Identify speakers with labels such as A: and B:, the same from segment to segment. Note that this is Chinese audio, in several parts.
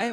A: 哎，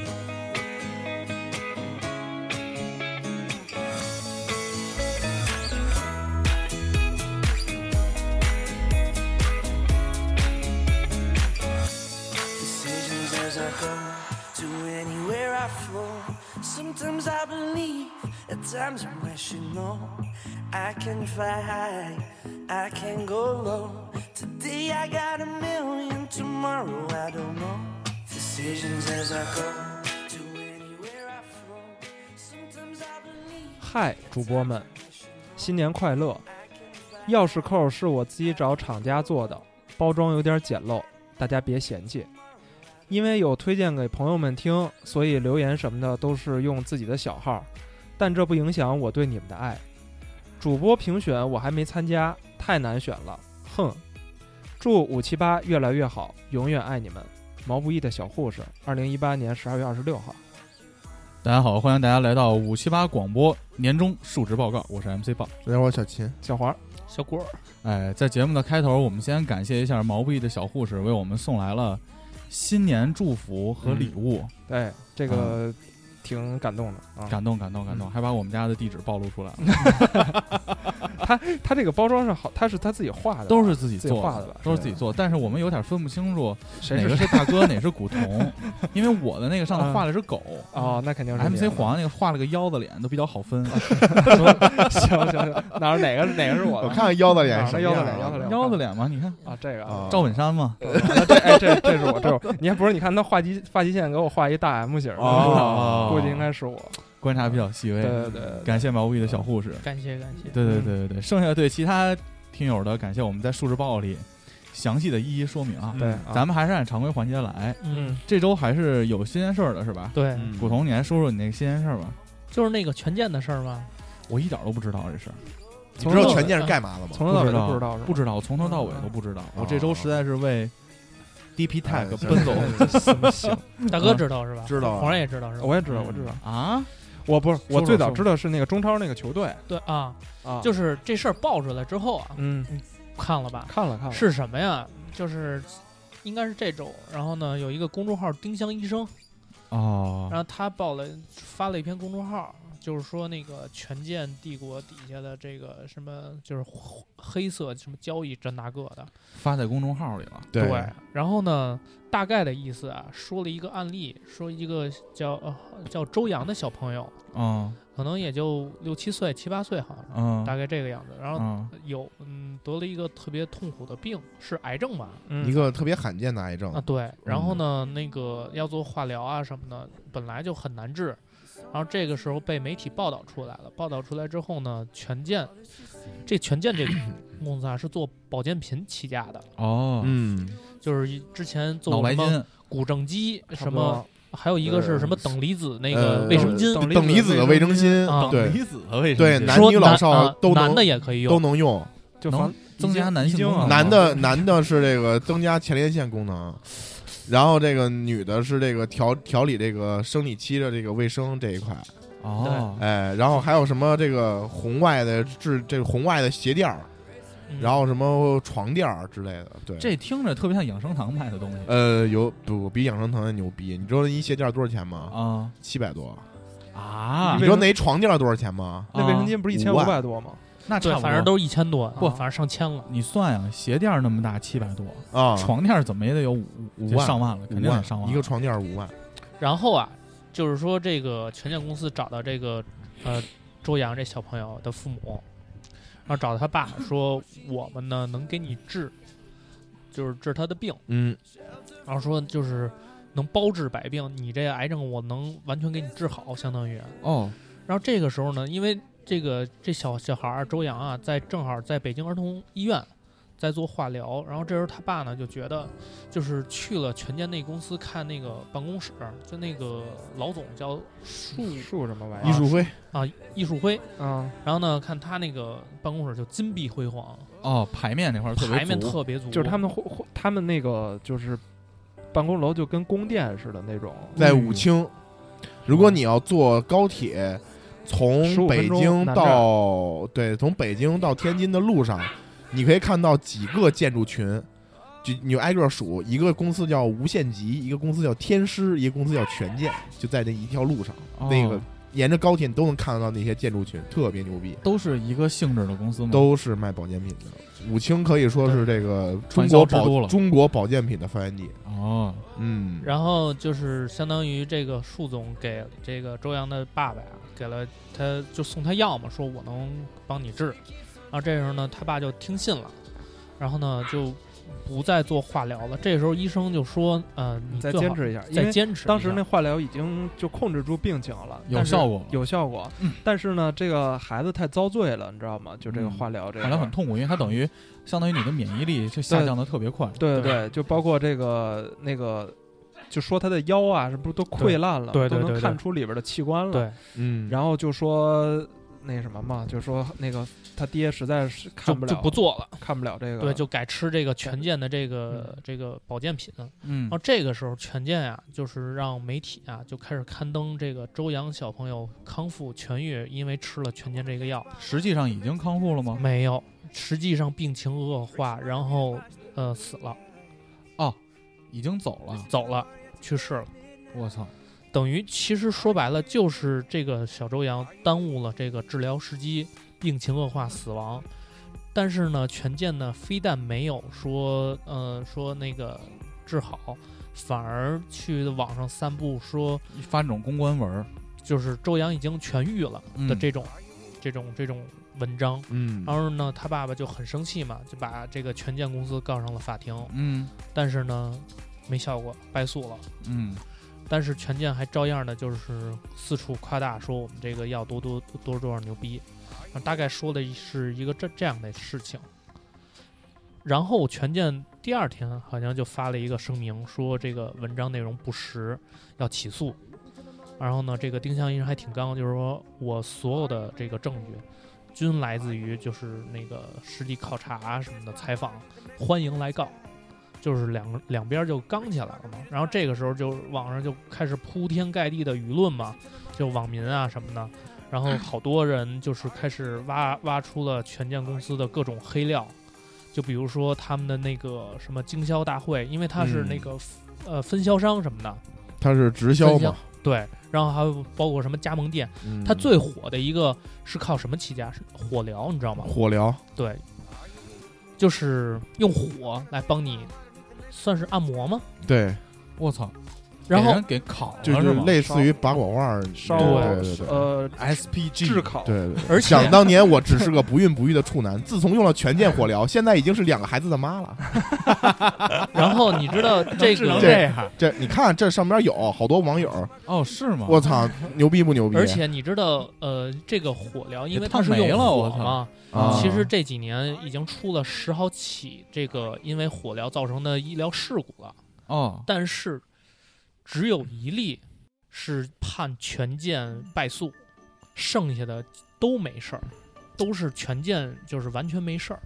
B: 有。
C: Decisions as I go to anywhere I flow. Sometimes I believe, at times I'm rational. I can fly high, I can go low. Today I got a million, tomorrow I don't know. Decisions as I go to anywhere I flow. Sometimes I believe.
D: 嗨，主播们，新年快乐！钥匙扣是我自己找厂家做的，包装有点简陋，大家别嫌弃。因为有推荐给朋友们听，所以留言什么的都是用自己的小号，但这不影响我对你们的爱。主播评选我还没参加，太难选了，哼！祝五七八越来越好，永远爱你们。毛不易的小护士，二零一八年十二月二十六号。
B: 大家好，欢迎大家来到五七八广播年终述职报告，我是 MC 豹。
E: 大家好，我是小秦。
D: 小黄，
F: 小郭儿，
B: 哎，在节目的开头，我们先感谢一下毛不易的小护士为我们送来了新年祝福和礼物，
D: 哎，这个挺感动的啊。
B: 感动感动感动，还把我们家的地址暴露出来了，
D: 它这个包装是好，它是他自己画的吧，
B: 都是自己
D: 自己
B: 做
D: 画的吧
B: 都是自己做，但是我们有点分不清楚
D: 谁
B: 哪
D: 是
B: 个是大哥，哪是古潼，因为我的那个上头画了只 狗。
D: 哦，那肯啊定是
B: MC
D: 黄。
B: 黄那个画了个腰子脸，都比较好分。
D: 行行行，哪儿哪个哪个是我的？
E: 我看看腰子脸
D: 啊
E: 是什么
D: 腰
E: 样
D: 子
E: 啊，
D: 脸，腰子脸，
B: 腰子脸嘛，你看
D: 啊，这个啊
E: 啊，
B: 赵本山嘛，
D: 那这哎这这是我，这是我，你还不是你看他画基发际线给我画一大 M 型儿
B: 哦
D: 估计应该是我。
B: 观察比较细
D: 对
B: 微。
D: 对嗯对对，
B: 感谢毛不易的小护士。
F: 感谢感谢。
B: 对对对对对，剩下对其他听友的感谢，我们在述职报告里详细的一一说明啊。
D: 对，啊
B: 咱们还是按常规环节来。
F: 嗯，
B: 这周还是有新鲜事儿的是吧？
F: 对，
D: 嗯
B: 古潼，你来说说你那个新鲜事儿吧。
F: 就是那个权健的事儿嘛。
B: 我一点都不知道这事儿，
E: 你
D: 从
E: 知道
D: 头
E: 权健是干嘛的吗？
D: 从头到尾都
B: 不
D: 知道是吧嗯
B: 不知道，从头到尾都不知道。我这周实在是为 DP
E: 哎
D: 哦
B: Tag 奔 走
D: 不行，
F: 大哥知道是吧？
D: 嗯
E: 知道啊
F: 黄然也知道是吧？
D: 我也知道，我知道，
B: 啊！
D: 我不是我
B: 说
D: 最早
B: 说
D: 知道是那个中超那个球队
F: 对啊，
D: 啊，
F: 就是是这事儿爆出来之后啊，
D: 嗯，
F: 看了吧？
D: 看了看了，
F: 是什么呀？就是应该是这周，然后呢，有一个公众号“丁香医生”，
B: 哦
F: 然后他报了发了一篇公众号，就是说那个权健帝国底下的这个什么，就是黑色什么交易这那个的。
B: 发在公众号里了。
E: 对，
F: 然后呢，大概的意思啊，说了一个案例，说一个叫、呃、叫周洋的小朋友，
B: 嗯
F: 可能也就六七岁、七八岁，好像是、
B: 嗯
F: 大概这个样子。然后
B: 嗯
F: 有嗯得了一个特别痛苦的病，是癌症吧？
D: 嗯
E: 一个特别罕见的癌症
F: 啊，，对。然后呢，那个要做化疗啊什么的，本来就很难治。然后这个时候被媒体报道出来了，报道出来之后呢，权健，这权健这个公司啊是做保健品起家的，
B: 哦，
E: 嗯，
F: 就是一之前
B: 脑
F: 做
B: 白
F: 什么
B: 金
F: 骨正畸
D: 差
F: 什
D: 不多
F: 么，还有一个是什么等离子那个
E: 呃
F: 卫生巾，
D: 等
E: 等离子的卫生巾
F: 啊，
E: 对
B: 离子和卫生
E: 对
B: 巾
E: 男
F: 说
E: 女老少
F: 男啊
E: 都能
F: 男的也可以
E: 都
F: 用，
E: 能用。
D: 就
B: 能
D: 防
B: 增加男性
D: 已经
B: 功
D: 啊
B: 能
E: 男的男的是这个增加前列腺功能，然后这个女的是这个调调理这个生理期的这个卫生这一块，
B: 哦，
E: 哎，然后还有什么这个红外的治这个红外的鞋垫儿，
F: 嗯
E: 然后什么床垫儿之类的，对。
B: 这听着特别像养生堂卖的东西
E: 呃，有不比养生堂的牛逼？你知道一鞋垫儿多少钱吗？
B: 啊
E: 七百多。
B: 啊哦
E: 你知道那一床垫儿多少钱吗？
D: 那卫生巾不是一千五
E: 五
D: 百
E: 万
D: 多吗？
B: 那
F: 对
B: 差，不
F: 反正
B: 多。
F: 都是一千多，啊
B: 不
F: 反正上千了。
B: 你算呀，鞋垫儿那么大，七百多，
E: 啊，
B: 床垫儿怎么也得有五
E: 五
B: 就
E: 万
B: 上万了，肯
E: 五
B: 定得
E: 万
B: 上万
E: 一个床垫儿五万。
F: 然后啊，就是说这个权健公司找到这个呃周洋这小朋友的父母，然后找到他爸说我们呢能给你治，就是治他的病，
E: 嗯，
F: 然后说就是能包治百病，你这癌症我能完全给你治好，相当于。
B: 哦，
F: 然后这个时候呢，因为这个这小小孩儿周洋啊，在正好在北京儿童医院在做化疗，然后这时候他爸呢就觉得，就是去了权健那公司看那个办公室，就那个老总叫树
D: 树什么玩意
E: 艺术会
F: 啊艺术辉，
D: 儿啊？
F: 然后呢看他那个办公室就金碧辉煌，
B: 哦，牌面那块儿特别
F: 牌面
B: 足
F: 特别足，
D: 就是他们会会，他们那个就是办公楼就跟宫殿似的那种，
E: 在
B: 嗯
E: 武清，如果你要坐高铁，从
D: 15
E: 北
D: 分钟
E: 京
D: 南站
E: 到对，从北京到天津的路上，你可以看到几个建筑群，就你就挨个数，一个公司叫无限极，一个公司叫天狮，一个公司叫全建，就在那一条路上，那个
B: 哦
E: 沿着高铁你都能看到那些建筑群，特别牛逼。
B: 都是一个性质的公司吗？
E: 都是卖保健品的，武清可以说是这个
B: 传
E: 中国
B: 销之都
E: 保
B: 了
E: 中国保健品的发源地。
B: 哦，
E: 嗯，
F: 然后就是相当于这个树总给这个周洋的爸爸呀，给了他就送他药嘛，说我能帮你治。然后这时候呢，他爸就听信了，然后呢就不再做化疗了。这时候医生就说：“呃，你
D: 嗯再
F: 最
D: 坚
F: 好
D: 持一下，因
F: 再
D: 为
F: 坚持一下。”
D: 当时那化疗已经就控制住病情了，
B: 有
D: 但是
B: 效果
D: 有效果。嗯但是呢，这个孩子太遭罪了，你知道吗？就这个
B: 嗯
D: 化疗，这个
B: 感觉很痛苦，因为它等于相当于你的免疫力就下降的特别快。
D: 对对
F: 对
D: 对，就包括这个那个，就说他的腰啊，是不是都溃
F: 对
D: 烂了？
F: 对对
D: 都
F: 对
D: 能
F: 对
D: 看出里边的器官了。
F: 对，
E: 嗯，
D: 然后就说那什么嘛，就说那个他爹实在是
F: 就
D: 看不了，
F: 就不做了。
D: 看不了这个，
F: 对，就改吃这个权健的这个这个保健品。
B: 嗯
F: 然后，这个时候，权健呀，就是让媒体啊就开始刊登这个周洋小朋友康复痊愈，因为吃了权健这个药。
B: 哦实际上已经康复了吗？
F: 没有，实际上病情恶化，然后呃死了，
B: 已经走了。
F: 走了，去世了。
B: 我操！
F: 等于其实说白了，就是这个小周洋耽误了这个治疗时机，病情恶化死亡。但是呢，权健呢非但没有说呃说那个治好，反而去网上散布说
B: 发那种公关文儿，就是
F: 周洋已经痊愈了的
B: 嗯
F: 这种、这种这种文章。
E: 嗯，
F: 然后呢，他爸爸就很生气嘛，就把这个权健公司告上了法庭。
B: 嗯
F: 但是呢，没效果，败诉了。
B: 嗯
F: 但是权健还照样的就是四处夸大，说我们这个药多多多多少牛逼，啊大概说的是一个这这样的事情。然后权健第二天好像就发了一个声明，说这个文章内容不实，要起诉。然后呢，这个丁香医生还挺刚，就是说我所有的这个证据均来自于就是那个实地考察啊什么的采访，欢迎来告。就是两个两边就刚起来了嘛。然后这个时候就网上就开始铺天盖地的舆论嘛，就网民啊什么的，然后好多人就是开始挖挖出了权健公司的各种黑料，就比如说他们的那个什么经销大会，因为他是那个、呃分销商什么的，
E: 它是直销
F: 分销
E: 嘛，
F: 对。然后还有包括什么加盟店，
E: 嗯
F: 它最火的一个是靠什么起家？是火疗，你知道吗？
E: 火疗，
F: 对，就是用火来帮你，算是按摩吗？
E: 对，
B: 我操！
F: 然
B: 给
F: 后
B: 人给烤了
E: 就是是
B: 吗？
E: 类似于拔管腕儿，
D: 烧
F: 啊
E: 对对对
D: 呃
B: SPG
D: 炙烤，
E: 对对对。
F: 而且
E: 想当年我只是个不孕不育的处男，自从用了权健火疗，现在已经是两个孩子的妈了。
F: 然后你知 道这个，
E: 这
B: 样
E: 这你看这上边有好多网友，
B: 哦，是吗？
E: 我操，牛逼不牛逼？
F: 啊而且你知道，呃，这个火疗，因为它
B: 烫
F: 是
B: 没
F: 用
B: 了我
F: 火
B: 操
F: 嘛，
B: 哦
E: 啊
F: 其实这几年已经出了十好起这个因为火疗造成的医疗事故了，
B: 哦，
F: 但是只有一例是判权健败诉，剩下的都没事儿，都是权健就是完全没事儿，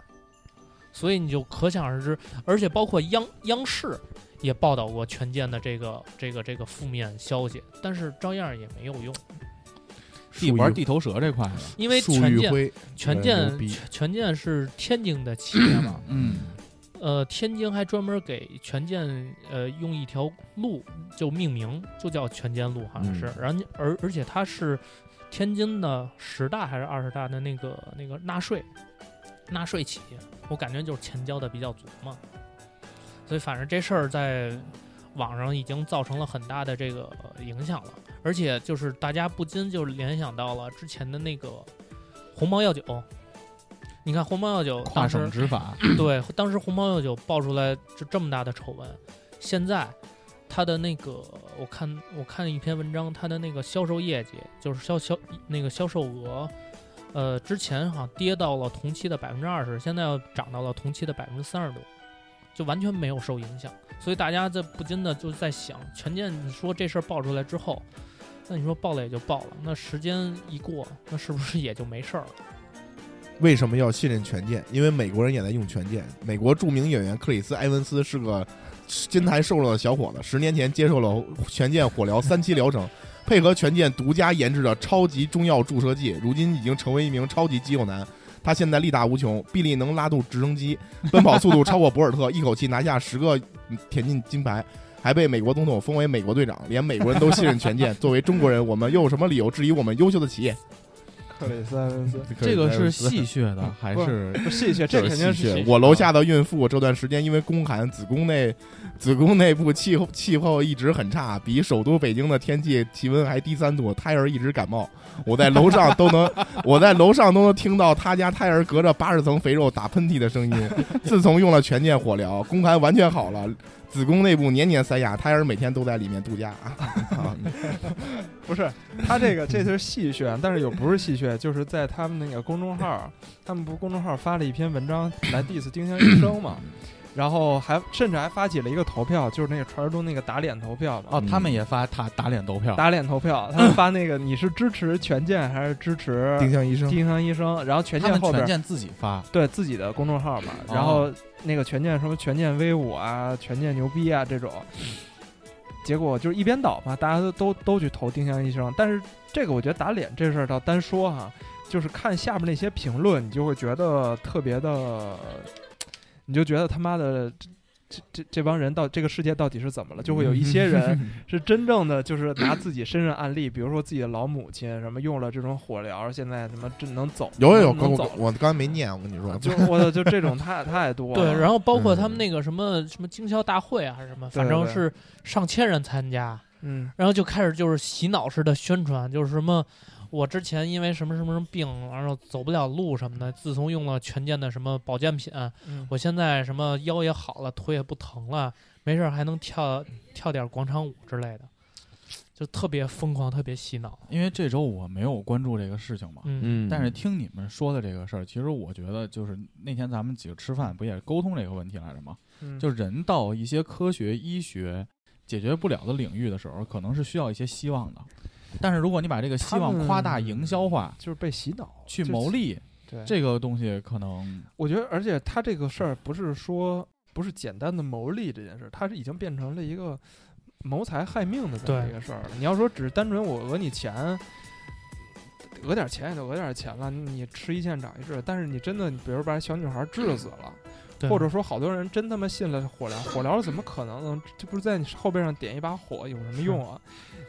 F: 所以你就可想而知，而且包括央央视也报道过权健的这个这个这个负面消息，但是照样也没有用，
B: 地玩地头蛇这块啊的，
F: 因为
E: 树
F: 权
E: 欲
F: 健
E: 灰，
F: 权
E: 牛
F: 健
E: 逼
F: 权健是天津的企业嘛，
B: 嗯，
F: 呃，天津还专门给权健呃用一条路就命名，就叫权健路，好像是。然后而而且它是天津的十大还是二十大的那个那个纳税纳税企业，我感觉就是钱交的比较足嘛。所以反正这事儿在网上已经造成了很大的这个呃影响了，而且就是大家不禁就联想到了之前的那个红毛药酒。你看红毛药酒
B: 跨
F: 当时
B: 省执法，
F: 对，当时红毛药酒爆出来这这么大的丑闻，现在它的那个，我看我看一篇文章，它的那个销售业绩，就是销销那个销售额，呃，之前好像跌到了同期的百分之二十，现在要涨到了同期的百分之三十多，就完全没有受影响。所以大家在不禁的就在想，权健你说这事儿爆出来之后，那你说爆了也就爆了，那时间一过，那是不是也就没事儿了？
E: 为什么要信任权健？因为美国人也在用权健。美国著名演员克里斯·埃文斯是个身材瘦弱的小伙子，十年前接受了权健火疗三期疗程，配合权健独家研制的超级中药注射剂，如今已经成为一名超级肌肉男。他现在力大无穷，臂力能拉动直升机，奔跑速度超过博尔特，一口气拿下十个田径金牌，还被美国总统封为美国队长，连美国人都信任权健。作为中国人，我们又有什么理由质疑我们优秀的企业？
D: 克里斯埃文斯，
B: 这个是戏谑的还
D: 不
B: 是？
D: 不是戏谑，这肯定
E: 戏
D: 是
E: 谑
D: 戏谑。啊
E: 我楼下的孕妇这段时间因为宫寒，子宫内子宫内部气候气候一直很差，比首都北京的天气气温还低三度，胎儿一直感冒。我在楼上都能，我在楼上都能听到他家胎儿隔着八十层肥肉打喷嚏的声音。自从用了全健火疗，宫寒完全好了。子宫内部年年塞牙，胎儿每天都在里面度假 啊！啊
D: 不是他这个，这就是戏谑，但是有不是戏谑，就是在他们那个公众号，他们不公众号发了一篇文章来 diss 丁香医生嘛，
E: 嗯
D: 然后还甚至还发起了一个投票，就是那个传说中那个打脸投票嘛，
B: 哦，他们也发打打脸投票，
D: 打脸投票，他们发那个你是支持权健还是支持
E: 丁香医生，
D: 丁香医生，然后权
B: 他
D: 健
B: 们
D: 后
B: 权
D: 边
B: 健自己发，
D: 对自己的公众号嘛，
B: 哦
D: 然后那个权健什么权健威武啊，权健牛逼啊这种，结果就是一边倒嘛，大家都都都去投丁香医生。但是这个我觉得打脸这事儿倒单说哈，就是看下面那些评论，你就会觉得特别的，你就觉得他妈的。这这这帮人到这个世界到底是怎么了？就会有一些
B: 嗯
D: 人 是真正的，就是拿自己身上案例，比如说自己的老母亲什么用了这种火疗，现在什么真能走，
E: 有有有，
D: 能
E: 我
D: 走啊
E: 我我刚才没念，我跟你说，
D: 就我操，就这种太太多了。
F: 对，然后包括
E: 嗯
F: 他们那个什么什么经销大会啊，还是什么，
D: 对
F: 反正
D: 对
F: 是上千人参加，
D: 嗯，
F: 然后就开始就是洗脑式的宣传，就是什么我之前因为什么什么什么病，然后走不了路什么的，自从用了权健的什么保健品，
D: 嗯
F: 我现在什么腰也好了，腿也不疼了，没事儿还能跳跳点广场舞之类的，就特别疯狂，特别洗脑。
B: 因为这周我没有关注这个事情嘛。
F: 嗯
E: 嗯
B: 但是听你们说的这个事儿，其实我觉得就是那天咱们几个吃饭不也是沟通这个问题来着吗？
D: 嗯
B: 就是人到一些科学、医学解决不了的领域的时候，可能是需要一些希望的。但是如果你把这个希
D: 他
B: 望
D: 们
B: 夸大、营销化，
D: 就是被洗脑
B: 去谋。利，
D: 就是对，
B: 这个东西可能
D: 我觉得，而且他这个事儿不是说不是简单的谋利这件事，他是已经变成了一个谋财害命的这么
F: 对
D: 一个事儿了。你要说只是单纯我讹你钱。讹点钱也就讹点钱了，你吃一堑长一智。但是你真的，你比如把小女孩治死了，
F: 对
D: 或者说好多人真他妈信了火疗，火疗怎么可能能？这不是在你后背上点一把火有什么用啊？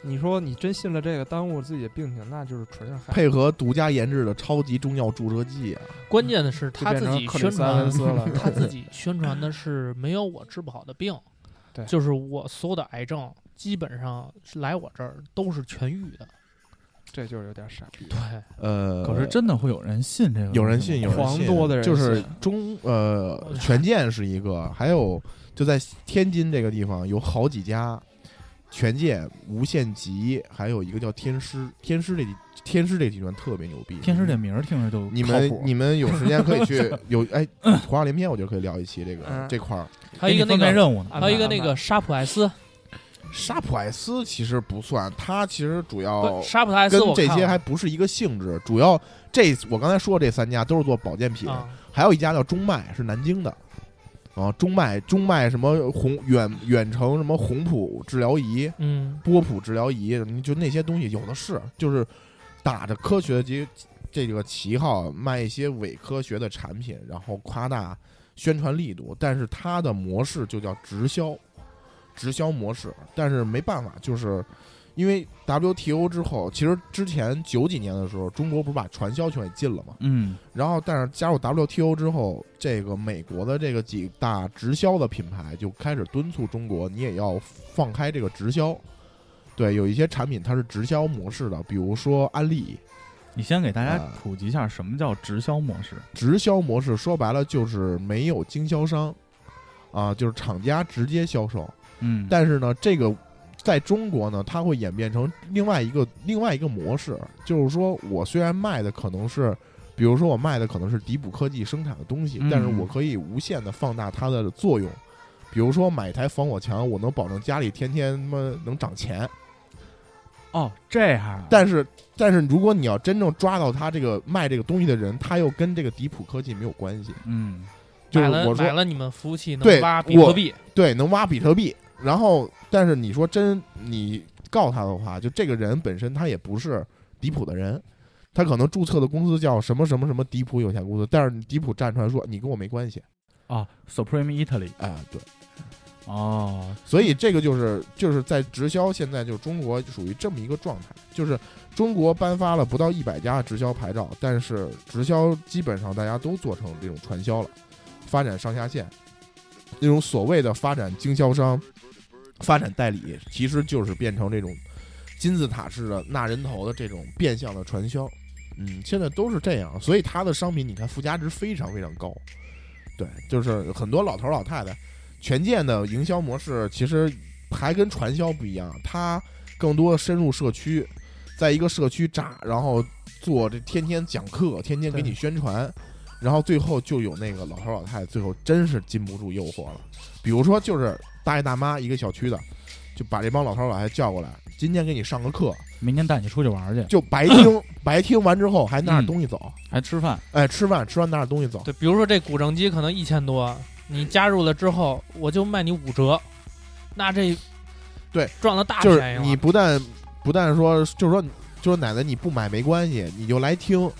D: 你说你真信了这个，耽误自己的病情，那就是纯是害。
E: 配合独家研制的超级中药注射剂啊，
F: 关键的是
D: 就
F: 他
D: 变
F: 自
D: 成
F: 己
D: 克里
F: 宣
D: 斯埃
F: 传
D: 文，斯了，
F: 他自己宣传的是没有我治不好的病，
D: 对
F: 就是我所有的癌症基本上是来我这儿都是痊愈的，
D: 这就是有点傻逼。
F: 对，
E: 呃，
B: 可是真的会有人信这个东西吗，
E: 有人信，有人
D: 狂
E: 信，
D: 多的人
E: 就是
D: 信
E: 中呃权健是一个，还有就在天津这个地方有好几家权健、无限极，还有一个叫天师，天师这天师这集团特别牛逼，
B: 天师这名儿听着就
E: 你
B: 靠
E: 们
B: 谱
E: 你们有时间可以去有哎，华夏连篇，我觉得可以聊一期这个、
D: 嗯
E: 这块儿。
F: 还有一个
B: 给
F: 那
B: 你分配
F: 个。
B: 任务呢，
F: 还有一个那
D: 安排
F: 个沙普 S，
E: 沙普艾斯其实不算，它其实主要
F: 不沙普 S
E: 哦跟
F: 我
E: 这
F: 看
E: 些
F: 了啊
E: 还不是一个性质，主要这我刚才说的这三家都是做保健品，
F: 啊，
E: 还有一家叫中脉，是南京的。啊，中脉中脉什么红远远程什么红谱治疗仪、
F: 嗯，
E: 波谱治疗仪，你就那些东西有的是，就是打着科学及这个旗号卖一些伪科学的产品，然后夸大宣传力度，但是它的模式就叫直销，直销模式。但是没办法，就是因为 WTO 之后，其实之前九几年的时候，中国不是把传销权给禁了吗？
B: 嗯，
E: 然后，但是加入 WTO 之后，这个美国的这个几大直销的品牌就开始敦促中国，你也要放开这个直销。对，有一些产品它是直销模式的，比如说安利，
B: 你先给大家
E: 啊
B: 普及一下什么叫直销模式，
E: 直销模式说白了就是没有经销商，啊，就是厂家直接销售。
B: 嗯，
E: 但是呢，这个在中国呢，它会演变成另外一个另外一个模式，就是说我虽然卖的可能是，比如说我卖的可能是迪普科技生产的东西，
B: 嗯
E: 但是我可以无限的放大它的作用。比如说买一台防火墙，我能保证家里天天他妈能长钱。
B: 哦，这样啊，
E: 但是，但是如果你要真正抓到他这个卖这个东西的人，他又跟这个迪普科技没有关系。
B: 嗯，
E: 就是
F: 买了
E: 我
F: 买
E: 说，
F: 了你们服务器
E: 对
F: 能挖比特
E: 我
F: 币，
E: 对，能挖比特币。然后，但是你说真你告他的话，就这个人本身他也不是迪普的人，他可能注册的公司叫什么什么什么迪普有限公司，但是迪普站出来说你跟我没关系
B: 哦，Supreme Italy，
E: 啊、对。
B: 哦，
E: 所以这个就是就是在直销现在就是中国属于这么一个状态，就是中国颁发了不到一百家直销牌照，但是直销基本上大家都做成这种传销了，发展上下线，那种所谓的发展经销商、发展代理，其实就是变成这种金字塔式的纳人头的这种变相的传销。嗯，现在都是这样，所以它的商品你看附加值非常非常高，对，就是很多老头老太太。权健的营销模式其实还跟传销不一样，它更多深入社区，在一个社区扎，然后做这天天讲课，天天给你宣传，然后最后就有那个老头老太太，最后真是禁不住诱惑了。比如说，就是大爷大妈一个小区的，就把这帮老头老太太叫过来，今天给你上个课，
B: 明天带你出去玩去，
E: 就白听，白听完之后还拿
B: 嗯
E: 着东西走，
B: 还吃饭，
E: 哎，吃饭吃完拿着东西走，
F: 对，比如说这古正机可能一千多，你加入了之后，我就卖你五折，那这
E: 对
F: 赚了大
E: 就
F: 便宜
E: 是
F: 了。
E: 你不但不但说，就是说，就是说奶奶你不买没关系，你就来听，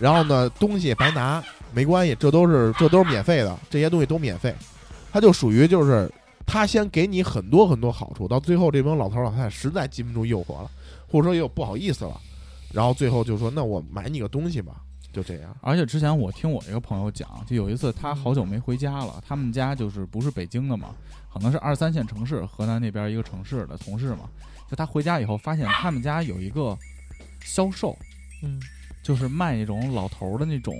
E: 然后
B: 啊
E: 呢东西白拿没关系，这都是这都是免费的，这些东西都免费，他就属于就是他先给你很多很多好处，到最后这帮老头老太太实在禁不住诱惑了，或者说也有不好意思了，然后最后就说那我买你个东西吧，就这样。
B: 而且之前我听我一个朋友讲，就有一次他好久没回家了，他们家就是不是北京的嘛，可能是二三线城市，河南那边一个城市的同事嘛，就他回家以后发现他们家有一个销售，
F: 嗯，
B: 就是卖那种老头儿的那种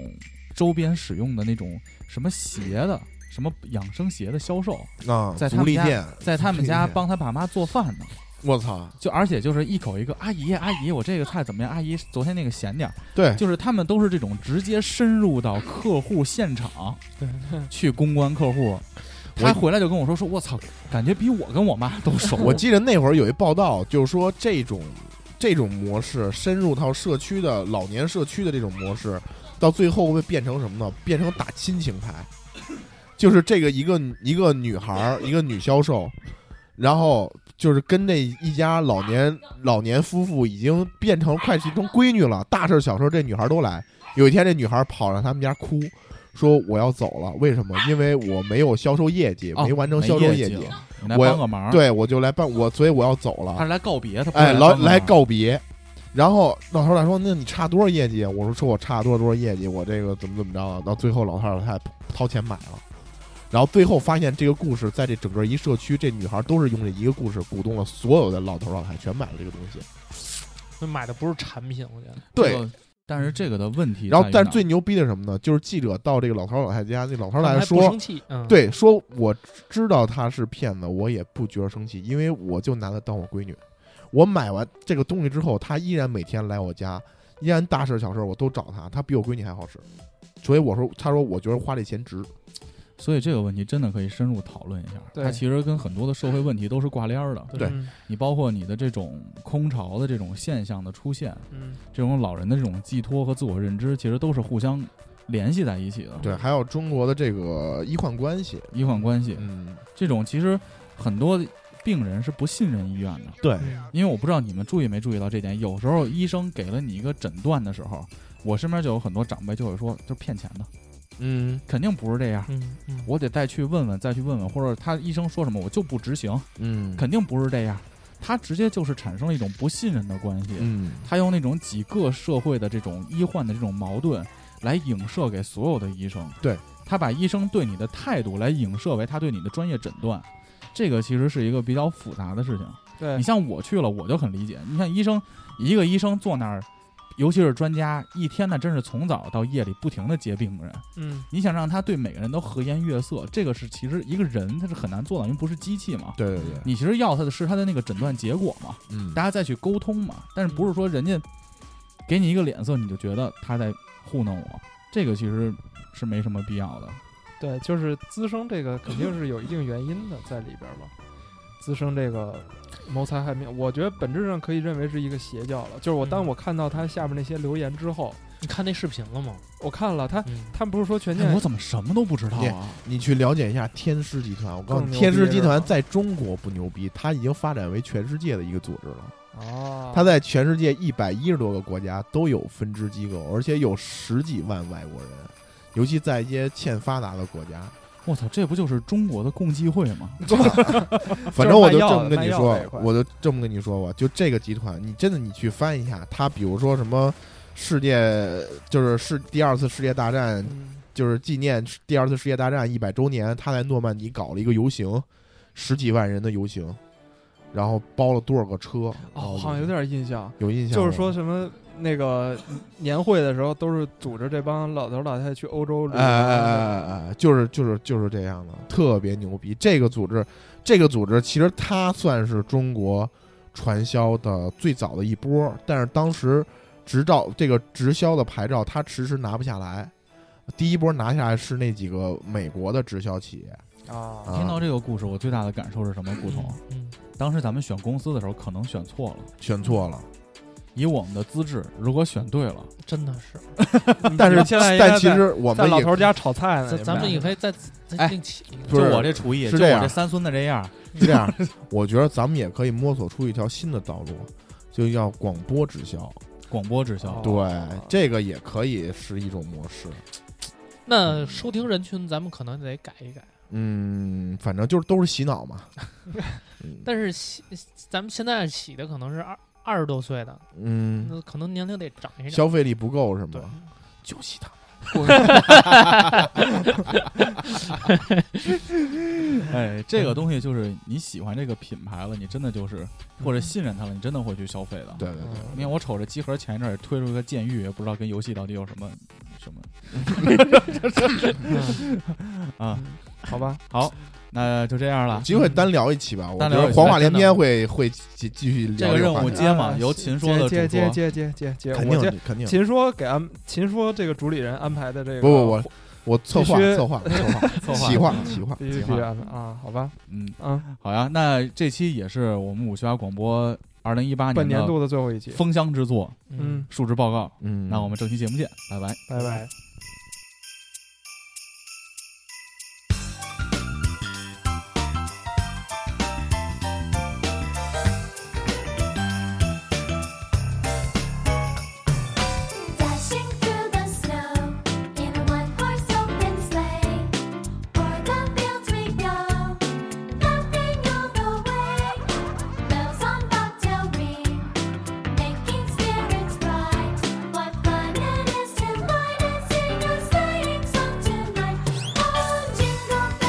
B: 周边使用的那种什么鞋的。什么养生鞋的销售，
E: 啊，
B: 在他
E: 足
B: 们
E: 力
B: 家
E: 店，
B: 在他们
E: 足力
B: 家
E: 店，
B: 帮他爸妈做饭呢，
E: 我操，
B: 就而且就是一口一个阿姨阿姨，我这个菜怎么样？阿姨昨天那个咸点儿，
E: 对，
B: 就是他们都是这种直接深入到客户现场去公关客户。他回来就跟我说说，我操，感觉比我跟我妈都熟。
E: 我记得那会儿有一报道，就是说这种这种模式深入到社区的老年社区的这种模式，到最后会变成什么呢？变成打亲情牌，就是这个一个一个女孩儿，一个女销售，然后就是跟这一家老年老年夫妇已经变成快变成闺女了，大事小事这女孩都来。有一天，这女孩跑上他们家哭，说我要走了，为什么？因为我没有销售业绩，
B: 哦
E: 没完成
B: 没
E: 销售
B: 业
E: 绩。
B: 了你来
E: 我
B: 帮个忙。，
E: 对，我就来办我，所以我要走
B: 啊他
E: 了。
B: 是来嗯告别，他不是
E: 哎，
B: 来
E: 老
B: 帮个
E: 来
B: 忙。
E: 告别。然后老头儿来说：“那你差多少业绩啊？”我说：“说我差多少多少业绩，我这个怎么怎么着啊？”到最后老头儿老太太掏钱买了，然后最后发现这个故事在这整个一社区，这女孩都是用这一个故事鼓动了所有的老头儿老太太全买了这个东西。
F: 那买的不是产品，我觉得
E: 对，
B: 这个，但是这个的问题在于哪儿，
E: 然后但是最牛逼的是什么呢？就是记者到这个老头儿老太太家，那老头儿老
F: 他们
E: 太太
F: 还
E: 说
F: 不生气，嗯，，
E: 对，说我知道他是骗子，我也不觉得生气，因为我就拿他当我闺女。我买完这个东西之后，他依然每天来我家，依然大事小事我都找他，他比我闺女还好使。所以我说，他说我觉得花这钱值。
B: 所以这个问题真的可以深入讨论一下。
D: 对
B: 它其实跟很多的社会问题都是挂链儿的。
E: 对
F: 嗯
B: 你包括你的这种空巢的这种现象的出现，
F: 嗯，
B: 这种老人的这种寄托和自我认知，其实都是互相联系在一起的。
E: 对，还有中国的这个医患关系，
B: 医患关系，
E: 嗯，
B: 这种其实很多病人是不信任医院的，
E: 对
F: 嗯
B: 因为我不知道你们注意没注意到这点，有时候医生给了你一个诊断的时候，我身边就有很多长辈就会说，就是骗钱的，
E: 嗯
B: 肯定不是这样。
F: 嗯嗯，
B: 我得再去问问，再去问问，或者他医生说什么我就不执行，
E: 嗯
B: 肯定不是这样。他直接就是产生了一种不信任的关系，
E: 嗯，
B: 他用那种几个社会的这种医患的这种矛盾来影射给所有的医生。
E: 对，
B: 他把医生对你的态度来影射为他对你的专业诊断，这个其实是一个比较复杂的事情。
D: 对
B: 你，像我去了，我就很理解。你像医生，一个医生坐那儿，尤其是专家，一天呢真是从早到夜里不停的接病人。
F: 嗯
B: 你想让他对每个人都和颜悦色，这个是其实一个人他是很难做到，因为不是机器嘛。
E: 对对对，
B: 你其实要他的是他的那个诊断结果嘛。
E: 嗯
B: 大家再去沟通嘛。但是不是说人家给你一个脸色，你就觉得他在糊弄我？这个其实是没什么必要的。
D: 对，嗯就是滋生这个肯定是有一定原因的在里边儿嘛，滋生这个谋财害命，我觉得本质上可以认为是一个邪教了。就是我当
F: 嗯
D: 我看到他下面那些留言之后，
F: 你看那视频了吗？
D: 我看了他，
F: 嗯，
D: 他们不是说全
B: 哎，
D: 健
B: 我怎么什么都不知道啊？
E: 你去了解一下天狮集团，我告诉
D: 更
E: 你，
D: 牛
E: 天狮
D: 逼
E: 集
D: 是
E: 团
D: 吧
E: 在中国不牛逼，它已经发展为全世界的一个组织了。
D: 哦，
E: 它在全世界一百一十多个国家都有分支机构，而且有十几万外国人，尤其在一些欠发达的国家。
B: 我操，这不就是中国的共济会吗？
E: 反正我就
D: 卖药
E: 这么跟
D: 卖
E: 你
D: 药
E: 说
D: 这一，块
E: 我就这么跟你说吧，就这个集团，你真的你去翻一下，它比如说什么世界，就是世第二次世界大战
D: 嗯
E: 就是纪念第二次世界大战一百周年，他在诺曼底搞了一个游行，十几万人的游行，然后包了多少个车？
D: 哦，好像有点印象，
E: 有印象吗，
D: 就是说什么那个年会的时候，都是组织这帮老头老太太去欧洲旅游啊
E: 哎，哎哎哎哎，就是就是就是这样的，特别牛逼。这个组织，这个组织其实它算是中国传销的最早的一波，但是当时执照这个直销的牌照它迟迟拿不下来。第一波拿下来是那几个美国的直销企业，
D: 啊，
E: 啊
B: 听到这个故事，我最大的感受是什么？古潼，
F: 嗯，
B: 当时咱们选公司的时候可能选错了，
E: 选错了。
B: 以我们的资质，如果选对了，
F: 嗯，真的是，
E: 但是
D: 你现在应该
E: 但其实我
D: 在
E: 们
D: 老
E: 也
D: 头家炒菜呢，
F: 咱咱们
D: 也
F: 也可以再
B: 哎
F: 再另起一个。
E: 不是
B: 就我这厨艺，
E: 是
B: 就
E: 这样
B: 我这三孙子这样，
E: 是这样，我觉得咱们也可以摸索出一条新的道路，就叫广播直销。
B: 广播直销
D: 哦
E: 对，这个也可以是一种模式。
F: 那收听人群咱们可能得改一改，
E: 嗯，反正就是都是洗脑嘛。嗯
F: 但是洗咱们现在洗的可能是二二十多岁的，
E: 嗯，
F: 那可能年龄得长一点。
E: 消费力不够是
F: 对
E: 吗？，就洗脑。
B: 哎，这个东西就是你喜欢这个品牌了，你真的就是或者信任它了，你真的会去消费的。
E: 对对对，
B: 你看我瞅着集合前一阵儿也推出个监狱，也不知道跟游戏到底有什么什么
F: 嗯
B: 啊。
D: 好吧，
B: 好，那就这样了
E: 有。机会单聊一期吧。我觉
B: 单聊一
E: 得
B: 期
E: 黄话连
B: 真的
E: 篇会会继继续
B: 这
E: 聊
B: 个任
E: 话
B: 务
E: 题
B: 接嘛，
D: 啊
B: 由秦说的
D: 接
B: 主
D: 接
B: 播。
D: 接接接接，
E: 肯
D: 我接
E: 定肯定。
D: 秦说给安秦说这个主理人安排的这个
E: 不不不，我策划
D: 必 须
E: 策划策划
B: 策划
E: 企划企划。
D: 必须必须安排啊，好吧，
B: 嗯，
D: 啊，
B: 好呀，那这期也是我们五七八广播二零一八
D: 本
B: 年
D: 年
B: 的
D: 度的最后一期，
B: 封箱之作
F: 嗯
D: 嗯，
B: 述职报告。
E: 嗯，
B: 那我们正期节目见，拜拜。
D: 拜拜。
G: Dashing through the snow in a one-horse open sleigh, o'er the fields we go, laughing all the way. Bells on bobtail ring, making spirits bright. What fun it is to ride and sing Oh, Oh,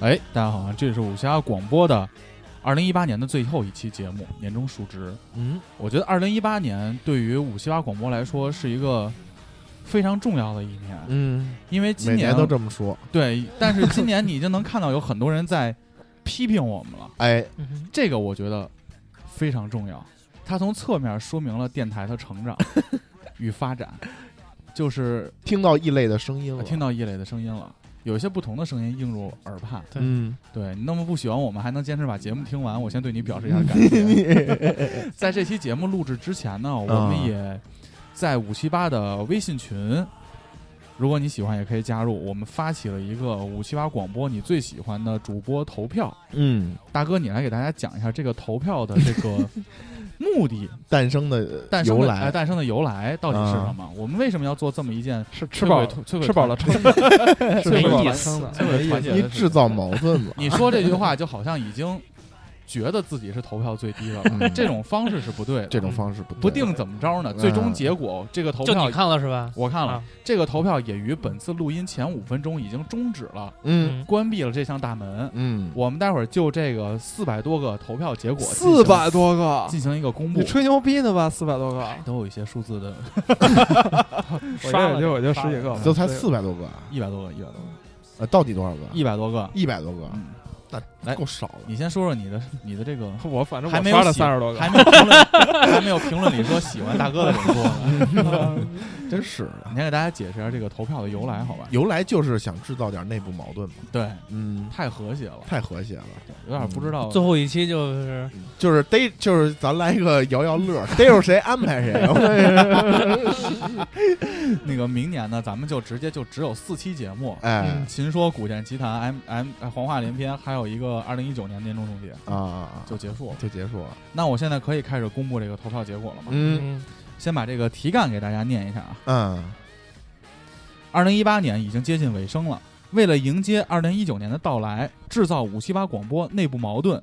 B: 哎，大家好，这是武侠广播的二零一八年的最后一期节目，年终述职。
D: 嗯，
B: 我觉得二零一八年对于五七八广播来说是一个非常重要的一年，
E: 嗯，
B: 因为今
E: 每年都
B: 么
E: 这么说。
B: 对，但是今年你已经能看到有很多人在批评我们了，
E: 哎，
F: 嗯哼
B: 这个我觉得非常重要。它从侧面说明了电台的成长与发展，就是呃
E: 听到异类的声音了，
B: 啊听到异类的声音了，有一些不同的声音映入耳畔。
E: 嗯，
B: 对你那么不喜欢我们，还能坚持把节目听完，我先对你表示一下感 谢。 在这期节目录制之前呢，我们
D: 嗯
B: 也在五七八的微信群，如果你喜欢也可以加入。我们发起了一个五七八广播你最喜欢的主播投票，
E: 嗯，
B: 大哥你来给大家讲一下这个投票的这个 目的，
E: 诞生的
B: 诞生
E: 由
B: 的哎
E: 来，
B: 诞生的由来到底是什么？我们为什么要做这么一件
D: 是吃饱
B: 摧毁摧毁
D: 嗯吃饱了撑的，吃
F: 没
D: 饱
F: 意
D: 了
F: 思
D: 撑的。
B: 摧 毁团结的
E: 你
B: 事情
E: 制造矛盾嘛？
B: 你说这句话就好像已经觉得自己是投票最低了吧，
E: 嗯
B: 这种方式是不对的。
E: 这种方式不
B: 不
E: 不
B: 定怎么着
D: 嗯
B: 呢？最终结果这个投
F: 就
B: 票
F: 你看了是吧？
B: 我看了
F: 啊，
B: 这个投票也于本次录音前五分钟已经终止了，
E: 嗯
F: 嗯，
B: 关闭了这项大门。
E: 嗯，
B: 我们待会儿就这个四百多个投票结果进行，
D: 四百多个，
B: 进行一个公布
D: 你，吹牛逼呢吧？四百多个，
B: 都有一些数字的，
D: 我
F: 嗯刷
D: 这
F: 了
D: 也就我就十
F: 刷了
D: 几个
B: 嗯
D: 吧，
E: 这才
D: 对
E: 四百多个啊，
B: 一百多个，一百多个，
E: 呃，到底多少个？
D: 啊
B: 一百多个。
E: 一百多个，
B: 嗯，
E: 那够少了。
B: 你先说说你的你的这个，
D: 我反正
B: 还
D: 我
B: 没有
D: 刷了
B: 写
D: 三十多个
B: 还，没有评论，还没有评论里说喜欢大哥的人多呢。
E: 真是的
B: 你先给大家解释一下这个投票的由来，好吧？
E: 由来就是想制造点内部矛盾嘛。
B: 对，
E: 嗯，
B: 太和谐了，
E: 太和谐了，
B: 有点不知道
F: 最后一期就是
E: 就是逮，就是咱来一个摇摇乐，逮着谁安排 谁。
B: 那个明年呢，咱们就直接就只有四期节目，
E: 哎
B: 秦说古剑奇谭 M M 哎黄话连篇，还有一个二零一九年年终总结
E: 啊啊，
B: 就结束了。
E: 就结束了。
B: 那我现在可以开始公布这个投票结果了吗？
E: 嗯
F: 嗯
B: 先把这个题干给大家念一下啊。
E: 嗯
B: 二零一八年已经接近尾声了，为了迎接二零一九年的到来，制造五七八广播内部矛盾，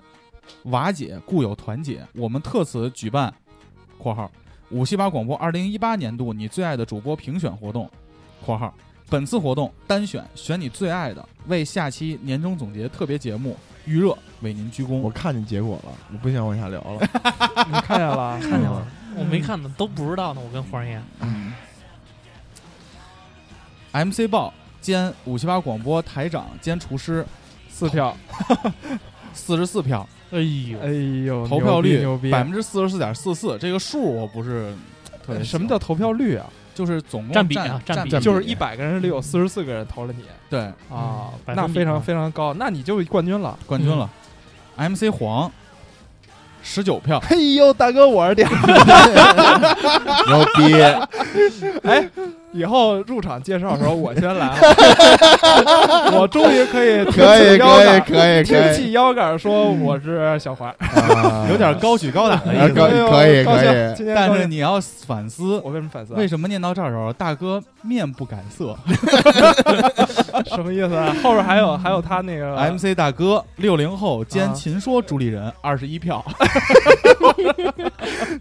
B: 瓦解固有团结，我们特此举办（括号）五七八广播二零一八年度你最爱的主播评选活动（括号）。本次活动单选选你最爱的，为下期年终总结特别节目预热，为您鞠躬。
E: 我看见结果了，我不想往下聊了。
D: 你看见了，看
E: 见了。
F: 我没看呢，都不知道呢。我跟黄爷，
B: 嗯 MC 报兼五七八广播台长兼厨师，
D: 四票，
B: 四十四票。
F: 哎呦
D: 哎，呦，
B: 投票率
D: 牛逼，哎
B: 百
D: 牛
B: 分
D: 逼
B: 之四十四点四四，这个数我不是特别喜欢
D: 呃什么叫投票率啊？
B: 就是总共
F: 占比
B: 占
F: 啊占比
B: 比
D: 就是一百个人里有四十四个人投了你
B: 对
D: 啊，
F: 百
D: 那
F: 分比
D: 非
F: 啊
D: 常非常高，那你就是冠军了。
B: 冠军了。MC 黄十九 票，
D: 嘿呦，大哥，我是点。
E: 牛逼！
D: 哎，以后入场介绍的时候我先来了， 我终于可以挺
E: 可以
D: 起腰
E: 可以
D: 杆，
E: 可以
D: 挺
E: 可
D: 起
E: 以，
D: 腰杆说我是小华，
E: 啊
B: 有点高举高打的
E: 哎
B: 意
E: 可
B: 思。
D: 哎
E: 以
D: 呦
E: 可以
D: 高兴
E: 可以
D: 今天
B: 但
D: 高兴
B: 是你要反思，
D: 我为什么反思啊？
B: 为什么念到这儿的时候，大哥面不改色
D: 什么意思啊？后边还有还有他那个
B: ？MC 大哥六零后兼
D: 啊
B: 秦说主理人，二十一票。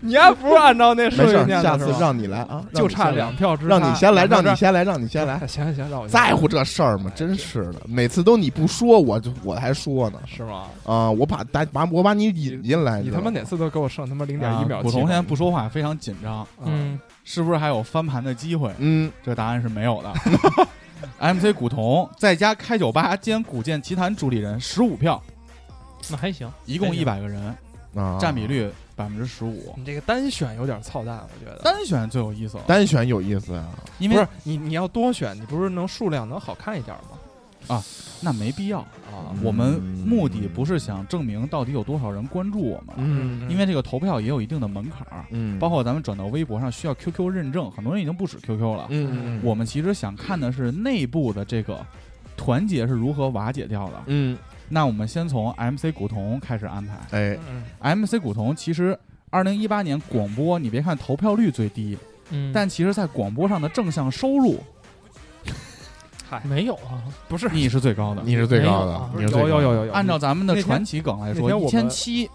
D: 你还不是按照那
E: 没
D: 顺
E: 事
D: 序
E: 儿，
D: 念
E: 下
D: 的是
E: 次
D: 吧？
E: 让你来啊，让
D: 就
E: 你
D: 差
E: 先来
D: 两票之差，
E: 让你先来，
D: 两票
E: 让你
D: 之
E: 先来，让你先来，
D: 哎行行行，让我先来
E: 在乎这事儿吗？真是的，每次都你不说，我就我还说呢
D: 是吗？
E: 啊！我把大把我把你引进来，
D: 你
E: 知
D: 他
E: 道
D: 妈
E: 吗
D: 哪次都给我剩他妈零点一哎秒
B: 啊
D: 气
B: 古
D: 势。
B: 潼现在不说话，非常紧张，
D: 嗯，
F: 嗯，
B: 是不是还有翻盘的机会？
E: 嗯
B: 这答案是没有的。MC 古潼在家开酒吧兼古剑奇谭主理人，十五票，
F: 那还行，
B: 一共
F: 哎
B: 一
F: 呀
B: 百个人，
E: 啊，
B: 占比率百分之十五。
D: 你这个单选有点操蛋，我觉得。
B: 单选最有意思了，
E: 单选有意思啊，
B: 因
D: 不
B: 为
D: 是你，你要多选，你不是能数量能好看一点吗？
B: 那没必要。
D: 啊，
B: 我们目的不是想证明到底有多少人关注我们，
E: 嗯
B: 因为这个投票也有一定的门槛儿，
E: 嗯，
B: 包括咱们转到微博上需要 QQ 认证，很多人已经不使 QQ 了。
E: 嗯
B: 我们其实想看的是内部的这个团结是如何瓦解掉的。
E: 嗯
B: 那我们先从 MC 古潼开始安排。
E: 哎
D: 嗯
B: MC 古潼其实二零一八年广播，你别看投票率最低，
F: 嗯，
B: 但其实在广播上的正向收入
F: 没有啊，
D: 不是
B: 你是最高的。
E: 你是最高
F: 没有啊
E: 的，
D: 不
E: 你
D: 是
E: 是最
D: 有有
E: 高的
D: 有有有，
B: 按照咱们
D: 那
B: 的
D: 天
B: 传奇梗来说，
D: 那天
B: 一
D: 我们
B: 千七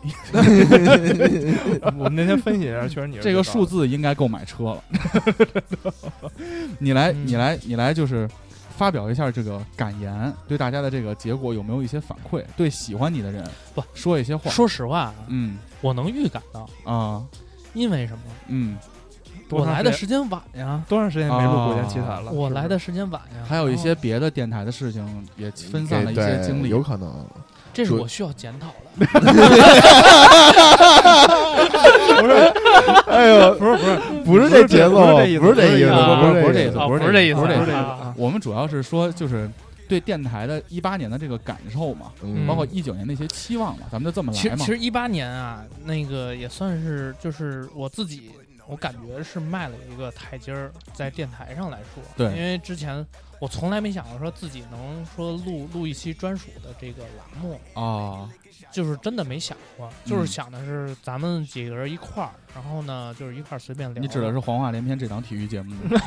D: 我们那天分析一下，确实你是
B: 这个
D: 最高
B: 数
D: 的
B: 字应该够买车了。你来，
F: 嗯
B: 你来，你来，就是发表一下这个感言，对大家的这个结果有没有一些反馈？对喜欢你的人，
F: 不
B: 说一些话。
F: 说实话，啊
B: 嗯
F: 我能预感到，
B: 啊
F: 因为什么？
B: 嗯，
D: 多
F: 我
D: 长
F: 来
D: 时
F: 的
D: 间
F: 时间晚呀，
D: 多长时间没录《古剑奇谭》了？
F: 我
D: 是不是
F: 来的时间晚呀，哦
B: 还有一
D: 哦
B: 些别的电台的事情也分散了一些
E: 对
B: 精力。
E: 有可能。
F: 这是
E: 说
F: 我需要检讨 的。
E: 哎呦，
D: 不是呃 不是，
E: 不是这节奏，
D: 不是这
E: 不是这意思，
F: 啊
E: 不
B: 不是这
E: 这
B: 意
E: 意
B: 思
E: 思，
F: 啊
B: 哦不是
F: 不是这意思，
B: 不是这意
D: 思
F: 啊
B: 我们主要是说，就是对电台的一八年的这个感受嘛，
E: 嗯
B: 包括一九年的一些期望嘛，咱们就这么
F: 其
B: 来
F: 实
B: 嘛
F: 其。实一八年啊，那个也算是就是我自己，我感觉是迈了一个台阶儿，在电台上来说，
B: 对
F: 因为之前我从来没想过说自己能说录录一期专属的这个栏目，
B: 啊，
F: 就是真的没想过，就是
B: 嗯
F: 想的是咱们几个人一块儿，然后呢就是一块儿随便聊。
B: 你指的是《黄话连篇》这档体育节目吗？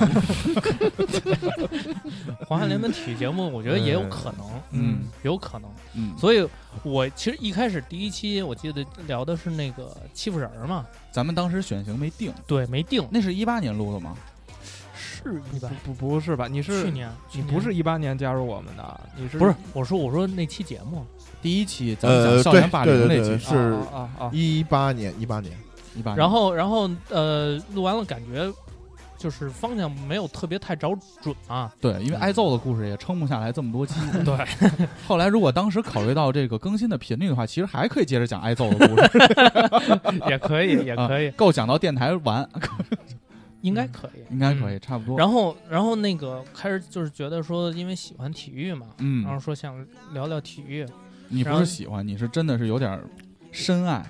F: 黄汉联的体育节目，我觉得也有可能，
B: 嗯
F: 有可能。
B: 嗯，
F: 所以我其实一开始第一期我记得聊的是那个欺负人儿嘛，
B: 咱们当时选型没定，
F: 对，没定
B: 那是一八年录的吗？
F: 是
B: 嗯
F: 一般。
D: 不不不是吧？你是
F: 去年，去
D: 你
F: 年
D: 不是一八年加入我们的，你是啊
F: 不是？我说我说那期节目，
B: 第一期咱们讲
E: 呃
B: 校园
E: 对
B: 霸
E: 对
B: 凌
E: 对
B: 那
E: 对
B: 期，
E: 是
D: 啊啊啊！
E: 一八年，一八年，
B: 一八年。
F: 然后然后呃，录完了感觉就是方向没有特别太找准啊，
B: 对，因为挨揍的故事也撑不下来这么 多期。
F: 对，
B: 后来如果当时考虑到这个更新的频率的话，其实还可以接着讲挨揍的故事，啊
F: 也可以 也可以，
B: 够讲到电台完，
F: 应该可以，
B: 应该可以，
F: 嗯。
B: 差不多。
F: 然后，然后那个开始就是觉得说，因为喜欢体育嘛，然后
B: 嗯，
F: 说想聊聊体育，
B: 你不
F: 然后
B: 是喜欢，你是真的是有点儿深爱，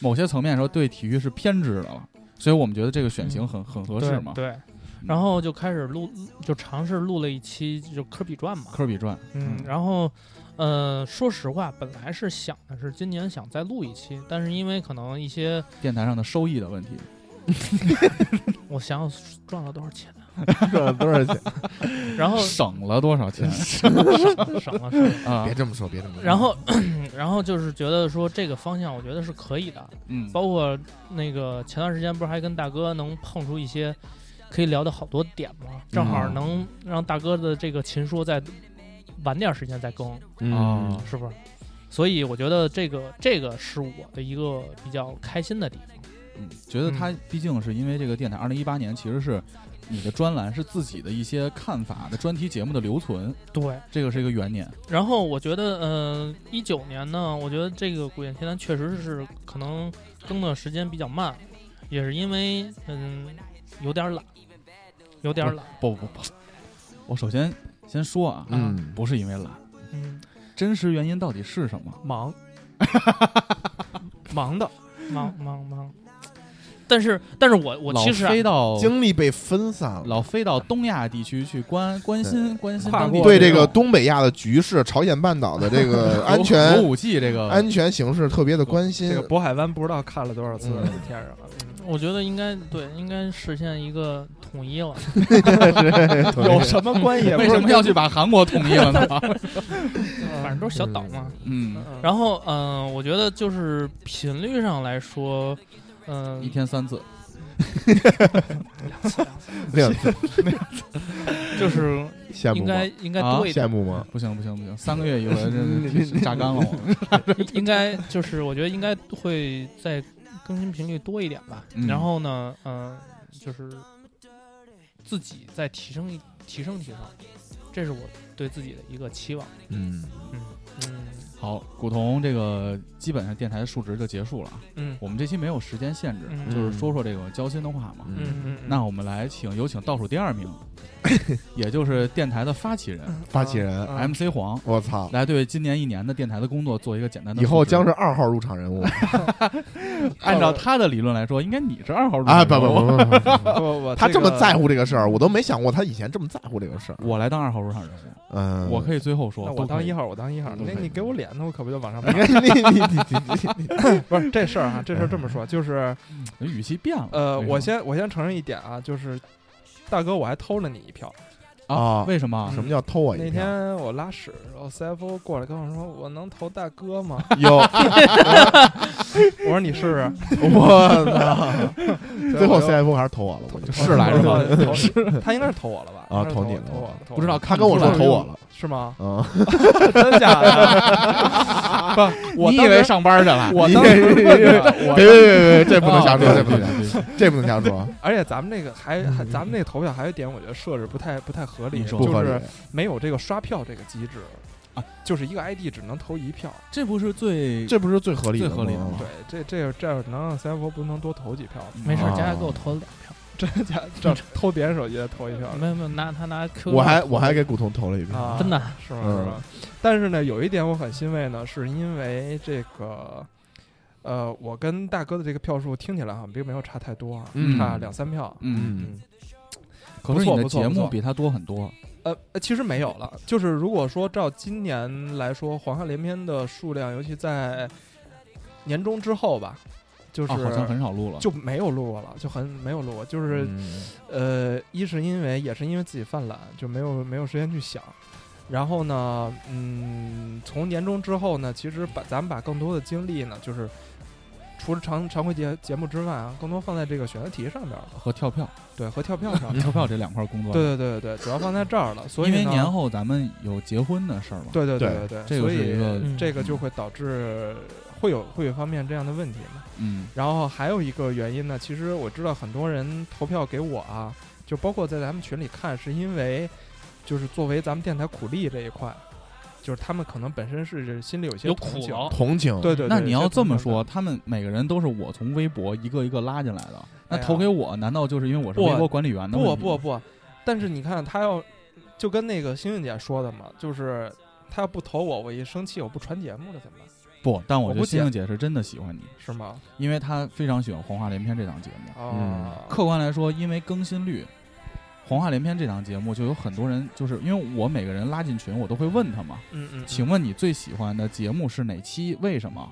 B: 某些层面说对体育是偏执的了，所以我们觉得这个选型很很合
F: 对
B: 适嘛。
F: 对，
B: 嗯
F: 然后就开始录，就尝试录了一期就科比传嘛，
B: 科比传，
F: 嗯，然后，呃，说实话，本来是想的是今年想再录一期，但是因为可能一些，
B: 电台上的收益的问题，
F: 我想想赚了多 少钱啊，
E: 赚了多少钱？哎
F: 然后
B: 省了多少钱
F: 省了省了，
B: 啊
E: 别？这么说，别这么说。
F: 然后， 然后就是觉得说这个方向我觉得是可以的，
B: 嗯，
F: 包括那个前段时间不是还跟大哥能碰出一些可以聊的好多点吗？正好
B: 嗯
F: 能让大哥的这个秦说再晚点时间再更，
B: 啊
E: 嗯，
F: 是不是？所以我觉得这个这个是我的一个比较开心的地方。
B: 嗯，觉得他毕竟是因为这个电台，二零一八年其实是你的专栏是自己的一些看法的专题节目的留存，
F: 对，
B: 这个是一个元年。
F: 然后我觉得，嗯、1一九年呢，我觉得这个《古剑奇谭》确实是可能更的时间比较慢，也是因为嗯有点懒，有点懒。
B: 不不不，我首先先说啊，
E: 嗯，
B: 不是因为懒，
F: 嗯，
B: 真实原因到底是什么？
D: 忙，忙的，
F: 忙忙忙。但是，但是我我
B: 老
F: 其实、啊
B: 飞、到
E: 精力被分散了。
B: 老飞到东亚地区去关关心关心
D: 跨
B: 当地
D: 过
E: 啊对
B: 的
E: 这个东北亚的局势，朝鲜半岛的 这个安
B: 核
E: 全
B: 武器这个
E: 安全形势特别的关心
D: 这
B: 嗯
D: 个。渤海湾不知道看了多少次了，天上了。嗯
F: 我觉得应该对，应该实现一个统一了。
D: 有什么关系？
B: 为什么要去把韩国统一了 呢？
F: 反正都是小岛嘛。
B: 嗯，
F: 然后，嗯、我觉得就是频率上来说，嗯、
B: 一天三次，
E: 两
F: 就是
E: 羡慕
F: 应
E: 吗？
F: 该应该多一点，
E: 羡慕 吗？
B: 不行不行不行，三个月以后这榨干了 我。
F: 应该就是我觉得应该会再更新频率多一点吧。
B: 嗯
F: 然后呢，嗯、就是自己再提升一提升提升，这是我对自己的一个期望。
E: 嗯，
F: 嗯嗯
B: 好，古潼这个基本上电台的数值就结束了。啊。
F: 嗯
B: 我们这期没有时间限制，
F: 嗯
B: 就是说说这个交心的话嘛。
E: 嗯
F: 嗯嗯，
B: 那我们来请有请倒数第二 名，也就是电台的发起人
E: 发起人，
B: MC 黄，
E: 我操！
B: 来对今年一年的电台的工作做一个简单的
E: 以
B: 述职。
E: 后将是二号入场人物
B: 按照他的理论来说，应该你是二号入
E: 呃啊！不
B: 场
E: 不
B: 人物
E: 不不不，不
D: 不不
B: 啊
D: 不，
E: 他这么在
D: 乎，
E: 乎这个事儿，我都没想过他以前这么在乎这个事儿。
B: 我来当二号入场人物，
E: 嗯，
B: 我可以最后
D: 那
B: 说，
D: 我当一
B: 号。
D: 号，我当一号。
E: 都可
D: 那
E: 以
D: 你给我脸，那我可不就 往上
E: 你
D: 爬？
E: 看你你你你你
D: 不是这事儿啊，这事儿这么说，就是
B: 语气变了。
D: 呃，
B: 嗯为什么
D: 我先我先承认一点啊，就是大哥，我还偷了你一票。
E: 啊
B: 为什么？
E: 什么叫偷我一
D: 那
E: 票？
D: 天我拉屎，然后 CFO 过来跟我说：“我能投大哥吗
E: 有
D: 我说：“你试试。
E: 我操！ 最后
D: 我就
E: CFO 还是投我了，我觉得
B: 是来着吗？
D: 投投他应该是投我了吧？
E: 啊
D: 应该是
E: 投你了
D: 投我了，投我
B: 不知道
E: 他
B: 看
E: 跟我
B: 出
E: 说
B: 来
E: 投我了，
D: 是吗？
E: 嗯，
D: 真假的？ 不，我
B: 你
D: 当
B: 以为
D: 时
B: 上班去了？
D: 我
E: 你
D: 当时问的，我
E: 别别别别，这不能
D: 啊
E: 瞎说，
B: 对
E: 这不
B: 对
E: 能，
B: 对对，
E: 这不能瞎说，
D: 而且咱们那个还还，咱们那个投票还有一点，我觉得设置不太不太合理，
B: 你说
D: 就
E: 不合理
D: 是。没有这个刷票这个机制
B: 啊，
D: 就是一个 ID 只能投一票。
B: 这不是最
E: 这不是最合理的吗
B: 最合理的吗
D: 对，这这这样能让 CFO 不能多投几票吗？
B: 嗯
F: 没事儿，
E: 哦
F: 佳佳给我投了两票，
D: 真假？这偷别人手机再投一票，
F: 没有没有，拿他拿 Q，
E: 我还我还给古潼投了一票，
D: 啊，
F: 真的
D: 是吗？
E: 嗯
D: 是吗？但是呢，有一点我很欣慰呢，是因为这个，呃，我跟大哥的这个票数听起来好像并没有差太多啊，
E: 嗯
D: 差两三票。
B: 嗯，
E: 嗯，
B: 可是
D: 不错
B: 你的
D: 不错
B: 节
D: 不错
B: 目比他多很多。
D: 呃，呃其实没有了。就是如果说照今年来说，黄汉连篇的数量，尤其在年终之后吧，就是、嗯
B: 啊，好像很少录了。
D: 就没有录过了，就很没有录过。就是、
E: 嗯
D: 呃，一是因为也是因为自己犯懒，就没有没有时间去想。然后呢，嗯，从年终之后呢，其实把咱们把更多的精力呢，就是除了常常规节节目之外啊，更多放在这个选择题上边儿，
B: 和跳票、
D: 对，和跳票 上边儿。
B: 跳票这两块工作，
D: 嗯对对对对对，主要放在这儿了。所以
B: 因为
D: 呢
B: 年后咱们有结婚的事儿嘛。
D: 对对
E: 对
D: 对对，
B: 这个
D: 所
B: 是一个
D: 以
F: 嗯
D: 这个就会导致会有会有方面这样的问题嘛。
B: 嗯，
D: 然后还有一个原因呢，其实我知道很多人投票给我啊，就包括在咱们群里看，是因为就是作为咱们电台苦力这一块，就是他们可能本身是心里有一些
F: 有
D: 同
F: 苦
D: 情。
F: 劳，
E: 同情，
D: 对对对，
B: 那你
D: 有
B: 要
D: 些
B: 这么
D: 同情
B: 说，他们每个人都是我从微博一个一个拉进来的。那
D: 哎呀
B: 投给我，难道就是因为我是
D: 不
B: 微博管理员的
D: 不
B: 问题
D: 不
B: 吗，
D: 不，但是你看他要就跟那个星星姐说的嘛，就是他要不投我，我一生气我不传节目了怎么办？
B: 不，但我
D: 我
B: 觉
D: 不
B: 得
D: 解
B: 星星姐是真的喜欢你，
D: 是吗？
B: 因为她非常喜欢《黄话连篇》这档节目。
D: 哦，
B: 嗯客观来说，因为更新率，《黄话连篇》这档节目就有很多人，就是因为我每个人拉进群，我都会问他嘛，
D: 嗯嗯，嗯
B: 请问你最喜欢的节目是哪期？为什么？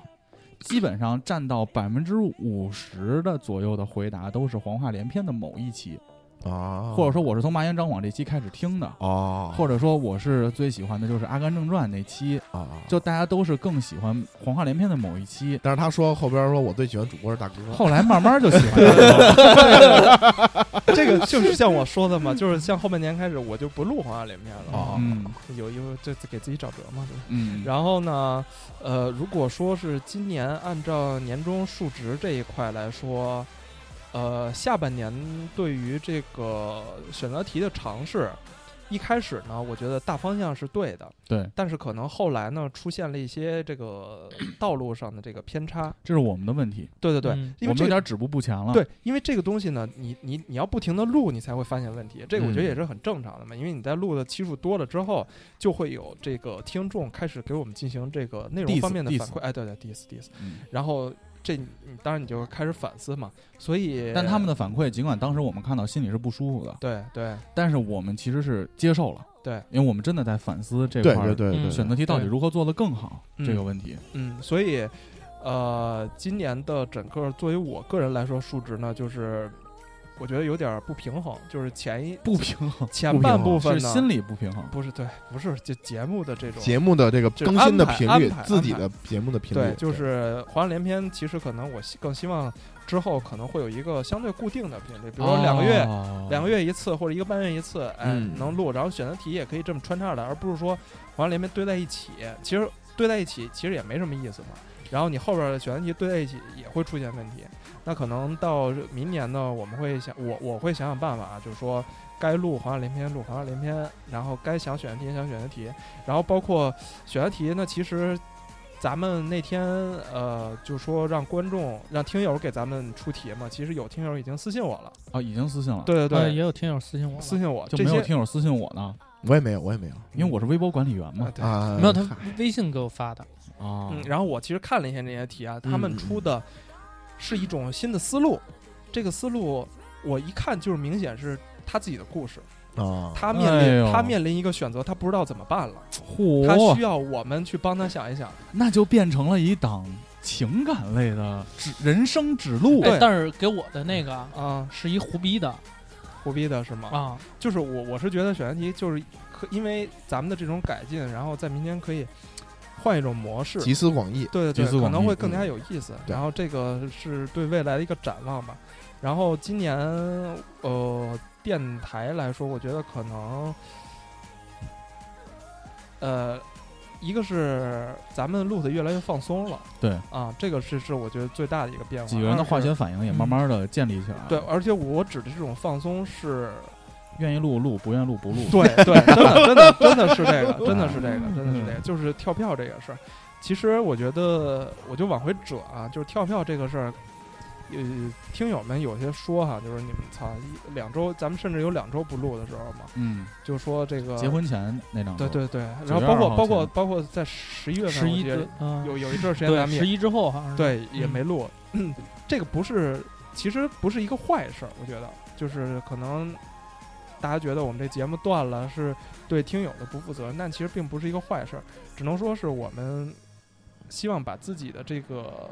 B: 基本上占到百分之五十的左右的回答都是黄话连篇的某一期，
D: 哦
E: 啊，
B: 或者说我是从麻烟张广这期开始听的，
E: 哦，
B: 或者说我是最喜欢的就是《阿甘正传》那
D: 哦
B: 期，
E: 啊啊，
B: 就大家都是更喜欢黄话连篇的某一 期。
E: 但是他说后边说我最喜欢主播是大哥，
B: 后来慢慢就喜欢 了，
D: 这个就是像我说的嘛，就是像后半年开始，我就不录黄花连篇了。
E: 哦
B: 嗯
D: 有有这次给自己找辙嘛。对吧
B: 嗯，
D: 然后呢，呃，如果说是今年按照年终数值这一块来说，呃，下半年对于这个选择题的尝试，一开始呢，我觉得大方向是对的，
B: 对，
D: 但是可能后来呢，出现了一些这个道路上的这个偏差。
B: 这是我们的问题，
D: 对对对，
F: 嗯
B: 我
D: 因为
B: 们
D: 这
B: 有
D: 个
B: 点止步不前了。
D: 对，因为这个东西呢，你你你要不停的录，你才会发现问题。这个我
B: 嗯
D: 觉得也是很正常的嘛，因为你在录的期数多了之后，就会有这个听众开始给我们进行这个内容
B: Diss，
D: 方面的
B: diss
D: 反馈。哎，对对，diss diss，
B: 嗯，
D: 然后这你你当然你就开始反思嘛。所以，
B: 但他们的反馈，尽管当时我们看到心里是不舒服的，
D: 对对
B: 但是我们其实是接受了，
D: 对，
B: 因为我们真的在反思这块
E: 对
B: 儿
E: 对对对，
F: 嗯
B: 选择题到底
D: 对
B: 如何做得更好
D: 嗯
B: 这个问题。
D: 嗯，所以呃，今年的整个作为我个人来说数值呢，就是我觉得有点儿不平衡，就是前一
B: 不平衡，
D: 前
E: 不平
D: 半
E: 衡
D: 部分
B: 是
D: 呢，
B: 心理不平衡。
D: 不是对，不是就节目的这种
E: 节目的这个更新的频
D: 就是安排
E: 率
D: 安排，
E: 自己的节目的频率
D: 对，，就是《黄连篇》，其实可能我希更希望之后可能会有一个相对固定的频率，比如说两个月、
B: 哦
D: 两个月一次或者一个半月一次，哎，
E: 嗯
D: 能录。然后选择题也可以这么穿插的，而不是说《黄连篇》堆在一起。其实堆在一起其实也没什么意思嘛。然后你后边儿的选择题堆在一起也会出现问题。那可能到明年呢，我们会想我我会想想办法啊，就是说该录《黄花连篇》录《黄花连篇》，然后该想选择题想选择题，然后包括选择题呢，其实咱们那天呃就说让观众让听友给咱们出题嘛，其实有听友已经私信我了，嗯
B: 啊，已经私信了，，
D: 对对对，
F: 呃也有听友私信我了，
D: 私信我
B: 就
D: 这
B: 没有
D: 些
B: 听友私信我呢，
E: 我也没有，我也没有
B: 因为我是微博管理员嘛
D: 啊。对
E: 啊，
F: 没有他微信给我发的，
B: 啊
D: 嗯，然后我其实看了一下这些题啊，他
E: 嗯嗯
D: 们出的是一种新的思路，这个思路我一看就是明显是他自己的故事，
E: 啊，
D: 他面临、
B: 哎呦哦
D: 他面临一个选择，他不知道怎么办了，他需
B: 嚯，
D: 要我们去帮他想一想。
B: 那就变成了一档情感类的指人生指路。
F: 哎但是给我的那个啊
D: 啊
F: 是一胡逼的，
D: 胡逼的是吗？
F: 啊，
D: 就是我我是觉得选择题就是可因为咱们的这种改进，然后在民间可以换一种模式，
E: 集思广益。
D: 对对
B: 集思
D: 对，
B: 广
D: 可能
B: 益
D: 会更加有意思。
E: 对
D: 然后这个是对未来的一个展望吧。然后今年呃，电台来说，我觉得可能呃，一个是咱们录的越来越放松了，
B: 对
D: 啊，这个是是我觉得最大的一个变化。
B: 几个人的
D: 二是
B: 化学反应也慢慢的建立起来了。
D: 对，而且我指的这种放松是，
B: 愿意录录，不愿录不录。
D: 对对，真的真的真的是这个，真的是这个，真的是
B: 嗯
D: 这个，就是跳票这个事儿。其实我觉得，我就往回折啊，就是跳票这个事儿，呃，听友们有些说哈，就是你们操一两周，咱们甚至有两周不录的时候嘛，
B: 嗯，
D: 就说这个
B: 结，婚前那两周
D: 对，呃对对，
B: 9
D: 然后
B: 月
D: 包
B: 2
D: 括
B: 号
D: 包括
B: 前
D: 包括在十一月份，
F: 十
D: 我
F: 一
D: 记得有
F: 嗯，
D: 有一段时间
F: 对
D: 咱们也
F: 十一之后好像是，
D: 对，也
F: 嗯
D: 没录。 这个不是，其实不是一个坏事儿，我觉得就是可能大家觉得我们这节目断了是对听友的不负责任，但其实并不是一个坏事儿，只能说是我们希望把自己的这个。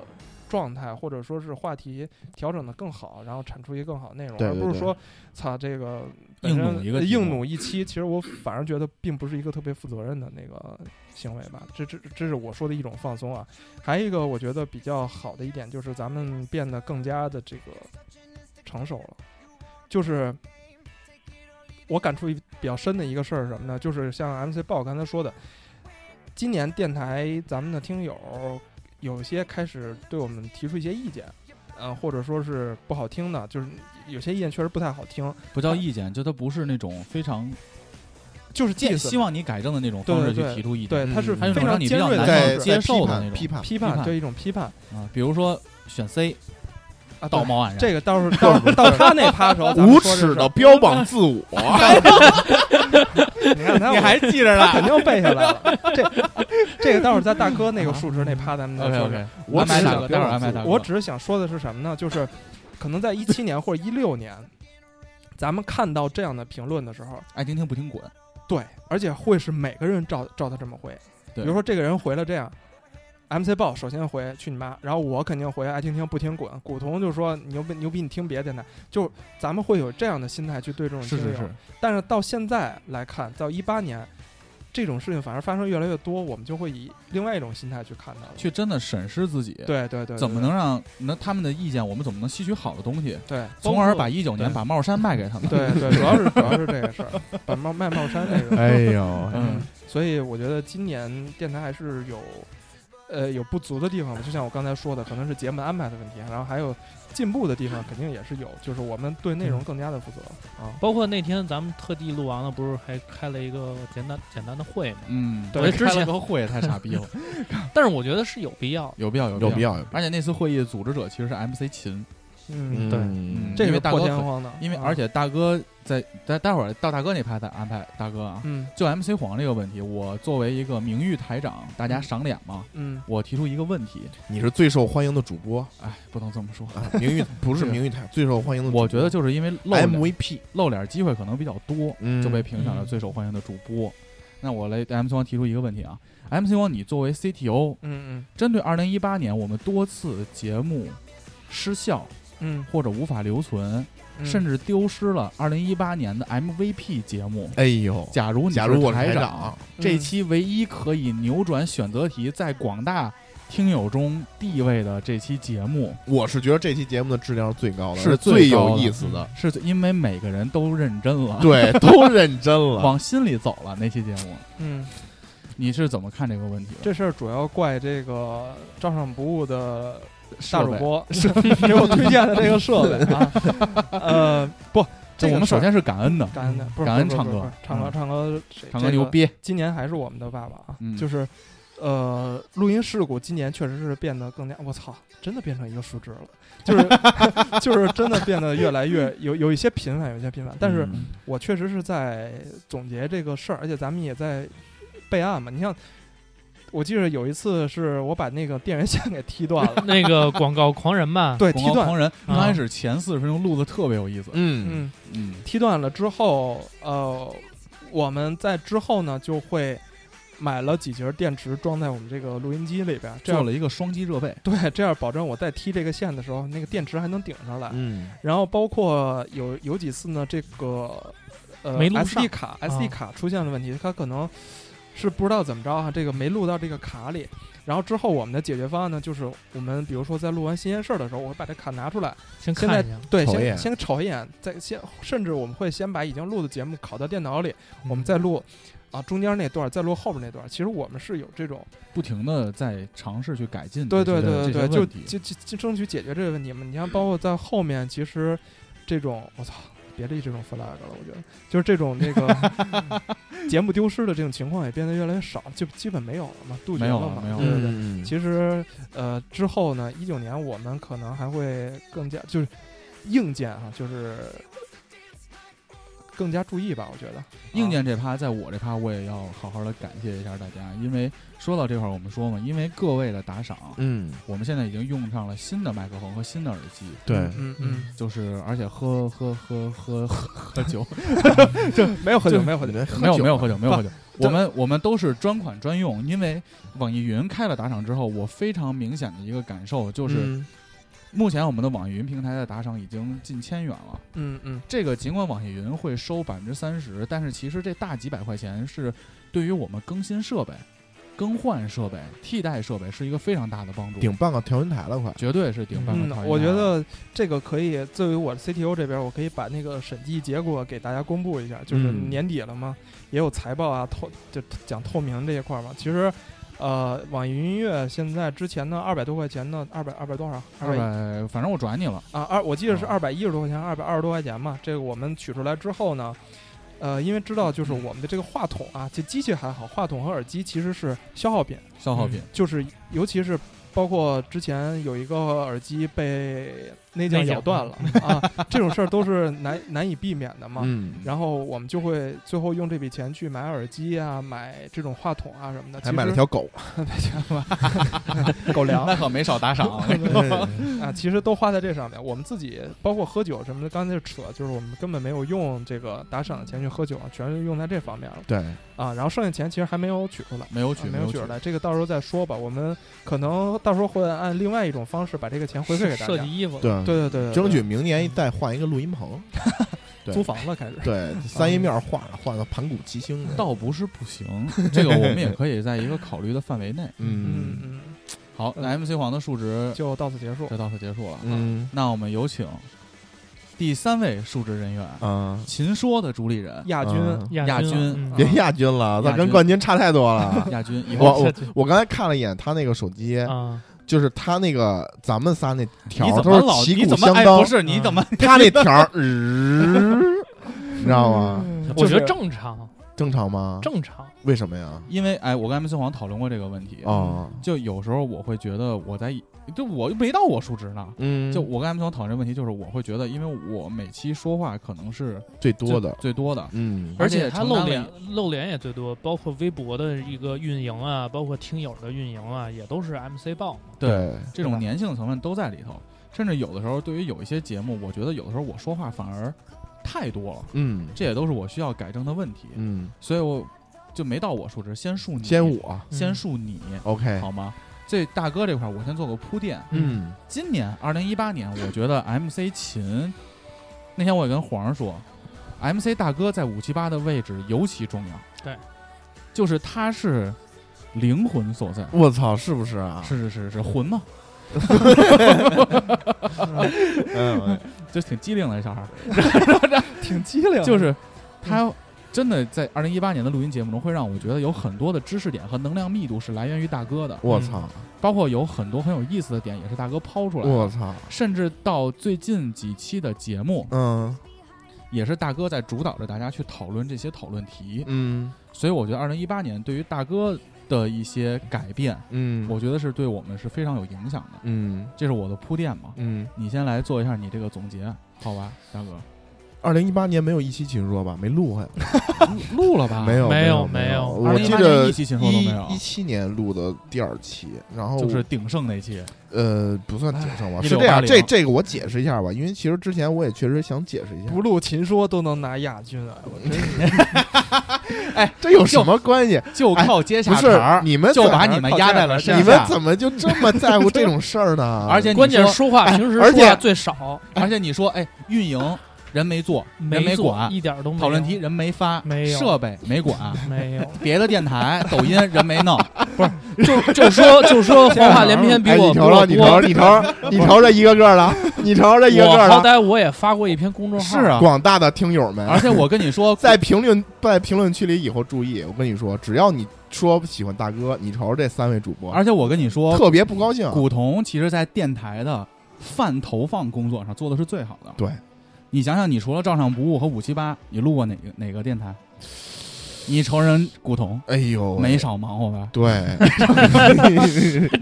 D: 状态或者说是话题调整的更好，然后产出一个更好的内容，
E: 对对
D: 而不是
E: 对
D: 说，操这个本
B: 硬
D: 身
B: 弩一个
D: 呃
B: 题
D: 硬
B: 目
D: 弩一期，其实我反而觉得并不是一个特别负责任的那个行为吧。这这这是我说的一种放松啊。还有一个我觉得比较好的一点就是咱们变得更加的这个成熟了，就是我感触一比较深的一个事儿是什么呢？就是像 MC 豹刚才说的，今年电台咱们的听友有些开始对我们提出一些意见。呃，或者说是不好听的，就是有些意见确实不太好听，
B: 不叫意见，就它不是那种非常
D: 就是建
B: 建希望你改正的那种方式
D: 对
B: 去
D: 对
B: 提出意见，
D: 对，它是
E: 嗯
B: 还有
D: 非
B: 一种让
D: 常
B: 你比
D: 尖
B: 较
D: 锐的
B: 难
E: 在
B: 以
D: 方式，
B: 接受
E: 批
B: 的
E: 判
B: 那
E: 批
B: 种
E: 判，
D: 批
B: 批
D: 判
B: 判
D: 对一种批判
B: 啊，比如说选 C
D: 啊，
B: 道
D: 对
B: 貌岸然，
D: 这 个到时候到到他那趴时候，咱们
E: 无
D: 说这
E: 耻
D: 事
E: 的
D: 儿，
E: 标榜自我，
D: 你看他，
B: 记着
D: 他肯定背下来了。这这个待会儿在大哥那个数值那趴咱们再
B: 啊 OK
D: 说说。
B: OK，
E: 我
B: 安排
E: 只
B: 大
E: 是
B: 哥，
E: 标
B: 待会儿
E: 榜
B: 安排
E: 自
B: 大哥，
D: 我只是想说的是什么呢？就是可能在一七年或者一六年，咱们看到这样的评论的时候，
B: 爱听听不听滚，
D: 对，而且会是每个人照照他这么回。比
B: 对
D: 如说这个人回了这样，MC 豹首先回去你妈，然后我肯定回爱听听不听滚，古潼就说牛逼牛逼你听别的电台，就咱们会有这样的心态去对这种
B: 是
D: 听
B: 是
D: 友
B: 是，
D: 但是到现在来看，到一八年，这种事情反而发生越来越多，我们就会以另外一种心态去看它了。
B: 去真的审视自己，
D: 对对对，
B: 怎么能让那他们的意见，我们怎么能吸取好的东西，
D: 对？
B: 从而把一九
D: 对
B: 年把帽衫卖给他们？
D: 对对对，主要是主要是这个事儿，把帽卖帽衫这个，
E: 哎呦，
B: 嗯，
D: 所以我觉得今年电台还是有，呃，有不足的地方吧。就像我刚才说的，可能是节目安排的问题，然后还有进步的地方肯定也是有，就是我们对
B: 嗯
D: 内容更加的负责啊。
F: 包括那天咱们特地录完了，不是还开了一个简单简单的会嘛？
B: 嗯，
F: 对
B: 我
F: 之
B: 开了
F: 前
B: 个会也太傻逼 了，
F: 但是我觉得是有必要的。
B: 有必要，
E: 有
B: 必
E: 必。要，有必
B: 而且那次会议的组织者其实是 MC 秦，
D: 嗯，
F: 对，
E: 嗯
D: 这
B: 因
D: 是
B: 为大
D: 破
B: 哥
D: 天
B: 很
D: 荒的，
B: 因为
E: 哦
D: 啊
B: 而且大哥在待待会儿到大哥那趴再安排大哥啊。
D: 嗯
B: 就 MC 黄这个问题，我作为一个名誉台长，大家赏脸嘛，
D: 嗯，
B: 我提出一个问题，
E: 你是最受欢迎的主播
B: 哎，不能这么说，
E: 啊，名誉不是名誉台最受欢迎的主播，
B: 我觉得就是因为露脸
E: MVP
B: 露脸机会可能比较多，
E: 嗯
B: 就被评选了最受欢迎的主播。那我来对 MC 王提出一个问题啊，MC 王，你作为 CTO，
D: 嗯
B: 针对2018年我们多次节目失效
D: 嗯
B: 或者无法留存，
D: 嗯，
B: 甚
D: 至
B: 至丢失了2018年的 MVP 节目。
E: 哎呦，
B: 假如你
E: 假如我
B: 是
E: 是台
B: 长，
E: 长，
B: 这期唯一可以扭转选择题在广大听友中地位的这期节目，
E: 我是觉得这期节目的质量是最高的，
B: 是
E: 最
B: 最高
E: 有
B: 的
E: 意思的，
B: 是因为每个人都认真了，
E: 对，都认 真了。
B: 往心里走了。那期节目，
D: 嗯，
B: 你是怎么看这个问题的？
D: 这事儿主要怪这个照上不误的大
B: 设
D: 主
B: 备
D: 播 给我推荐的这个设 备啊，呃，不，这
B: 这我们首
D: 首
B: 先
D: 先。
B: 是感恩的，
D: 感恩的，不是
B: 感恩
D: 不是
B: 唱
D: 不是
B: 歌
D: 不是唱歌，
B: 嗯
D: 唱歌，这
B: 唱歌牛！逼
D: 这，个今嗯年还是我们的爸爸啊，
B: 嗯
D: 就是，呃，录音事故今年确实是变得更加，我操，真的变成一个数值了，就是 就是真的变得越 来越有有一些频繁，有一些频繁，但是
B: 嗯
D: 我确实是在总结这个事儿，而且咱们也在备案嘛，你像。我记得有一次是我把那个电源线给踢断了
F: 那个广告狂人吧，
D: 对，
B: 广
D: 踢
B: 告
D: 断，
B: 狂人刚开始前四十分钟录的特别有意思，
E: 嗯，
D: 啊嗯，
B: 嗯，
D: 踢断了之后，呃，我们在之后呢就会买了几节电池装在我们这个录音机里边，这
B: 做
D: 样
B: 了一个双击热备，
D: 对，这样保证我在踢这个线的时候，那个电池还能顶上来。
E: 嗯，
D: 然后包括有有几次呢，这个呃
F: 没录上
D: SD
E: 啊
D: 卡 SD 卡出现了问题，它可能是不知道怎么着啊，这个没录到这个卡里。然后之后我们的解决方案呢，就是我们比如说在录完新鲜事儿的时候，我会把这卡拿出来，
F: 先
D: 现
F: 看一下，
D: 对，
E: 瞅一眼
D: 先先瞅一眼，再先甚至我们会先把已经录的节目拷到电脑里，我
E: 嗯
D: 们再录啊中间那段，再录后边那段。其实我们是有这种
B: 不停的在尝试去改进
D: 对
B: 嗯这
D: 对
B: 些。
D: 对对对，
B: 这些
D: 就
B: 问题
D: 就就就争取解决这个问题嘛。你看，包括在后面，其实这种我操，别立这种 flag 了，我觉得就是这种那个 节目丢失的这种情况也变得越来越少，就基本没有了嘛，杜绝
B: 没有
D: 了
B: 了
D: 嘛，
B: 没有了
D: 对对对。
E: 嗯，
D: 其实呃，之后呢，一九年我们可能还会更加就是硬件哈、就是更加注意吧，我觉得
B: 硬件这趴，在我这趴我也要好好的感谢一下大家，因为说到这块儿，我们说嘛，因为各位的打赏，
E: 嗯，
B: 我们现在已经用上了新的麦克风和新的耳机，
E: 对，
D: 嗯嗯，
B: 就是而且喝喝喝喝喝喝酒，
D: 没有喝酒，
B: 就嗯
D: 没哎有喝酒，
E: 没
B: 没有没有喝酒，没有喝酒，
D: 不
B: 我们我们都是专款专用，因为网易云开了打赏之后，我非常明显的一个感受就是，
D: 嗯
B: 目前我们的网易云平台的打赏已经近千元了。
D: 嗯嗯，
B: 这个尽管网易云会收百分之三十，但是其实这大几百块钱是对于我们更新设备、更换设备、替代设备是一个非常大的帮助，
E: 顶半个啊调音台了，快，
B: 绝对是顶半个
D: 嗯
B: 套，一
D: 我觉
B: 样的
D: 得这个可以作为我的 CTO 这边，我可以把那个审计结果给大家公布一下。就是
E: 嗯
D: 年底了嘛，也有财报啊，透就讲透明这一块儿嘛。其实，呃，网易云音乐现在之前呢，二百多块钱呢，二百二百多少？
B: 二百，反正我转你了，
D: 啊，二我记得是
B: 啊
D: 二百一十多块钱，二百二十多块钱嘛。这个我们取出来之后呢，呃，因为知道
B: 嗯
D: 就是我们的这个话筒啊，这机器还好，话筒和耳机其实是消耗品。
B: 消耗品。
D: 就是尤其是包括之前有一个耳机被内
F: 内
D: 镜
F: 镜
D: 咬断了啊，这种事儿都是难难以避免的嘛。
E: 嗯，
D: 然后我们就会最后用这笔钱去买耳机啊，买这种话筒啊什么的，
E: 还买
D: 其
E: 了
D: 实
E: 条狗，
D: 狗粮
B: 那可没少打赏，
D: 啊，其实都花在这上面。我们自己包括喝酒什么的，刚才就扯，就是我们根本没有用这个打赏的钱去喝酒，啊全是用在这方面了
E: 对，
D: 啊。然后剩下钱其实还没有取出来。
B: 没有
D: 啊
B: 取，
D: 没
B: 有
D: 取出来，这个到时候再说吧。我们可能到时候会按另外一种方式把这个钱回馈给大
F: 设
D: 家
F: 计。衣服，
E: 对，
D: 对对对
B: 呃
D: 对，
E: 嗯争取明年再换一个录音棚，
B: 嗯
D: 对租房了开始。
E: 对，三一面换换个盘古七星的，
B: 倒不是不行，这个我们也可以在一个考虑的范围内。
D: 嗯
E: 嗯
D: 嗯，
B: 好，那 MC 黄的数值
D: 就到此结束。
B: 就到此结束了。
E: 嗯
B: 那我们有请第三位数值人员，
E: 啊，
B: 秦说的主理人
D: 亚军，
E: 嗯
B: 亚
F: 亚
B: 军
F: 嗯
E: 别亚军了，那
B: 亚
E: 跟
B: 军
E: 冠军差太多 了。
B: 亚军，以后
E: 我我我刚才看了一眼他那个手机，
F: 啊，
E: 就是他那个咱们仨那条
B: 你
E: 儿
B: 怎
E: 都
B: 么
E: 是
B: 老
E: 旗
B: 你
E: 鼓
B: 怎么
E: 相
B: 哎
E: 当嗯
B: 不，是你怎么
E: 他那条儿，呃你知道
B: 嗯
E: 吗？
D: 就
F: 我觉
D: 是
F: 得正常，
E: 正常吗？
F: 正常，
E: 为什么呀？
B: 因为哎，我跟 MC 黄讨论过这个问题，
E: 哦，
B: 就有时候我会觉得我在就我又没到我数值呢。
E: 嗯，
B: 就我跟 MC 黄讨论这个问题，就是我会觉得，因为我每期说话可能是
E: 最多的
B: 最，最多的，
E: 嗯，
B: 而且
F: 他
B: 承担
F: 露
B: 了
F: 脸露脸也最多，包括微博的一个运营啊，包括听友的运营啊，也都是 MC 报嘛。
E: 对，
B: 这种粘性成分都在里头。甚至有的时候，对于有一些节目，我觉得有的时候我说话反而太多了，
E: 嗯
B: 这也都是我需要改正的问题。
E: 嗯，
B: 所以我就没到我数值，先数你，
E: 先啊哎我
B: 先数你，
E: ，OK，
B: 好吗？这大哥这块儿，我先做个铺垫。
E: 嗯
B: 今年二零一八年，我觉得 MC 秦，那天我也跟皇上说，MC 大哥在五七八的位置尤其重要。
F: 对，
B: 就是他是灵魂所
D: 啊
B: 在。
E: 我操，是不是啊？
B: 是是是是魂嘛，
E: 嗯，
B: 就挺机灵的小孩儿，
D: 挺机灵，嗯
B: 就是他真的在二零一八年的录音节目中，会让我觉得有很多的知识点和能量密度是来源于大哥的，
E: 我操，
B: 包括有很多很有意思的点也是大哥抛出来的，
E: 我操，
B: 甚至到最近几期的节目，
E: 嗯
B: 也是大哥在主导着大家去讨论这些讨论题。
E: 嗯
B: 所以我觉得二零一八年对于大哥的一些改变，
E: 嗯，
B: 我觉得是对我们是非常有影响的。
E: 嗯
B: 这是我的铺垫嘛？
E: 嗯，
B: 你先来做一下你这个总结，好吧，大哥？
E: 二零一八年没有一期秦说吧？没录还
B: 录了吧？
E: 没有
F: 没有
E: 有
F: 没有
E: 我记
B: 2018
E: 得
B: 年一期秦说都没有
E: 一七年录的第二期，然后
B: 就是鼎盛那期，
E: 呃不算挺上吧，
B: 哎
E: 是这样，
B: 1680
E: 这这个我解释一下吧，因为其实之前我也确实想解释一下，
D: 不录秦说都能拿亚军啊！ 我真是
E: 这有什么关系？
B: 就靠接下
E: 哎不
B: 茬
E: 是
B: 儿，
E: 你们
B: 就
E: 怎么
B: 把你们压在了身
E: 你们
B: 下。
E: 怎么就这么在乎这种事儿呢？
B: 而且你
F: 关键
B: 说
F: 是说话平时
E: 而
F: 说话
E: 且
F: 最少，
B: 而且你说，哎，运营人没做，人
F: 没做
B: 管，
F: 一点儿都没有
B: 讨论题人没发，
F: 没有
B: 设备没管，
F: 没有，
B: 别的电台、抖音人没弄，
F: 就就说就说黄话连篇比
E: 哎，
F: 我
E: 你
F: 比
E: 瞅瞅，
F: 我
E: 你
F: 多。
E: 瞅瞅，你瞅瞅，你瞅这一个个的，你瞅瞅这一个
F: 我
E: 个
F: 好
E: 的，
F: 歹我也发过一篇公众号，
B: 是啊。
E: 广大的听友 们，
B: 而且我跟你说，
E: 在评论在评论区里以后注意，我跟你说，只要你说喜欢大哥，你瞅瞅这三位主播，
B: 而且我跟你说，
E: 特别不高兴。
B: 古潼其实，在电台的泛投放工作上做的是最好的。
E: 对，
B: 你想想，你除了照上不误和五七八，你录过哪个哪个电台？你瞅人古潼
E: 哎呦喂，
B: 没少忙活吧？
E: 对，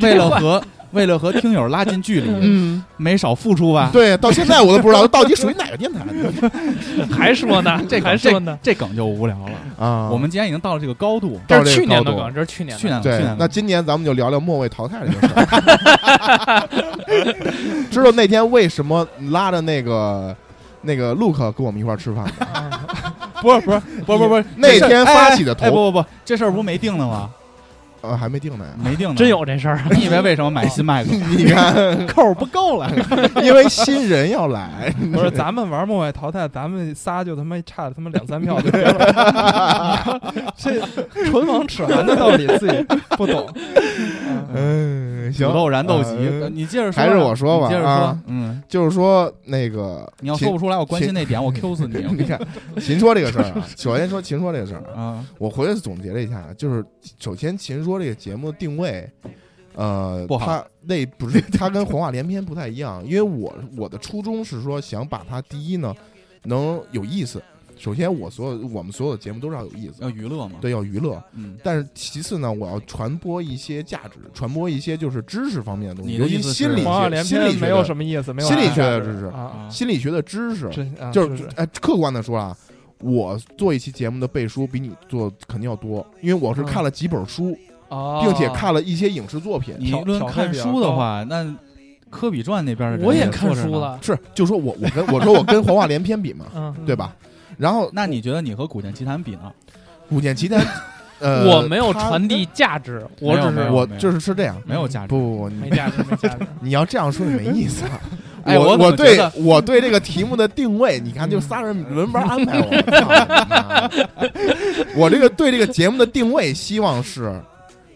B: 为了和为了和听友拉近距离，
E: 嗯，
B: 没少付出吧？
E: 对，到现在我都不知道到 底属于哪个电台
F: 还说呢，
B: 这
F: 还
B: 梗
F: 说呢，
B: 这梗就无聊了。
E: 啊。
B: 我们既然已经到了这个高度，
E: 到
F: 是
E: 这
F: 去
E: 个
F: 年
E: 高
F: 的
E: 度，
F: 梗，这是去年的
B: 去年的去
E: 对
B: 年，
E: 那
B: 的
E: 今年咱们就聊聊末位淘汰这件事儿。 知道那天为什么拉着那个那个 Look 跟我们一块儿吃饭吗？
B: 不是不是不是不是不是
E: 那
B: 这事儿
E: 天发起的
B: 哎哎哎
E: 头
B: 不不不，这事儿不没定呢吗？
E: 呃，还没定 呢。
B: 没定呢，
F: 真。有这事儿啊。
B: 你以为为什么买新麦克？
E: 你 看，
B: 扣不够 了，
E: 因为新人要来，
D: 不是咱们玩末位淘汰，咱们仨就他妈差他妈两三票就别了， 这唇亡齿寒的道理自己不懂。
E: 嗯， 行
B: 土，豆燃豆萁。
E: 嗯
B: 呃你接着说吧，
E: 还是我说吧
B: 你接着说
E: 啊，
B: 嗯，
E: 就是说那个
B: 你要说不出来我关心那点，我 Q 死
E: 秦，你
B: 你。
E: 看秦说这个事儿啊，首先说秦说这个事儿啊，
B: 啊，
E: 我回去总结了一下，啊就是首先秦说这个节目定位，呃，
B: 不好
E: 它那不是它跟黄话连篇不太一样，因为我我的初衷是说想把它第一呢能有意思，首先我所有我们所有的节目都是要有意思，
B: 要娱乐嘛。，
E: 对，要娱乐，
B: 嗯，
E: 但是其次呢，我要传播一些价值，传播一些就是知识方面的东西，
B: 你的
E: 尤
B: 意
E: 其
B: 思是
E: 心理
D: 黄二
E: 学、
D: 连
E: 心理
D: 篇
E: 学
D: 没有
E: 的
D: 什么意思，没有
E: 心理
D: 啥
E: 学的
D: 价值
E: 知识
D: 啊，
E: 心理学的知识，
D: 真啊
E: 嗯就是
D: 是
E: 哎，客观的说啊，我做一期节目的背书比你做肯定要多，因为我是
D: 嗯
E: 看了几本书，
D: 哦
E: 并且看了一些影视作品。
B: 你
D: 挑
B: 论
D: 挑战
B: 看
D: 比较
B: 书的
D: 高
B: 话，那《科比传》那边的人
F: 我也
B: 也
F: 看
B: 坐着
F: 书
B: 呢。
F: 了，，
E: 是，就说我我跟我说我跟黄话连篇比嘛
F: 嗯，
E: 对吧？然后
B: 那你觉得你和《古剑奇谭》比呢？
E: 古剑奇谭，呃，
F: 我没有
E: 它
F: 传递价值，我
B: 没有
F: 只
B: 没
F: 是
B: 有
E: 我就是是这样，
B: 没有价值
E: 不。不不，
F: 没
E: 你
F: 价值，没价值。
E: 你要这样说也没意思啊。
B: 哎
E: 我
B: 我怎么
E: 对
B: 觉得
E: 我对这个题目的定位，你看，就仨人轮班安排我。操你妈 我这个对这个节目的定位，希望是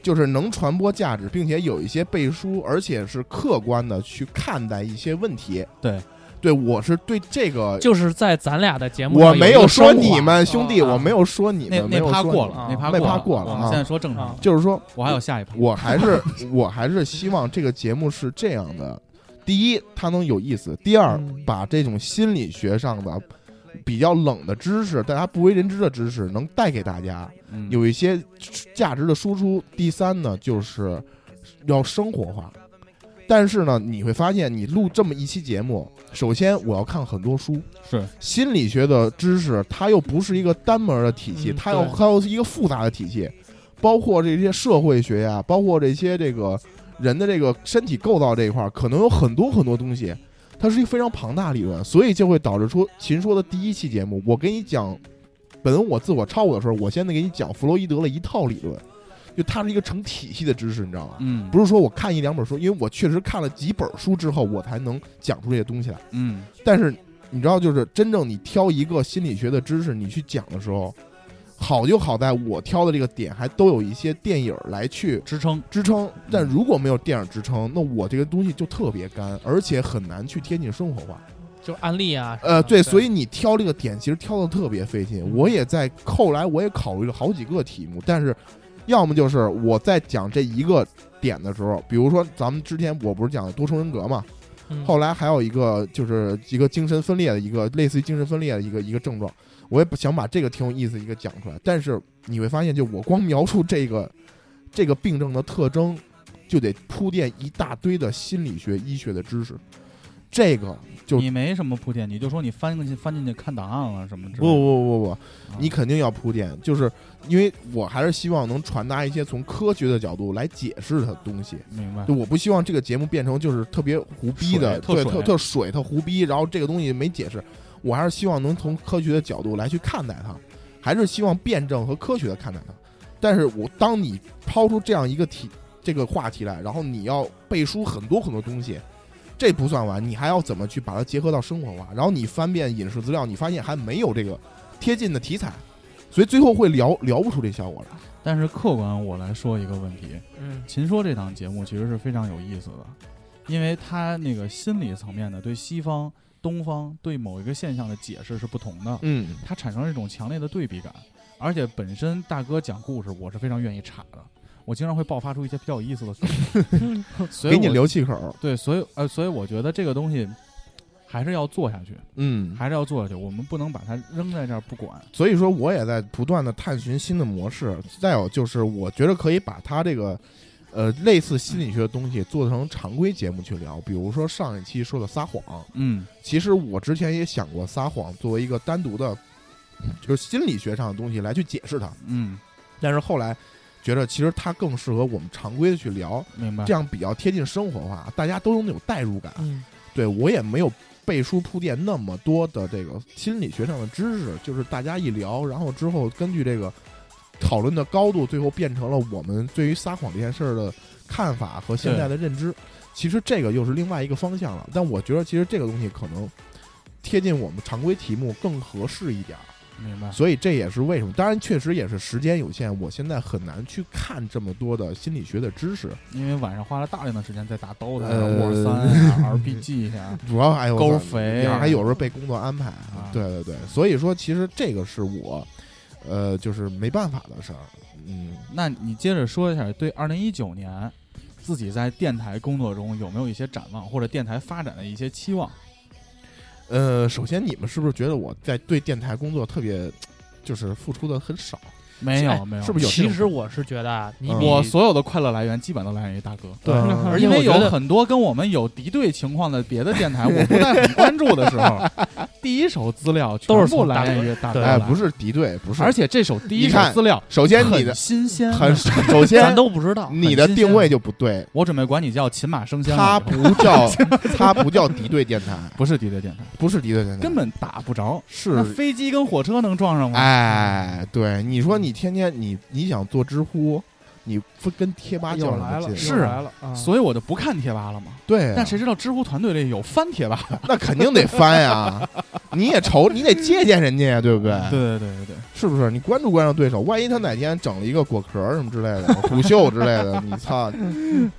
E: 就是能传播价值，并且有一些背书，而且是客观的去看待一些问题。
B: 对，
E: 对我是对这个，
F: 就是在咱俩的节目上
E: 我
F: 有一个升华，
E: 没有说你们兄弟，
F: 啊
E: 我没有说你
B: 那
E: 们，没
B: 那
E: 有
B: 趴
E: 说
B: 过
E: 你们
B: 了
F: 啊，
B: 趴
E: 那
B: 过
E: 趴
B: 了。
E: 过了
B: 我
E: 啊
B: 们现在说正常
F: 啊，
E: 就是说
B: 我还有下一趴。
E: 我还是 我还是希望这个节目是这样的：第一，它能有意思；第二
F: 嗯，
E: 把这种心理学上的比较冷的知识，大家不为人知的知识，能带给大家
B: 嗯
E: 有一些价值的输出。第三呢，就是要生活化。但是呢，你会发现，你录这么一期节目，首先我要看很多书，
B: 是
E: 心理学的知识，它又不是一个单门的体系，
F: 嗯
E: 它有
F: 对
E: 还有一个复杂的体系，包括这些社会学呀、包括这些这个人的这个身体构造这一块儿，可能有很多很多东西，它是一个非常庞大的理论，所以就会导致出秦说的第一期节目，我给你讲本我、自我、超我的时候，我现在给你讲弗洛伊德了一套理论，就它是一个成体系的知识，你知道吗？
B: 嗯
E: 不是说我看一两本书，因为我确实看了几本书之后，我才能讲出这些东西来。
B: 嗯
E: 但是你知道，就是真正你挑一个心理学的知识你去讲的时候，好就好在我挑的这个点还都有一些电影来去
B: 支撑。
E: 支撑，但如果没有电影支撑，那我这个东西就特别干，而且很难去贴近生活化。
F: 就是案例啊什么的。
E: 呃，对，所
F: 以
E: 以你挑这个点其实挑的特别费劲。我也在后来我也考虑了好几个题目，但是要么就是我在讲这一个点的时候，比如说咱们之前我不是讲多重人格嘛，
F: 嗯
E: 后来还有一个就是一个精神分裂的一个类似于精神分裂的一个一个症状，我也不想把这个挺有意思一个讲出来，但是你会发现，就我光描述这个这个病症的特征，就得铺垫一大堆的心理学、医学的知识，这个就
B: 你没什么铺垫，你就说你翻进去翻进去看档案了什么之
E: 不
B: 类的。
E: 不不不，
B: 啊
E: 你肯定要铺垫，就是因为我还是希望能传达一些从科学的角度来解释它的东西。
B: 明白
E: 就？我不希望这个节目变成就是特别胡逼的，
B: 水特
E: 对，
B: 水
E: 特特水特胡逼，然后这个东西没解释。我还是希望能从科学的角度来去看待它，还是希望辩证和科学的看待它。但是我当你抛出这样一个题这个话题来，然后你要背书很多很多东西，这不算完，你还要怎么去把它结合到生活化？然后你翻遍影视资料，你发现还没有这个贴近的题材，所以最后会聊聊不出这效果来。
B: 但是客观我来说一个问题，
D: 嗯，
B: 秦说这档节目其实是非常有意思的，因为它那个心理层面的对西方、东方对某一个现象的解释是不同的，
E: 嗯，
B: 它产生了一种强烈的对比感。而且本身大哥讲故事，我是非常愿意插的，我经常会爆发出一些比较有意思的梗， 所以
E: 给你
B: 我
E: 留气口。
B: 对，所以呃，所以我觉得这个东西还是要做下去，
E: 嗯，
B: 还是要做下去，我们不能把它扔在这儿不管。
E: 所以说我也在不断的探寻新的模式。再有就是，我觉得可以把它这个，呃，类似心理学的东西做成常规节目去聊。比如说上一期说的撒谎，
B: 嗯，
E: 其实我之前也想过撒谎作为一个单独的，就是心理学上的东西来去解释它。
B: 嗯，
E: 但是后来觉得其实它更适合我们常规的去聊，
B: 明白。
E: 这样比较贴近生活化，大家都有那种代入感。
F: 嗯，
E: 对我也没有背书铺垫那么多的这个心理学上的知识，就是大家一聊，然后之后根据这个讨论的高度，最后变成了我们对于撒谎这件事儿的看法和现在的认知。其实这个又是另外一个方向了，但我觉得其实这个东西可能贴近我们常规题目更合适一点儿。
B: 明白。
E: 所以这也是为什么，当然确实也是时间有限，我现在很难去看这么多的心理学的知识。
B: 因为晚上花了大量的时间在打 DOTA 呀、
E: 呃
B: 沃三啊呀、RPG 呀，
E: 主要哎还有
B: 勾肥
E: 还有时候被工作安排。
B: 啊
E: 对对对，所以说其实这个是我，呃，就是没办法的事儿。嗯，
B: 那你接着说一下，对二零一九年自己在电台工作中有没有一些展望，或者电台发展的一些期望？
E: 呃，首先你们是不是觉得我在对电台工作特别，就是付出的很少？
B: 没有，
F: 哎
B: 没有，
E: 是不是有这
F: 其
E: 种
F: 实我是觉得啊，你
E: 嗯
F: 比
B: 我所有的快乐来源基本都来源于大哥，
E: 对嗯
F: 而且
B: 因
F: 我
B: 为有
F: 觉得
B: 很多跟我们有敌对情况的别的电台，我不太很关注的时候，第一手资料全
F: 都是
B: 部
F: 从
B: 来
F: 大哥
B: 源于大哥
F: 对
B: 来，
E: 哎，不是敌对，不是。
B: 而且这首第一
E: 你
B: 手
E: 看
B: 资料
E: 首先你
B: 很
E: 的
B: 新鲜，
E: 很， 首
F: 咱
E: 先
F: 都不知道，
E: 你的
B: 很新鲜
E: 定位就不对，
B: 我准备管你叫秦马生鲜了，
E: 它不 叫它不叫敌对电台，
B: 不是敌对电台，
E: 不是敌对电台，
B: 根本打不着。那
E: 是。
B: 飞机跟火车能撞上吗？，
E: 哎，对，你说你天天你你想做知乎，你分跟贴吧
D: 又
E: 较什
D: 来
E: 么
D: 了，
E: 劲？
B: 是
D: 又
B: 啊
D: 来了啊，
B: 所以我就不看贴吧了嘛。
E: 对啊，
B: 但谁知道知乎团队里有翻贴吧？
E: 那肯定得翻呀，你也瞅，你得借鉴人家呀，对不对？，
B: 对对对对对，
E: 是不是？你关注关注对手，万一他哪天整了一个果壳儿什么之类的，虎嗅之类的，你操，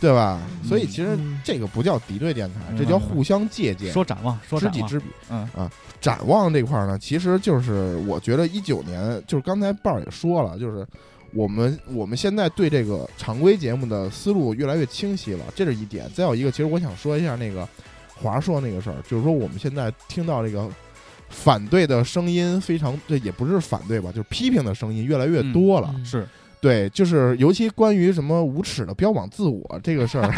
E: 对吧？所以其实
D: 嗯
E: 这个不叫敌对电台，
B: 明白
E: 这叫互相借鉴。
B: 说展望，说
E: 知
B: 展
E: 己
B: 望，
E: 知彼，
B: 嗯
E: 啊，展望这块儿呢，其实就是我觉得一九年，就是刚才豹儿也说了，就是我们我们现在对这个常规节目的思路越来越清晰了，这是一点。再有一个，其实我想说一下那个华硕那个事儿，就是说我们现在听到这个反对的声音非常，这也不是反对吧，就是批评的声音越来越多了。
F: 嗯
B: 是
E: 对，就是尤其关于什么无耻的标榜自我这 个事儿，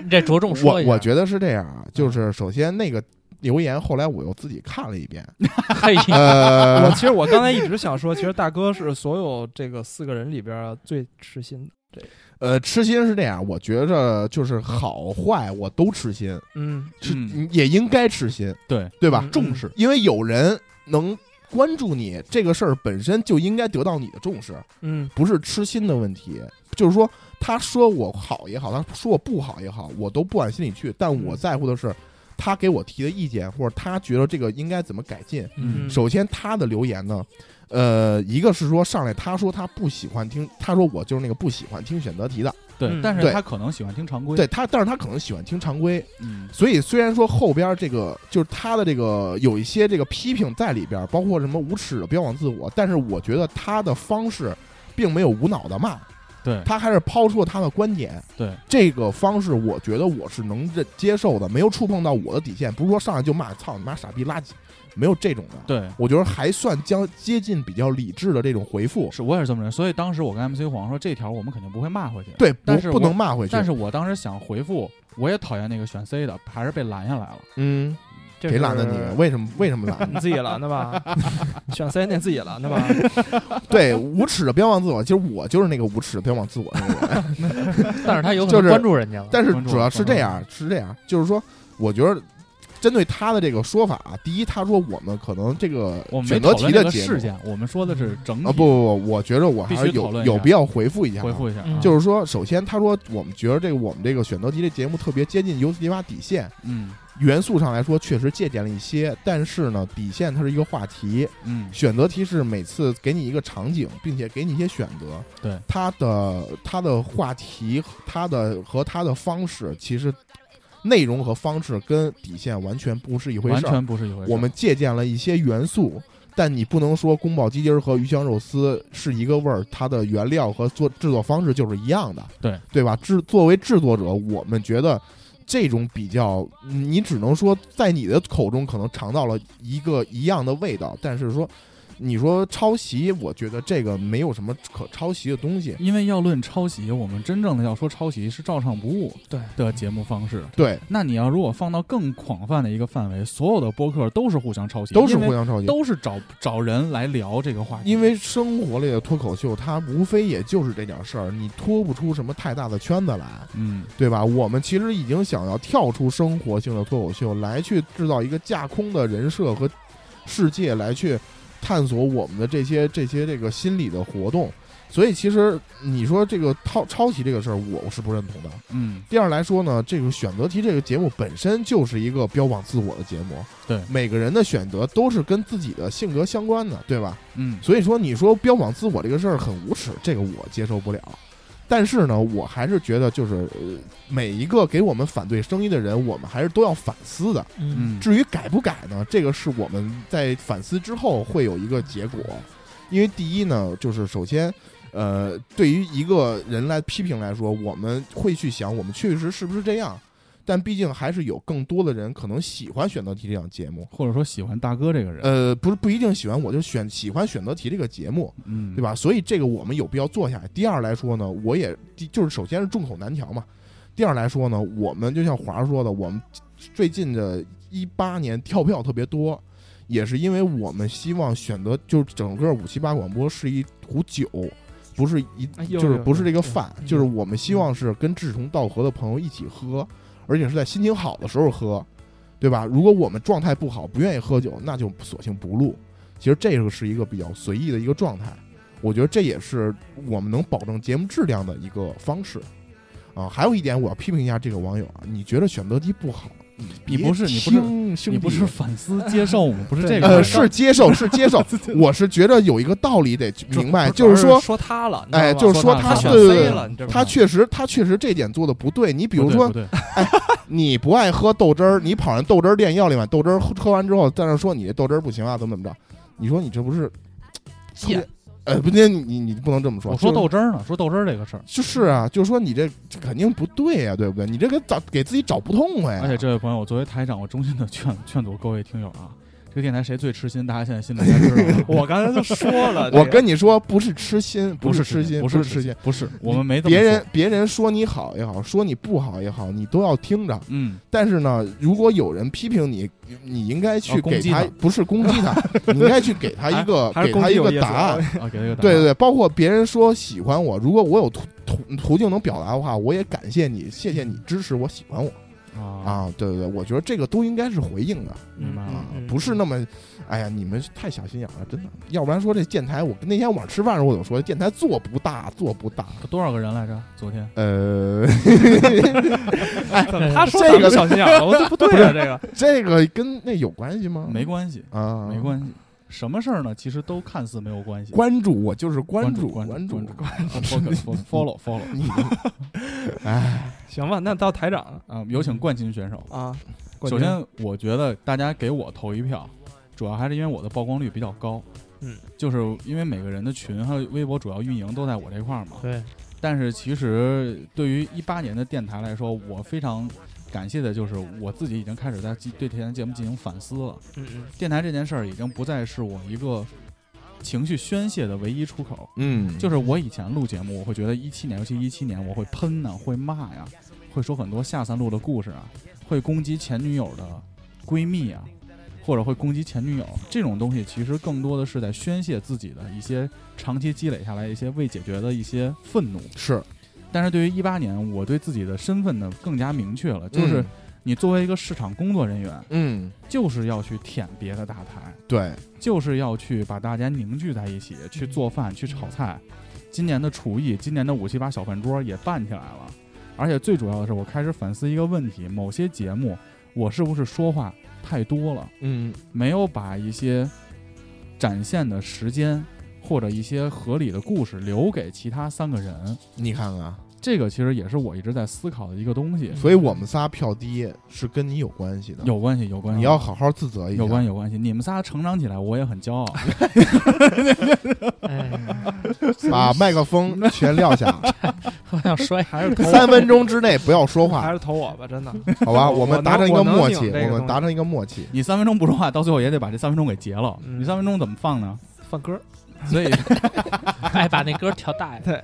F: 你这着重说
E: 我
F: 一下。嗯
E: 我觉得是这样啊，就是首先那个留言，后来我又自己看了 一遍，
F: 得，嘿，
D: 我
E: 呃，
D: 其实我刚才一直想说，其实大哥是所有这个四个人里边儿最痴心的。
E: 呃，痴心是这样，我觉着就是好坏我都痴心，
D: 嗯，
E: 是、
B: 嗯
E: 也应该痴心，
B: 对
E: 对
F: 嗯
E: 吧？
B: 重视，
E: 因为有人能关注你这个事儿本身就应该得到你的重视，
D: 嗯
E: 不是痴心的问题，就是说他说我好也好，他说我不好也好，我都不往心里去，但
F: 嗯
E: 我在乎的是。他给我提的意见，或者他觉得这个应该怎么改进，
D: 嗯，
E: 首先他的留言呢，呃，一个是说上来他说他不喜欢听，他说我就是那个不喜欢听选择题的，
B: 对，
D: 嗯
B: 但是
E: 对
B: 他可能喜欢听常规，
E: 对，他，但是他可能喜欢听常规，
B: 嗯，
E: 所以虽然说后边这个就是他的这个有一些这个批评在里边，包括什么无耻的标榜自我，但是我觉得他的方式并没有无脑的骂，
B: 对
E: 他还是抛出了他的观点。
B: 对
E: 这个方式，我觉得我是能认接受的，没有触碰到我的底线，不是说上来就骂“操你妈傻逼垃圾”，没有这种的。
B: 对，
E: 我觉得还算将接近比较理智的这种回复。
B: 是我也是这么认为。所以当时我跟 MC 黄说，这条我们肯定不会骂回去。
E: 对，不
B: 但是
E: 不
B: 我
E: 能骂回去。
B: 但是我当时想回复，我也讨厌那个选 C 的，还是被拦下来了。
E: 嗯，
D: 这
E: 谁
D: 是
E: 拦的你？啊为什么为什么 拦？
D: 你自己拦的吧？ 选 C 那自己拦的吧？
E: 对，无耻的标榜自我，其实我就是那个无耻的标榜自我的那个人。
F: 但是他有
E: 就
F: 可能
E: 是
F: 关注人家了。
E: 但是
B: 嗯关注
E: 主要
B: 我
E: 是
B: 关
E: 这
B: 注
E: 样，是这样，就是说，我觉得针对他的这个说法啊，第一，他说我们可能这个
B: 我们没
E: 选择
B: 讨
E: 题
B: 论这
E: 的
B: 个
E: 节
B: 事
E: 目
B: 件，我们说的是整体。
E: 啊，不不不，我觉得我还
B: 必
E: 是
B: 须讨
E: 有
B: 论一
E: 有
B: 下
E: 必要回复一下啊，
B: 回复一下啊，
F: 嗯
E: 就是说，首先他说我们觉得这个我们这个选择题的节目特别接近尤斯蒂娃底线，
B: 嗯
E: 元素上来说确实借鉴了一些，但是呢，底线它是一个话题，
B: 嗯，
E: 选择题是每次给你一个场景，并且给你一些选择。
B: 对
E: 它的它的话题，它的和它的方式，其实内容和方式跟底线完全不是一回
B: 完
E: 事儿。
B: 全不是一回事。
E: 我们借鉴了一些元素，但你不能说宫保鸡丁儿和鱼香肉丝是一个味儿，它的原料和做制作方式就是一样的。
B: 对
E: 对吧？制作为制作者，我们觉得。这种比较，嗯你只能说在你的口中可能尝到了一个一样的味道，但是说，你说抄袭，我觉得这个没有什么可抄袭的东西。
B: 因为要论抄袭，我们真正的要说抄袭是照唱不误
F: 对
B: 的节目方式。
E: 对，
B: 那你要如果放到更广泛的一个范围，所有的播客都是互相抄袭，
E: 都是
B: 因为
E: 互相抄袭。
B: 都是找找人来聊这个话题，
E: 因为生活类的脱口秀，它无非也就是这点事儿，你脱不出什么太大的圈子来。
B: 嗯
E: 对吧？我们其实已经想要跳出生活性的脱口秀，来去制造一个架空的人设和世界，来去探索我们的这些这些这个心理的活动。所以，其实你说这个抄抄袭这个事儿，我是不认同的。
B: 嗯
E: 第二来说呢，这个选择题这个节目本身就是一个标榜自我的节目，
B: 对
E: 每个人的选择都是跟自己的性格相关的，对吧？
B: 嗯，
E: 所以说，你说标榜自我这个事儿很无耻，这个我接受不了。但是呢，我还是觉得，就是呃，每一个给我们反对声音的人，我们还是都要反思的。
F: 嗯，
B: 嗯
E: 至于改不改呢，这个是我们在反思之后会有一个结果。因为第一呢，就是首先，呃，对于一个人来批评来说，我们会去想，我们确实是不是这样。但毕竟还是有更多的人可能喜欢选择题这档节目，
B: 或者说喜欢大哥这个人，
E: 呃，不是不一定喜欢，我就选喜欢选择题这个节目。
B: 嗯，
E: 对
B: 吧？
E: 吧？所以这个我们有必要做下来。第二来说呢，我也第就是首先是众口难调嘛。第二来说呢，我们就像华儿说的，我们最近的一八年跳票特别多，也是因为我们希望选择就是整个五七八广播是一壶酒，不是一、
D: 哎呦
E: 就是
D: 呦
E: 不是
D: 呦
E: 这个
D: 呦。
E: 饭，就是我们希望是跟志同道合的朋友一起喝，而且是在心情好的时候喝，对吧？如果我们状态不好，不愿意喝酒，那就索性不录。其实这个是一个比较随意的一个状态，我觉得这也是我们能保证节目质量的一个方式啊。还有一点，我要批评一下这个网友啊，你觉得选择题不好，
B: 嗯你
E: 别
B: 不是你不是
E: 听兄
B: 你
E: 弟
B: 不是反思接受我们，不是这个
E: 呃是接受是接 受，我是觉得有一个道理得去明白，哎就是
A: 主要
E: 说
A: 说他了，你知道
E: 哎，
A: 吧
E: 就是
B: 说
A: 他
E: 他对
A: 选
E: 对
A: C
E: 对
A: 了，你知道
E: 他
A: 吗？
E: 确实，他确实这点做的不对。你比如说
B: 不，对，不对
E: 你不爱喝豆汁儿，你跑人豆汁儿店要了一碗豆汁儿，喝喝完之后，在那说你这豆汁儿不行啊，怎么怎么着？你说你这不是
A: 贱？
E: 呃，不，你你你不能这么说。
B: 我说
E: 就是
B: 豆汁儿呢，说豆汁儿这个事儿，
E: 就是啊，就是说你这这肯定不对呀、对不对？你这个找给自己找不痛快、呀。
B: 而且这位朋友，我作为台长，我衷心的劝劝阻各位听友啊，这个电台谁最痴心，大家现在心里该知道了
D: 我刚才就说了，
E: 我
D: 这个
E: 跟你说， 不是痴心，
B: 不
E: 是
B: 是
E: 痴心，
B: 不
E: 是
B: 是
E: 痴心。，
B: 不是我们没这么
E: 别人
B: 说，
E: 别人说你好也好，说你不好也好，你都要听着。
B: 嗯，
E: 但是呢，如果有人批评你，你应该去
D: 哦
B: 啊攻
E: 给
B: 击
E: 他，
B: 他
E: 不是攻击 他，你应该去给他一个
D: 还还
E: 给
D: 是攻
E: 他
D: 击
E: 一
D: 有
E: 个
D: 意思
E: 答
D: 啊
E: 案。
B: 啊，给他一个答案
E: 对对，对，包括别人说喜欢我，如果我有途途途径能表达的话，我也感谢你，谢谢你支持我，喜欢我
B: 啊，
E: 啊！对对对，我觉得这个都应该是回应的
B: 明白
E: 啊
B: 了，
D: 嗯嗯
E: 不是那么，哎呀，你们太小心眼儿了，真的，要不然说这电台，我那天晚上吃饭的时候我就说，电台做不大，做不大，
B: 多少个人来着？昨天
E: 呃，
D: 怎么他说
E: 这
D: 咱
E: 个
D: 们小心眼儿了，我这不对啊，这个
E: 这个跟那有关系吗？
B: 没关系，
E: 啊，
B: 没关系，什么事儿呢？其实都看似没有关系。
E: 关注我就是关注
B: 关
E: 关
B: 注
E: 注
B: 关注关注 follow follow follow
E: 你，哎，
D: 行吧，那到台长了
B: 啊！有请冠军选手。
D: 啊。冠
B: 首
D: 军
B: 先，我觉得大家给我投一票，主要还是因为我的曝光率比较高。
D: 嗯，
B: 就是因为每个人的群还有微博主要运营都在我这块儿嘛，
F: 对，
B: 但是其实对于一八年的电台来说，我非常感谢的就是我自己已经开始在进对这台节目进行反思了。
D: 嗯嗯，
B: 电台这件事儿已经不再是我一个情绪宣泄的唯一出口。
E: 嗯，
B: 就是我以前录节目，我会觉得一七年，尤其一七年，我会喷呐、会骂呀，会说很多下三路的故事啊，会攻击前女友的闺蜜啊，或者会攻击前女友这种东西，其实更多的是在宣泄自己的一些长期积累下来一些未解决的一些愤怒。
E: 是，
B: 但是对于一八年，我对自己的身份呢更加明确了，就是你作为一个市场工作人员，
E: 嗯，
B: 就是要去舔别的大台，
E: 对，
B: 就是要去把大家凝聚在一起，去做饭，去炒菜。今年的厨艺，今年的五七八小饭桌也办起来了。而且最主要的是，我开始反思一个问题：某些节目，我是不是说话太多了，
E: 嗯
B: 没有把一些展现的时间或者一些合理的故事留给其他三个人？
E: 你看啊看，
B: 这个其实也是我一直在思考的一个东西，
E: 所以我们仨票低是跟你有关系的，
B: 有关系，有关系，啊
E: 你要好好自责一下，
B: 有关系，有关系。你们仨成长起来，我也很骄傲。
F: 哎，
E: 把麦克风全撂下，
F: 我想摔，
D: 还是投我
E: 三分钟之内不要说
D: 还
E: 话，
D: 是投 我吧，真的。
E: 好吧？
D: 我
E: 我们
D: 能
E: 达成一
D: 我能
E: 默
D: 拧
E: 契，
D: 这个东西
E: 我们达成一个默契。
B: 你三分钟不说话，到最后也得把这三分钟给截了。
D: 嗯
B: 你三分钟怎么放呢？
D: 放歌，
B: 所以
F: 哎，把那歌调大一点。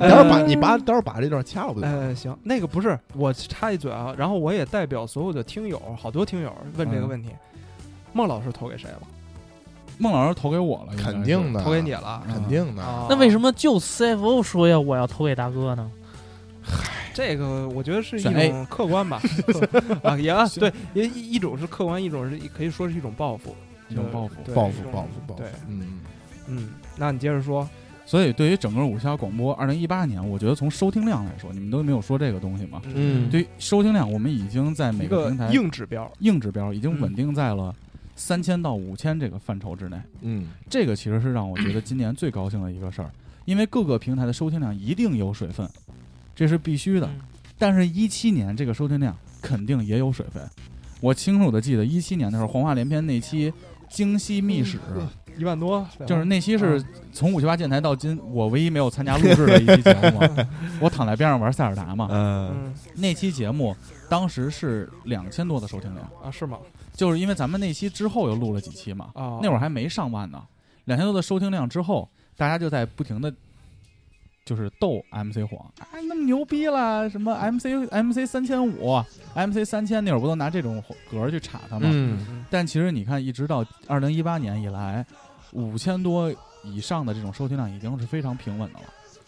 E: 待会儿把你把待会儿把这段掐了不就？
D: 呃，行，那个不是我插一嘴啊，然后我也代表所有的听友，好多听友问这个
B: 嗯
D: 问题，孟老师投给谁了？
B: 孟老师投给我了，应该是啊
E: 肯定，的，
D: 投给你，了。
E: 肯定的。
D: 哦
F: 那为什么就 CFO 说要我要投给大哥呢？
D: 这个我觉得是一
B: 选 A
D: 种客 观吧，啊也啊对，也一一种是客观，一种是可以说是一种报复，
B: 一种报复。
D: 对
E: 报
D: 一
E: 复
D: 种
E: 报复报复
D: 对，
E: 嗯，
D: 嗯，那你接着说，
B: 所以对于整个五七八广播，二零一八年，我觉得从收听量来说，你们都没有说这个东西嘛？
E: 嗯
B: 对于收听量，我们已经在每
D: 一
B: 个
D: 个
B: 平台
D: 硬指标，
B: 硬指标已经稳
D: 嗯
B: 定在了三千到五千这个范畴之内。
E: 嗯，
B: 这个其实是让我觉得今年最高兴的一个事儿，因为各个平台的收听量一定有水分，这是必须的。
F: 嗯
B: 但是，一七年这个收听量肯定也有水分。我清楚的记得，一七年的时候，《黄话连篇》那期《京西秘史》，
D: 一万多，
B: 就是那期是从五七八电台到今我唯一没有参加录制的一期节目。我躺在边上玩塞尔达嘛，
E: 嗯，
D: 嗯
B: 那期节目当时是两千多的收听量，
D: 啊是吗？
B: 就是因为咱们那期之后又录了几期嘛，
D: 啊
B: 那会
D: 儿
B: 儿还没上万呢，两千多的收听量之后，大家就在不停的，就是逗 MC 黄啊，那么牛逼啦，什么 MC MC 三千五，MC 三千那会儿不都拿这种格儿去插他吗？
E: 嗯，
B: 但其实你看，一直到二零一八年以来，五千多以上的这种收听量已经是非常平稳的了，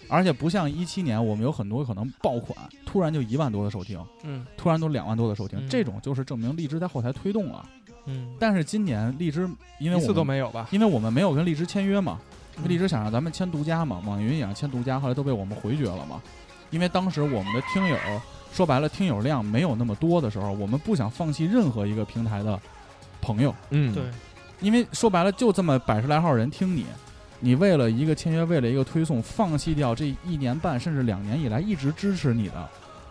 B: 而且不像一七年我们有很多可能爆款，突然就一万多的收听，
D: 嗯
B: 突然都两万多的收听，
F: 嗯
B: 这种就是证明荔枝在后台推动了。
F: 嗯，
B: 但是今年荔枝因为
D: 嗯一
B: 我
D: 次都
B: 们
D: 没有吧？
B: 因为我们没有跟荔枝签约嘛，因为
D: 嗯
B: 荔枝想让咱们签独家嘛，网易云也想签独家，后来都被我们回绝了嘛。因为当时我们的听友说白了，听友量没有那么多的时候，我们不想放弃任何一个平台的朋友，
E: 嗯，
F: 对，
B: 因为说白了就这么百十来号人听你，你为了一个签约，为了一个推送，放弃掉这一年半甚至两年以来一直支持你的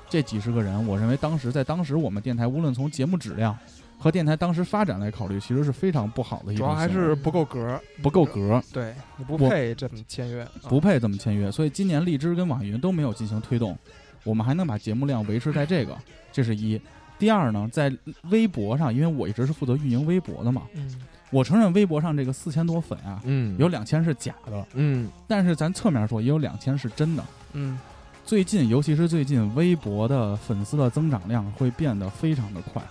B: 这几十个人，我认为当时在当时我们电台无论从节目质量和电台当时发展来考虑，其实是非常不好的一
D: 主
B: 种行
D: 要
B: 为，
D: 还是不够格儿，
B: 不够格儿。
D: 对，你不
B: 我
D: 配这么签约，啊
B: 不配这么签约，所以今年荔枝跟网易云都没有进行推动，我们还能把节目量维持在这个，这是一。第二呢，在微博上，因为我一直是负责运营微博的嘛，
F: 嗯，
B: 我承认微博上这个四千多粉啊，
E: 嗯，
B: 有两千是假的，
E: 嗯
B: 但是咱侧面说也有两千是真的。
D: 嗯
B: 最近，尤其是最近，微博的粉丝的增长量会变得非常的快，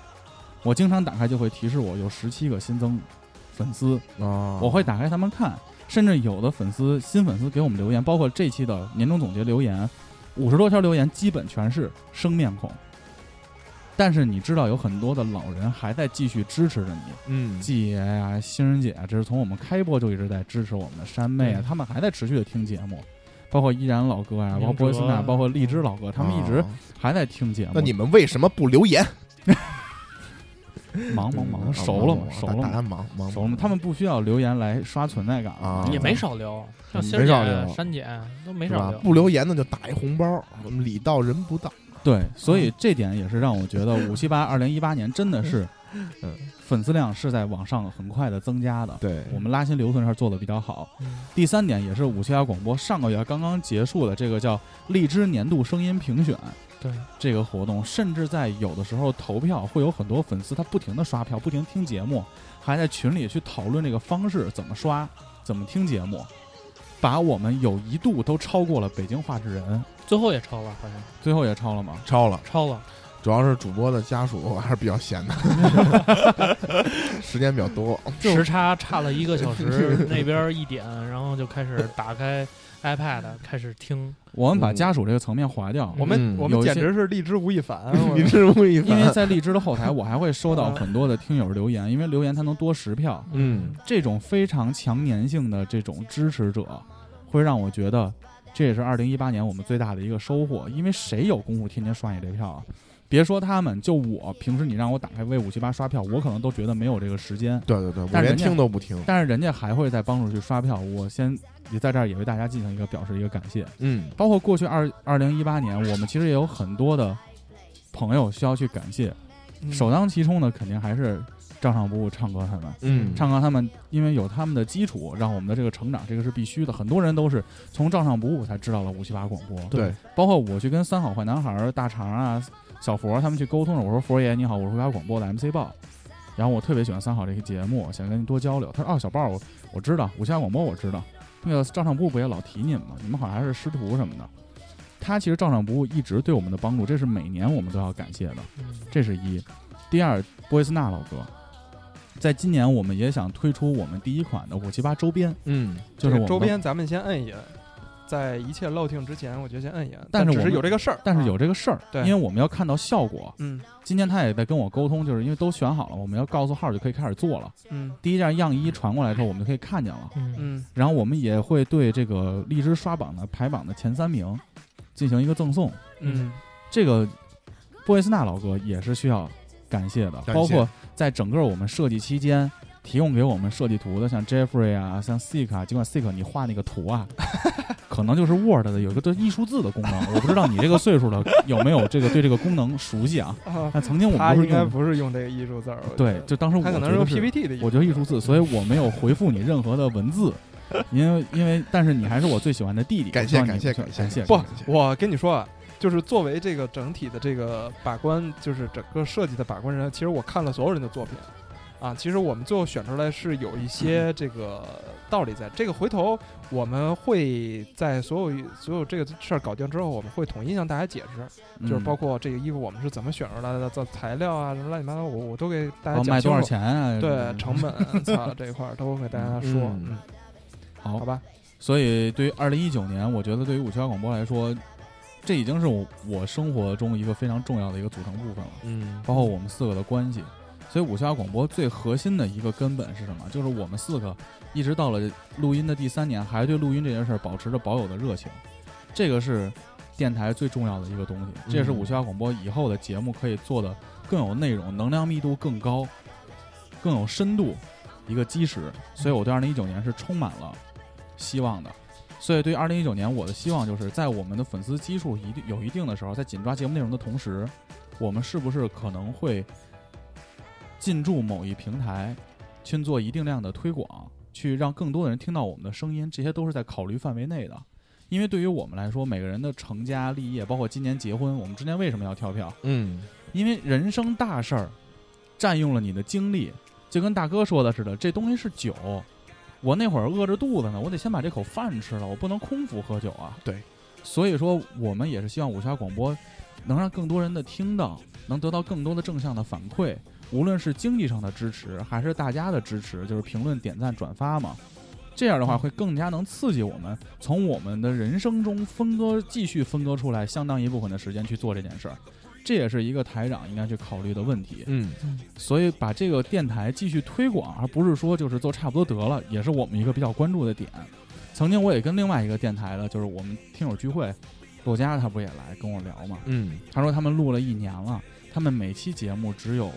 B: 我经常打开就会提示我有十七个新增粉丝，
E: 啊，
B: 我会打开他们看，甚至有的粉丝新粉丝给我们留言，包括这期的年终总结留言，五十多条留言基本全是生面孔。但是你知道，有很多的老人还在继续支持着你，
E: 嗯
B: 季爷呀、星人姐啊，这是从我们开播就一直在支持我们的山妹啊，他们还在持续的听节目，包括依然老哥呀、包括波斯
F: 明哲
B: 纳，
F: 啊
B: 包括荔枝老哥，他们一直
E: 啊
B: 还在听节目。
E: 那你们为什么不留言？
B: 忙忙
E: 嗯
B: 忙，熟了嘛，熟了
E: 大家
B: 嘛，
E: 忙忙
B: 熟了嘛，他们不需要留言来刷存在感
E: 啊
F: 也没少聊，像
E: 嗯
F: 星
E: 没
F: 姐
E: 少聊、
F: 山姐都没
E: 是
F: 少
E: 吧？
F: 聊。
E: 不留言的就打一红包，我们礼到人不到。
B: 对，所以这点也是让我觉得五七八二零一八年真的是呃粉丝量是在往上很快的增加的。
E: 对
B: 我们拉新留存这儿做的比较好。第三点也是五七八广播上个月刚刚结束的这个叫荔枝年度声音评选
F: 对，
B: 这个活动，甚至在有的时候投票会有很多粉丝他不停的刷票，不停听节目，还在群里去讨论这个方式怎么刷，怎么听节目，把我们有一度都超过了北京话事人，
F: 最后也超了，好像
B: 最后也超了吗？
E: 超了，
F: 超了。
E: 主要是主播的家属还是比较 闲的，时间比较多。
F: 时差差了一个小 时，那边一点，然后就开始打开 iPad 开始听。
B: 我们把家属这个层面划掉，
D: 我们
E: 嗯
D: 我
B: 有
D: 们
B: 一
D: 简
B: 些
D: 直是荔枝吴亦凡， 我
E: 你这么一
B: 因为
E: 翻，
B: 在荔枝的后台，我还会收到很多的听友留言，因为留言它能多十票，
E: 嗯，
B: 这种非常强粘性的这种支持者，会让我觉得这也是二零一八年我们最大的一个收获，因为谁有功夫天天刷你这票啊？别说他们，就我平时你让我打开 V 五七八刷票，我可能都觉得没有这个时间，
E: 对对对，我
B: 但是
E: 连
B: 人家
E: 听都不听。
B: 但是人家还会再帮助去刷票，我先也在这儿也为大家进行一个表示一个感谢。
E: 嗯，
B: 包括过去二二零一八年，我们其实也有很多的朋友需要去感谢，
D: 嗯
B: 首当其冲的肯定还是照常不误唱歌他们。
E: 嗯
B: 唱歌他们因为有他们的基础，让我们的这个成长，这个是必须的。很多人都是从照常不误才知道了五七八广播，
E: 对，
B: 包括我去跟三好坏男孩儿、大肠啊、小佛他们去沟通了。我说佛爷你好，我是五七八广播的 MC 豹，然后我特别喜欢三好这个节目，想跟您多交流。他说哦，小豹我我知道五七八广播我知道，那个照常不误不也老提你们吗？你们好像还是师徒什么的。他其实照常不误一直对我们的帮助，这是每年我们都要感谢的。
F: 嗯
B: 这是一。第二，波伊斯纳老哥，在今年我们也想推出我们第一款的五七八周边，
E: 嗯，
B: 就是我们的
D: 周，边，咱们先摁一摁，在一切漏听之前，我觉得先摁一摁。
B: 但是
D: 只
B: 我
D: 是
B: 们
D: 有这个事儿，
B: 但是
D: 啊
B: 有这个事儿，
D: 对
B: 因为我们要看到效果。
D: 嗯
B: 今天他也在跟我沟通，就是因为都选好了，我们要告诉号就可以开始做了。
D: 嗯
B: 第一件样衣传过来之后，我们就可以看见了。
F: 嗯，
D: 嗯
B: 然后我们也会对这个荔枝刷榜的排榜的前三名进行一个赠送。
D: 嗯
B: 这个波伊斯纳老哥也是需要感谢的，
E: 感谢
B: 包括在整个我们设计期间提供给我们设计图的，像 Jeffrey 啊，像 Seek 啊，尽管 Seek 你画那个图啊， 可能就是 Word 的有一个对艺术字的功能，我不知道你这个岁数了有没有这个对这个功能熟悉啊？
D: 啊，
B: 但曾经我
D: 他
B: 们不是
D: 应该
B: 用
D: 不是用这个艺术字儿，我觉
B: 对
D: 得，
B: 就当时我
D: 他可能
B: 觉
D: 是
B: 得
D: 用
B: 是
D: PPT 的艺术字儿。
B: 我觉得艺术字，所以我没有回复你任何的文 字。因为因为，但是你还是我最喜欢的弟弟，
E: 感谢
B: 我知道
E: 感
B: 你
E: 谢
B: 不
E: 感谢
B: 感谢，
D: 不
E: 感谢，
D: 我跟你说啊，就是作为这个整体的这个把关，就是整个设计的把关人，其实我看了所有人的作品，啊，其实我们最后选出来是有一
B: 嗯
D: 些这个道理在。这个回头我们会在所有所有这个事儿搞定之后，我们会统一向大家解释，
B: 嗯
D: 就是包括这个衣服我们是怎么选出来的，造材料啊什么乱七八糟，我我都给大
B: 然
D: 家
B: 后哦卖
D: 讲
B: 多少
D: 清楚。
B: 钱啊？
D: 对
B: 嗯
D: 成本，操这一块儿都给大家说，
E: 嗯
D: 嗯，
B: 好
D: 好吧，
B: 所以，对于二零一九年，我觉得对于五七八广播来说，这已经是我我生活中一个非常重要的一个组成部分了，
E: 嗯
B: 包括我们四个的关系。所以，五七八广播最核心的一个根本是什么？就是我们四个一直到了录音的第三年，还对录音这件事儿保持着保有的热情，这个是电台最重要的一个东西。这也是
E: 嗯
B: 五七八广播以后的节目可以做的更有内容、能量密度更高、更有深度一个基石。所以，我对二零一九年是充满了希望的。所以，对二零一九年，我的希望就是在我们的粉丝基数一定有一定的时候，在紧抓节目内容的同时，我们是不是可能会进驻某一平台，去做一定量的推广，去让更多的人听到我们的声音？这些都是在考虑范围内的。因为对于我们来说，每个人的成家立业，包括今年结婚，我们之间为什么要跳票？
E: 嗯，
B: 因为人生大事儿占用了你的精力，就跟大哥说的似的，这东西是酒，我那会儿饿着肚子呢，我得先把这口饭吃了，我不能空腹喝酒啊。
E: 对，
B: 所以说我们也是希望五七八广播能让更多人的听到，能得到更多的正向的反馈，无论是经济上的支持，还是大家的支持，就是评论、点赞、转发嘛。这样的话会更加能刺激我们，从我们的人生中分割继续分割出来相当一部分的时间去做这件事儿，这也是一个台长应该去考虑的问题。
E: 嗯，
B: 所以把这个电台继续推广，而不是说就是做差不多得了，也是我们一个比较关注的点。曾经我也跟另外一个电台的，就是我们听友聚会，洛佳他不也来跟我聊嘛？
E: 嗯，
B: 他说他们录了一年了，他们每期节目只有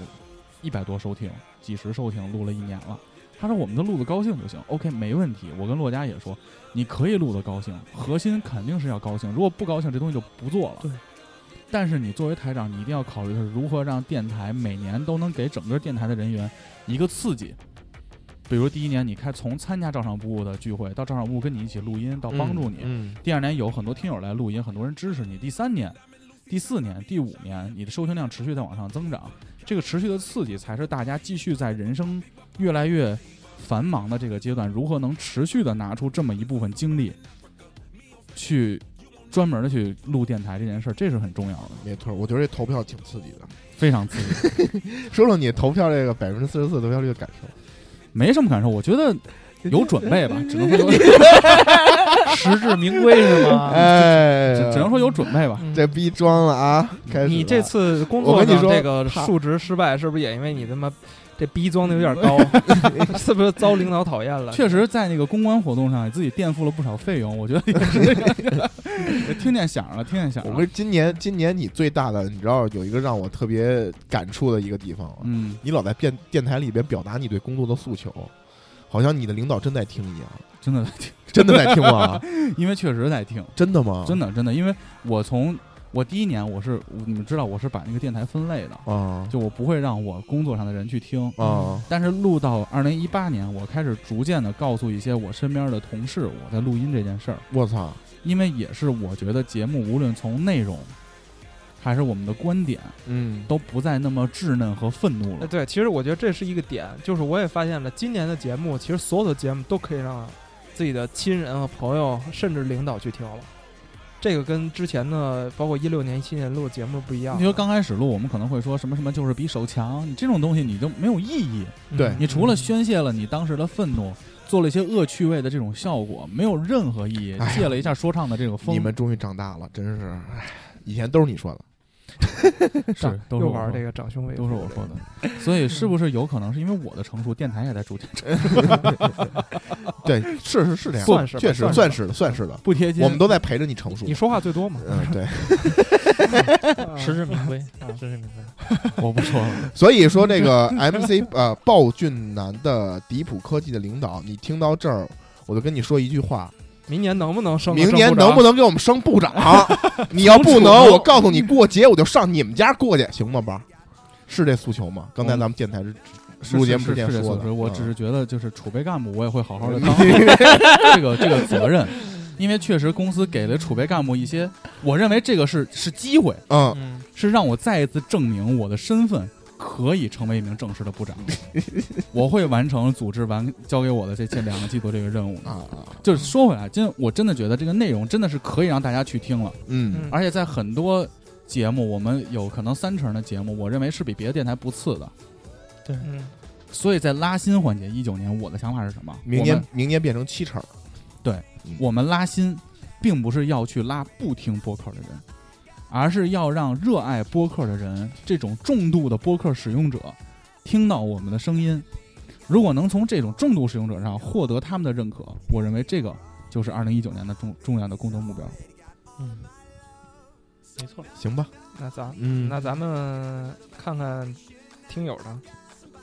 B: 一百多收听，几十收听，录了一年了。他说我们的录的高兴就行，OK 没问题。我跟洛佳也说，你可以录的高兴，核心肯定是要高兴，如果不高兴这东西就不做了。
F: 对，
B: 但是你作为台长，你一定要考虑的是如何让电台每年都能给整个电台的人员一个刺激。比如第一年，你看从参加照常不误的聚会，到照常不误跟你一起录音，到帮助你；
E: 嗯，
B: 第二年有很多听友来录音，很多人支持你；第三年、第四年、第五年，你的收听量持续在往上增长，这个持续的刺激才是大家继续在人生越来越繁忙的这个阶段，如何能持续的拿出这么一部分精力，去专门的去录电台这件事儿，这是很重要的，
E: 没错，我觉得这投票挺刺激的。
B: 非常刺激。
E: 说说你投票这个百分之四十四投票率的感受，
B: 没什么感受，我觉得有准备吧，只能说有，
F: 实至名归嗯是吗？
D: 嗯
E: 哎，
B: 只只能说有准备吧。
F: 嗯
E: 这逼装了啊！开始
D: 你这
E: 了
D: 次工
E: 我
D: 作
E: 跟你
D: 上
E: 说
D: 这个
E: 他
D: 数值失败，是不是也因为你他妈这逼装的有点 高，是不是遭领导讨厌了？
B: 确实，在那个公关活动上，自己垫付了不少费用，我觉得也是这个。 听见响了，听见响
E: 我
B: 了
E: 跟。今年今年你最大的，你知道有一个让我特别感触的一个地方，
B: 嗯，
E: 你老在电电台里边表达你对工作的诉求，好像你的领导真在听一样，
B: 真的在 听，
E: 真的在听吗？
B: 因为确实在听，
E: 真的吗？
B: 真的真的，因为我从我第一年我是我你们知道我是把那个电台分类的，嗯
E: 啊
B: 就我不会让我工作上的人去听。
E: 啊
B: 但是录到二零一八年，我开始逐渐的告诉一些我身边的同事我在录音这件事儿，
E: 我操！
B: 因为也是我觉得节目无论从内容，还是我们的观点，
E: 嗯，
B: 都不再那么稚嫩和愤怒
D: 呃，
B: 了。
D: 对，其实我觉得这是一个点，就是我也发现了，今年的节目其实所有的节目都可以让自己的亲人和朋友，甚至领导去听了。这个跟之前的，包括一六年、一七年录的节目不
E: 啊
D: 一样。
B: 你说刚开始录，我们可能会说什么什么就是比手强，你这种东西你就没有意义。
D: 嗯
E: 对
B: 你除了宣泄了你当时的愤怒，做了一些恶趣味的这种效果，没有任何意义
E: 哎呀。
B: 借了一下说唱的这个风，
E: 你们终于长大了，真是，哎以前都是你说的，
D: 长
B: 是都是
D: 又
B: 我
D: 玩
B: 说
D: 这
B: 的
D: 个长兄为
B: 都是我说的， 所以是不是有可能是因为我的成熟，电台也在逐渐成
E: 对，是是是这样，
D: 算是吧
E: 确实
D: 算
E: 算是的，算是的，
B: 不贴近？
E: 我们都在陪着你成熟
D: 你。说话最多嘛？
E: 嗯，对，
F: 实至名 归，实至名归。
B: 我不说了，
E: 所以说这个 MC 呃鲍俊南的迪普科技的领导，你听到这儿，我就跟你说一句话，
D: 明年能不能升？
E: 明年能不
D: 能？
E: 能给我们升部长？你要不能，我告诉你，过节我就上你们家过去，行吗，包？是这诉求吗？刚才咱们电台是
B: 是
E: 录节目
B: 是
E: 之前
B: 是是
E: 说
B: 是
E: 的，
B: 我
E: 嗯
B: 只是觉得就是储备干部，我也会好好 的当这个这个责任，因为确实公司给了储备干部一些，我认为这个是是机会，
E: 嗯，
F: 嗯，
B: 是让我再一次证明我的身份可以成为一名正式的 部长，我会完成组织完交给我的这这两个季度这个任务
E: 啊。啊，
B: 就是说回来，真我真的觉得这个内容真的是可以让大家去听了，
E: 嗯
D: 嗯
B: 而且在很多节目，我们有可能三成的节目，我认为是比别的电台不次的。
F: 对，
D: 嗯，
B: 所以在拉新环节，一九年我的想法是什么？
E: 明
B: 我
E: 年
B: 们
E: 明年变成七成，
B: 我们拉新，并不是要去拉不听播客的人，而是要让热爱播客的人，这种重度的播客使用者，听到我们的声音。如果能从这种重度使用者上获得他们的认可，我认为这个就是二零一九年的重重要的共同目标。
F: 嗯，没错。
E: 行吧？
D: 那咱
E: 嗯
D: 那咱们看看听友的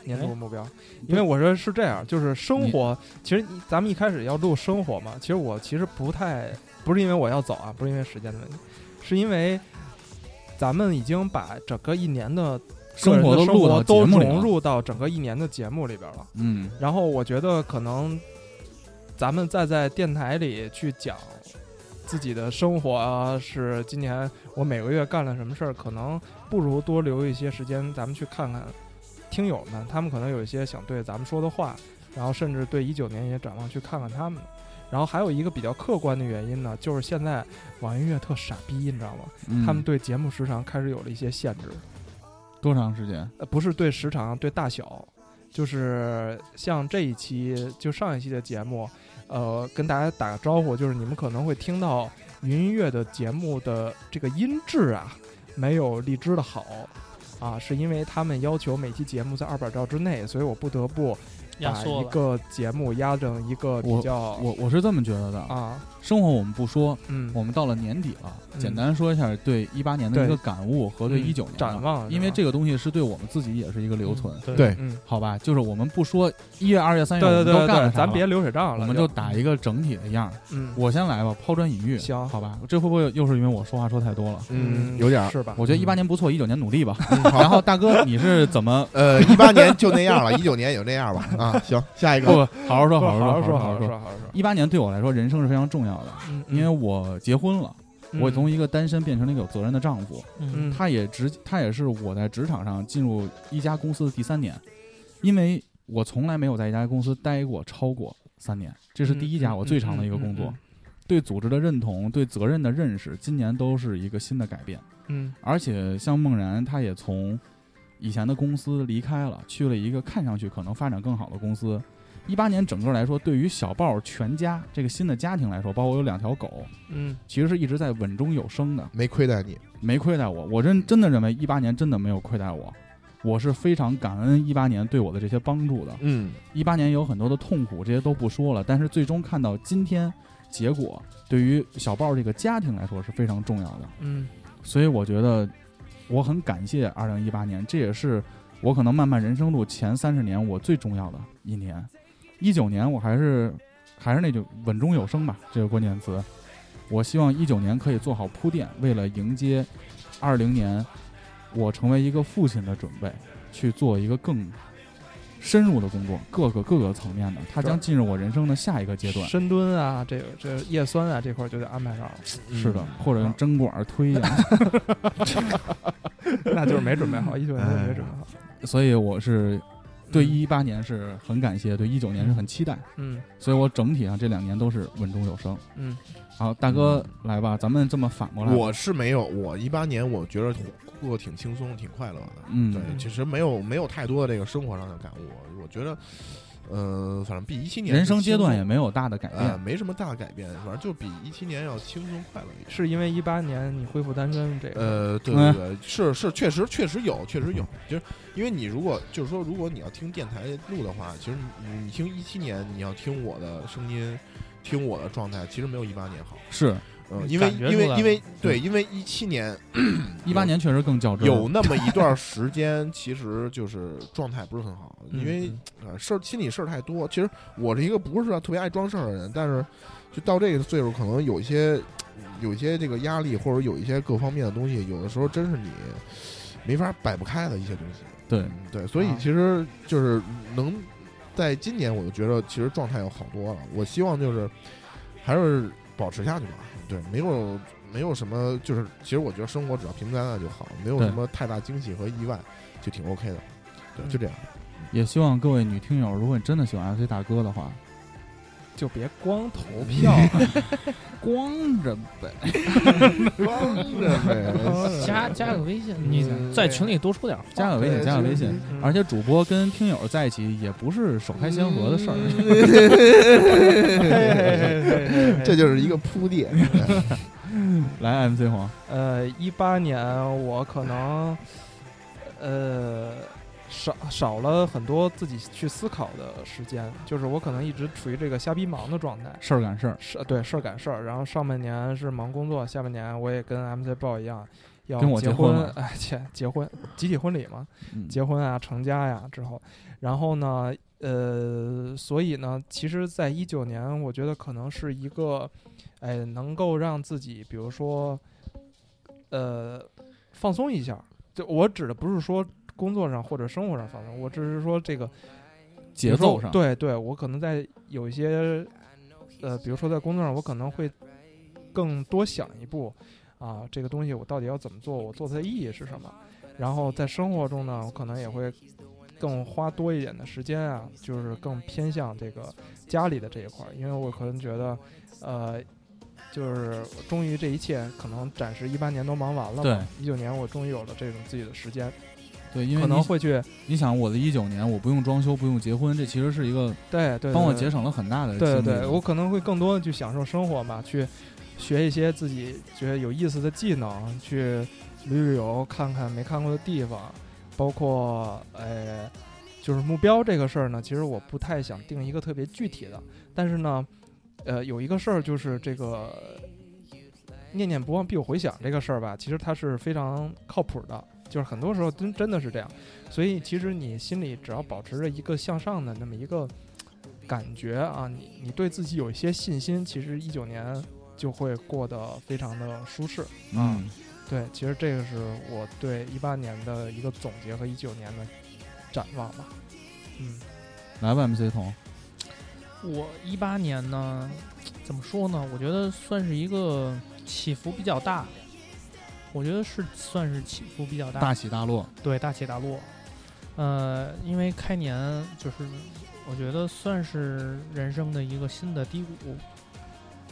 D: 年度
F: 哎
D: 目标，因为我说是这样，就是生活，其实你咱们一开始要录生活嘛，其实我其实不太不是因为我要走啊，不是因为时间的问题，是因为咱们已经把整个一年的个
B: 生
D: 人
B: 活
D: 的
B: 都
D: 生
B: 录到
D: 活
B: 节
D: 都
B: 目里了
D: 融入到整个一年的节目里边了。
B: 嗯，
D: 然后我觉得可能咱们再在电台里去讲自己的生活啊，是今年我每个月干了什么事儿，可能不如多留一些时间，咱们去看看听友们，他们可能有一些想对咱们说的话，然后甚至对一九年也展望去看看他们。然后还有一个比较客观的原因呢，就是现在网易音乐特傻逼，你知道吗？
B: 嗯
D: 他们对节目时长开始有了一些限制。
B: 多长时间？
D: 呃，不是对时长，对大小，就是像这一期就上一期的节目，呃，跟大家打个招呼，就是你们可能会听到云音乐的节目的这个音质啊，没有荔枝的好啊，是因为他们要求每期节目在二百兆之内，所以我不得不
F: 压
D: 把
F: 缩
D: 一
F: 了
D: 个节目压成一个比
B: 我
D: 较
B: 我我是这么觉得的。
D: 啊，
B: 生活我们不说，
D: 嗯，
B: 我们到了年底了，
D: 嗯
B: 简单说一下对一八年的一个
D: 对
B: 感悟和对
D: 嗯
B: 一九年
D: 展
B: 的，
D: 望，
B: 因为
D: 是吧，
B: 这个东西是对我们自己也是一个留存。
E: 对
D: 嗯，
B: 好吧，就是我们不说一月、二月、三月
D: 对
B: 哎我
D: 对
B: 们都
D: 对
B: 干
D: 对，
B: 了啥
D: 咱
B: 了
D: 别流水账了，
B: 我们就打一个整体的样儿。
D: 嗯
B: 我先来吧，抛砖引玉。
D: 行
B: 好吧，这会不会又是因为我说话说太多了？
E: 嗯，有点儿。
D: 是吧？
B: 我觉得一八年不错，一九年努力吧。 然
D: 嗯
E: 好，
B: 后大哥，你是怎 么？
E: 呃，一八年就那样了，一九年也就那样吧。啊，行，下一
B: 不
E: 个，，
B: 好好说，
D: 哦好
B: 好
D: 好
B: 说，
D: 好
B: 好
D: 说，
B: 说。
D: 好好说，
B: 一八年对我来说，人生是非常重要的，
D: 嗯
B: 因为我结婚了，我从一个单身变成了一个有责任的丈夫。
F: 嗯，
B: 他也职，他也是我在职场上进入一家公司的第三年，因为我从来没有在一家公司待过超过三年，这是第一家我最长的一个工作。对组织的认同、对责任的认识，今年都是一个新的改变。
D: 嗯
B: 而且像梦然，他也从以前的公司离开了，去了一个看上去可能发展更好的公司。一八年整个来说，对于小豹全家这个新的家庭来说，包括我有两条狗，
D: 嗯
B: 其实是一直在稳中有升的，
E: 没亏待你。
B: 没亏待我。我认真的认为一八年真的没有亏待我，我是非常感恩一八年对我的这些帮助的。
E: 嗯，
B: 一八年有很多的痛苦，这些都不说了，但是最终看到今天结果，对于小豹这个家庭来说是非常重要的。
D: 嗯
B: 所以我觉得我很感谢二零一八年，这也是我可能漫漫人生路前三十年我最重要的一年。一九年我还是还是那句稳中有升吧，这个关键词。我希望一九年可以做好铺垫，为了迎接二零年，我成为一个父亲的准备，去做一个更深入的工作，各个各个层面的，它将进入我人生的下一个阶段。
D: 深蹲啊，这个这叶酸啊这块儿就得安排上 了，
E: 嗯
B: 是的，或者用针管儿推呀、
D: 那就是没准备好，一九年就没准备好，
B: 所以我是哎对一八年是很感谢，对一九年是很期待，
D: 嗯
B: 所以我整体上这两年都是稳中有升。
D: 嗯
B: 好，大哥来吧，咱们这么反过来吧，
E: 我是没有，我一八年我觉得过得挺轻松，挺快乐的。
B: 嗯
E: 对，其实没有没有太多的这个生活上的感悟，我觉得，呃，反正比一七年
B: 人生阶段也没
E: 没
B: 有大的改
E: 啊、
B: 变，
E: 没什么大改变，反正就比一七年要轻松快乐一些。
D: 是因为一八年你恢复单身这
B: 嗯
D: 个，
E: 呃，对对对，是是，确实确实有，确实有，就是因为你如果就是说，如果你要听电台录的话，其实你你听一七年，你要听我的声音，听我的状态，其实没有一八年好。
B: 是
E: 嗯，
F: 嗯
E: 因为
F: 感觉
E: 因为
F: 出来
E: 因为对，因为一七年
B: 一八年确实更较真，
E: 有那么一段时间，其实就是状态不是很好，因为呃事儿心里事儿太多。其实我是一个不是特别爱装事儿的人，但是就到这个岁数，可能有一些有一些这个压力，或者有一些各方面的东西，有的时候真是你没法摆不开的一些东西。
B: 对
E: 嗯对，所以
D: 啊
E: 其实就是能在今年，我就觉得其实状态要好多了。我希望就是还是保持下去吧。对，没有没有什么，就是其实我觉得生活只要平平淡淡就好，没有
B: 对
E: 什么太大惊喜和意外，就挺 OK 的。对，就这样。
B: 也希望各位女听友，如果你真的喜欢 FC 大哥的话，
D: 就别光投 票，
B: 光着呗，
E: 嗯
B: 嗯
F: 加加个微信，
D: 嗯
F: 你在群里多说点话，
B: 加个微信，加个微信。而且主播跟听友在一起也不是手开先河的事儿，
D: 且
E: 这就是一个铺垫。
B: 嗯 来 MC 黄，
D: 呃，一八年我可能呃少少了很多自己去思考的时间，就是我可能一直处于这个瞎逼忙的状态。
B: 事儿赶事儿，
D: 是对事儿赶事儿，然后上半年是忙工作，下半年我也跟 MC b o 一样，要
B: 跟我
D: 结
B: 结婚了
D: 哎，切，结婚，集体婚礼嘛，
B: 嗯
D: 结婚啊，成家呀之后，然后呢，呃，所以呢，其实，在一九年，我觉得可能是一个，哎，能够让自己，比如说，呃，放松一下。就我指的不是说工作上或者生活上放松，我只是说这个
B: 节奏上，
D: 对对，我可能在有一些，呃，比如说在工作上，我可能会更多想一步，啊，这个东西我到底要怎么做，我做它的意义是什么？然后在生活中呢，我可能也会更花多一点的时间啊，就是更偏向这个家里的这一块儿，因为我可能觉得，呃。就是终于这一切可能暂时一八年都忙完了嘛，一九年我终于有了这种自己的时间，
B: 对，因为
D: 可能
B: 你
D: 会去
B: 你想，我的一九年，我不用装修，不用结婚，这其实是一个
D: 对对
B: 帮我
D: 对
B: 节省了很大的精
D: 对
B: 力。
D: 对对，我可能会更多的去享受生活嘛，去学一些自己觉得有意思的技能，去旅旅游，看看没看过的地方，包括呃，就是目标这个事儿呢，其实我不太想定一个特别具体的，但是呢，呃，有一个事儿就是这个“念念不忘必有回响”这个事儿吧，其实它是非常靠谱的，就是很多时候真真的是这样。所以其实你心里只要保持着一个向上的那么一个感觉啊，你你对自己有一些信心，其实一九年就会过得非常的舒适。
B: 嗯，
D: 对，其实这个是我对一八年的一个总结和一九年的展望吧。嗯，
B: 来吧，MC 童，
F: 我一八年呢，怎么说呢？我觉得算是一个起伏比较大，我觉得是算是起伏比较大，
B: 大起大落，
F: 对大起大落。呃，因为开年就是我觉得算是人生的一个新的低谷，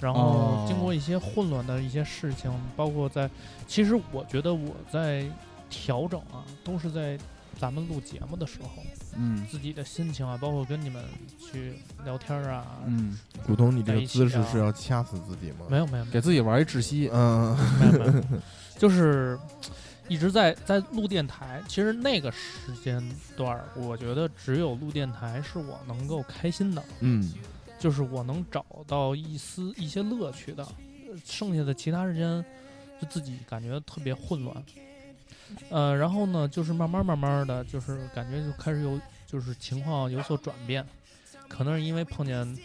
F: 然后
B: 哦
F: 经过一些混乱的一些事情，包括在，其实我觉得我在调整啊，都是在咱们录节目的时候，
B: 嗯
F: 自己的心情啊，包括跟你们去聊天儿啊，
B: 嗯，
E: 古潼，你这
F: 在
E: 个
F: 一起
E: 姿势
F: 啊
E: 是要掐死自己吗？
F: 没有没有没有
B: 给自己玩一窒息，
E: 嗯，
F: 没有没有没有，就是一直在在录电台。其实那个时间段儿，我觉得只有录电台是我能够开心的，
E: 嗯，
F: 就是我能找到一丝一些乐趣的。呃剩下的其他时间，就自己感觉特别混乱。呃，然后呢，就是慢慢慢慢的就是感觉就开始有就是情况有所转变，可能是因为碰见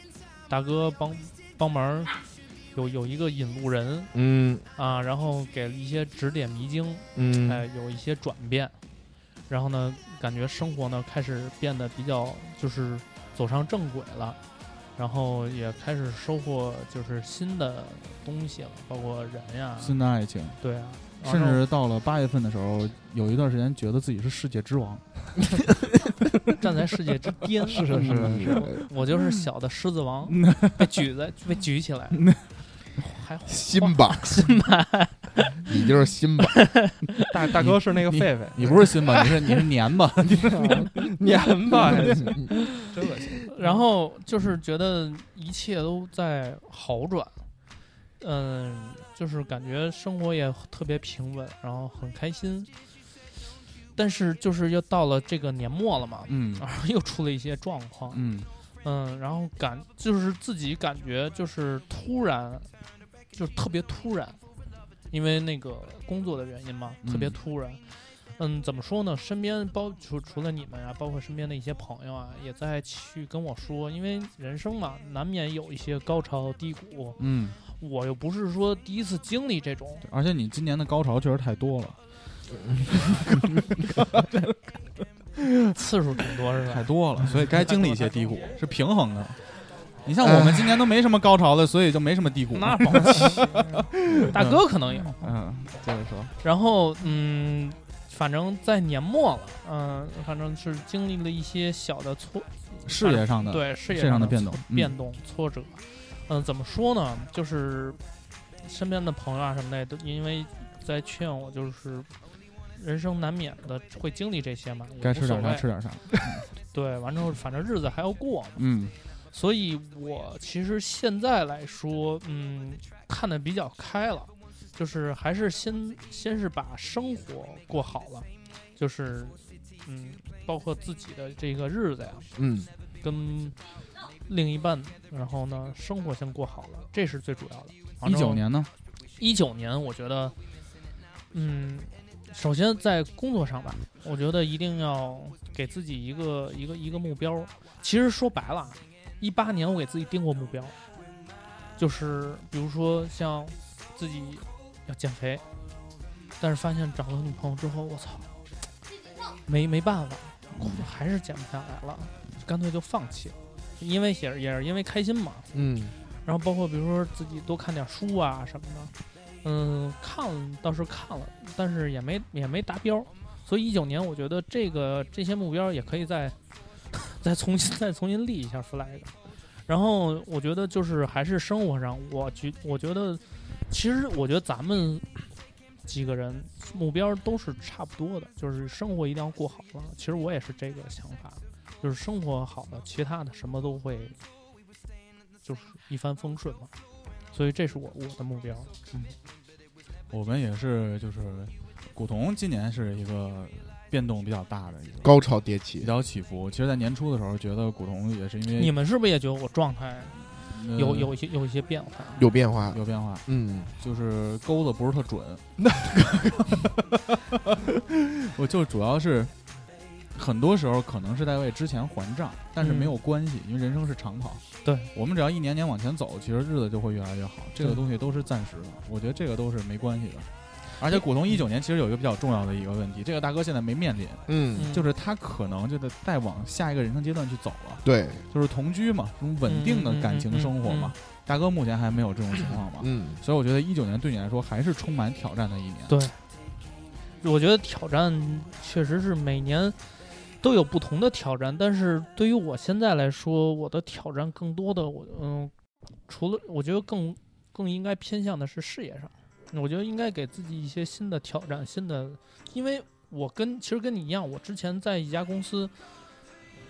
F: 大哥帮帮忙，有有一个引路人，
E: 嗯
F: 啊，然后给了一些指点迷津，
E: 嗯，
F: 哎，有一些转变，然后呢，感觉生活呢开始变得比较就是走上正轨了，然后也开始收获就是新的东西了，包括人呀，
B: 新的爱情，
F: 对啊，然
B: 甚
F: 后
B: 至到了八月份的时候，有一段时间觉得自己是世界之王，，
F: 站在世界之巅，是
D: 是是是
F: 是，我就是小的狮子王 被举在被举起来，还
E: 辛巴，辛巴， 你就是辛巴，
D: 大大哥是那个
B: 你
D: 狒狒，
B: 你不是新吧？你是你是年吧？
D: 年 吧，
F: 真 恶心。然后就是觉得一切都在好转，嗯，就是感觉生活也特别平稳，然后很开心。但是就是又到了这个年末了嘛，
B: 嗯
F: 然后又出了一些状况，
B: 嗯，
F: 嗯，然后感就是自己感觉就是突然，就是特别突然，因为那个工作的原因嘛，特别
B: 嗯
F: 突然。嗯，怎么说呢？身边包除除了你们啊，包括身边的一些朋友啊，也在去跟我说，因为人生嘛，难免有一些高潮低谷。
B: 嗯，
F: 我又不是说第一次经历这种，
B: 而且你今年的高潮确实太多了，
F: 次数挺多是吧
B: 太？多了，所以该经历一些低谷， 是平衡的。你像我们今年都没什么高潮的，所以就没什么低谷。
F: 那保不齐， 大哥可能有。
B: 嗯，接着说，
F: 然后嗯，反正在年末了，嗯、反正是经历了一些小的挫，
B: 事业上的
F: 对事业
B: 事业嗯上的
F: 的
B: 变动
F: 挫
B: 嗯
F: 变动、挫折。嗯、怎么说呢？就是身边的朋友啊什么的，都因为在劝我，就是人生难免的会经历这些嘛，也
B: 该
F: 无
B: 吃
F: 所
B: 点啥
F: 谓
B: 吃点啥。
F: 对，完之后反正日子还要过嘛，
B: 嗯
F: 所以我其实现在来说，嗯，看得比较开了，就是还是先先是把生活过好了，就是嗯，包括自己的这个日子呀，
E: 嗯
F: 跟另一半，然后呢，生活先过好了，这是最主要的。，
B: 一九，年呢？
F: 一九年，我觉得，嗯，首先在工作上吧，我觉得一定要给自己一个一个一个目标。其实说白了，一八年我给自己定过目标，就是比如说像自己要减肥，但是发现找了女朋友之后，我操，没没办法，还是减不下来了，干脆就放弃了，因为也是也是因为开心嘛，
E: 嗯
F: 然后包括比如说自己多看点书啊什么的，嗯，看倒是看了，但是也没也没达标，所以一九年我觉得这个这些目标也可以再再重新再重新立一下 flag。然后我觉得就是还是生活上，我觉我觉得其实我觉得咱们几个人目标都是差不多的，就是生活一定要过好了。其实我也是这个想法，就是生活好了，其他的什么都会就是一帆风顺嘛。所以这是我我的目标。
B: 我们也是，就是古潼今年是一个变动比较大的一个，
E: 高潮迭
B: 比
E: 起，
B: 较起伏。其实，在年初的时候，觉得古潼也是因为
F: 你们是不是也觉得我状态
B: 呃
F: 有有一些有一些变化？
E: 有变化。
B: 有变化，
E: 嗯，
B: 就是钩子不是特准。我就主要是很多时候可能是在为之前还账，但是没有关系，因为人生是长跑。
F: 对，
B: 我们只要一年年往前走，其实日子就会越来越好。这个东西都是暂时的，我觉得这个都是没关系的。而且古潼一九年其实有一个比较重要的一个问题，这个大哥现在没面临，
E: 嗯，
F: 嗯
B: 就是他可能就得再往下一个人生阶段去走了。
E: 对，
B: 就是同居嘛，这种稳定的感情生活嘛。大哥目前还没有这种情况嘛，
E: 嗯，
B: 所以我觉得一九年对你来说还是充满挑战的一年。
F: 对我觉得挑战确实是每年都有不同的挑战，但是对于我现在来说，我的挑战更多的我嗯，除了我觉得更更应该偏向的是事业上，我觉得应该给自己一些新的挑战，新的，因为我跟其实跟你一样，我之前在一家公司，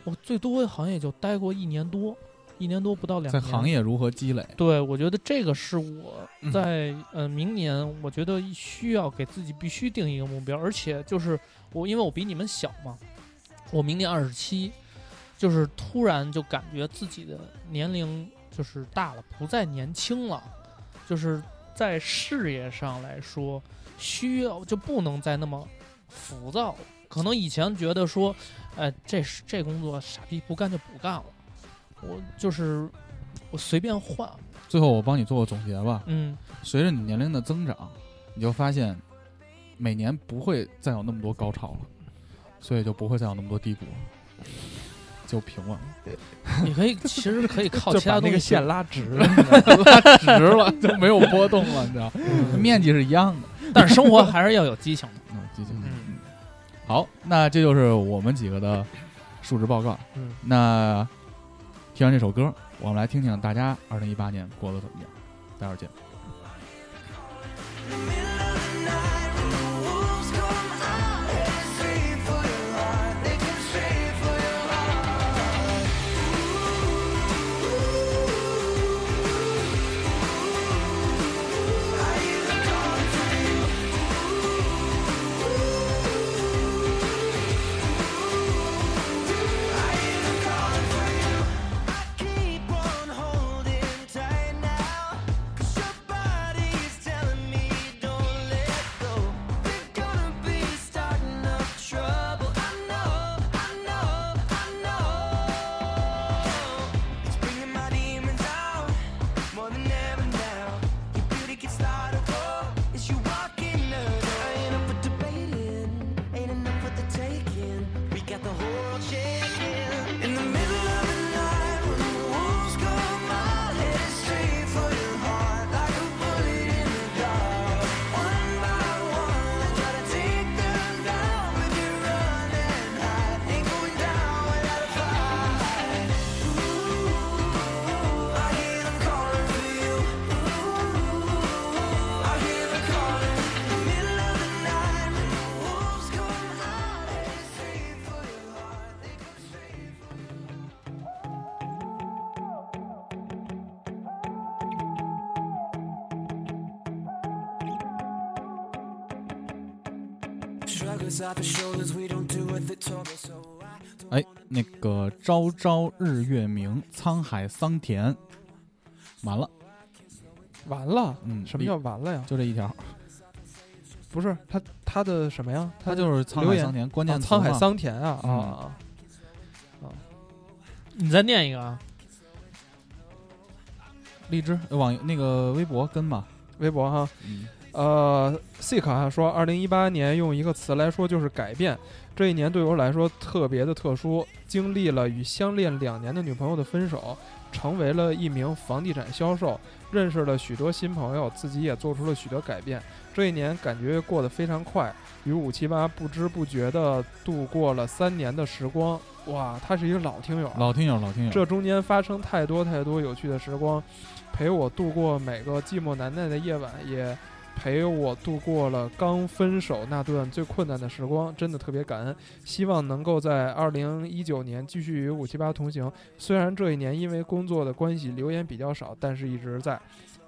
F: 我最多好像也就待过一年多，一年多不到两
B: 在
F: 年，
B: 行业如何积累？
F: 对，我觉得这个是我在呃明年，我觉得需要给自己必须定一个目标，而且就是我因为我比你们小嘛，我明年二十七，就是突然就感觉自己的年龄就是大了，不再年轻了，就是在事业上来说，需要就不能再那么浮躁了。可能以前觉得说，哎，这是这工作傻逼不干就不干了，我就是我随便换，
B: 最后我帮你做个总结吧。
F: 嗯，
B: 随着你年龄的增长，你就发现每年不会再有那么多高潮了，所以就不会再有那么多低谷了，就平稳了。
F: 你可以其实可以靠
D: 就
F: 其
D: 把
F: 他
D: 那
F: 东
D: 个
F: 西
D: 线，拉直了。
B: 拉直了就没有波动了，你知道，
F: 嗯
D: 嗯
B: 面积是一样的。
F: 但是生活还是要有激情的。
B: 嗯，继续。
F: 嗯
B: 好，那这就是我们几个的述职报告。
D: 嗯，
B: 那听完这首歌，我们来听听大家二零一八年过得怎么样。待会儿见。
C: Keep on holding tight now, 'cause your body's telling me don't let go. We're gonna be starting up trouble. I know, I know, I know. It's bringing my demons out more than ever now. Your beauty gets started up as you walk in the door. I ain't up for debating, ain't enough for the taking. We got the whole world shaking in the middle of the night when the wolves come out. Headed straight for your heart like a bullet in the dark. One by one, they try to take them down, but you run and hide. Ain't going down without a fight. Ooh, I hear them calling for you. Ooh, I hear them calling in the middle of the night when the wolves come out. Headed straight for your heart. They come straight. Shruggers off the shoulders, we don't do what they told us, so I don't
B: 哎
C: wanna，
B: 那个朝朝日月明，沧海桑田。完了，
D: 完了，
B: 嗯
D: 什么叫完了呀？
B: 就这一条，
D: 不是他他的什么呀？
B: 它
D: 他
B: 就是沧
D: 留
B: 海
D: 言
B: 桑田，关
D: 啊
B: 键词
D: 沧海
B: 嘛
D: 桑田啊啊
B: 嗯
D: 啊！
F: 你再念一个啊，
B: 荔枝呃网那个微博跟嘛，
D: 微博哈，
B: 嗯，
D: 呃，Sick 哈说，二零一八年用一个词来说就是改变。这一年对我来说特别的特殊，经历了与相恋两年的女朋友的分手，成为了一名房地产销售，认识了许多新朋友，自己也做出了许多改变。这一年感觉过得非常快，与五七八不知不觉地度过了三年的时光。哇，他是一个老听友啊，
B: 老听友老听友，
D: 这中间发生太多太多有趣的时光，陪我度过每个寂寞难耐的夜晚，也陪我度过了刚分手那段最困难的时光，真的特别感恩。希望能够在二零一九年继续与五七八同行。虽然这一年因为工作的关系留言比较少，但是一直在。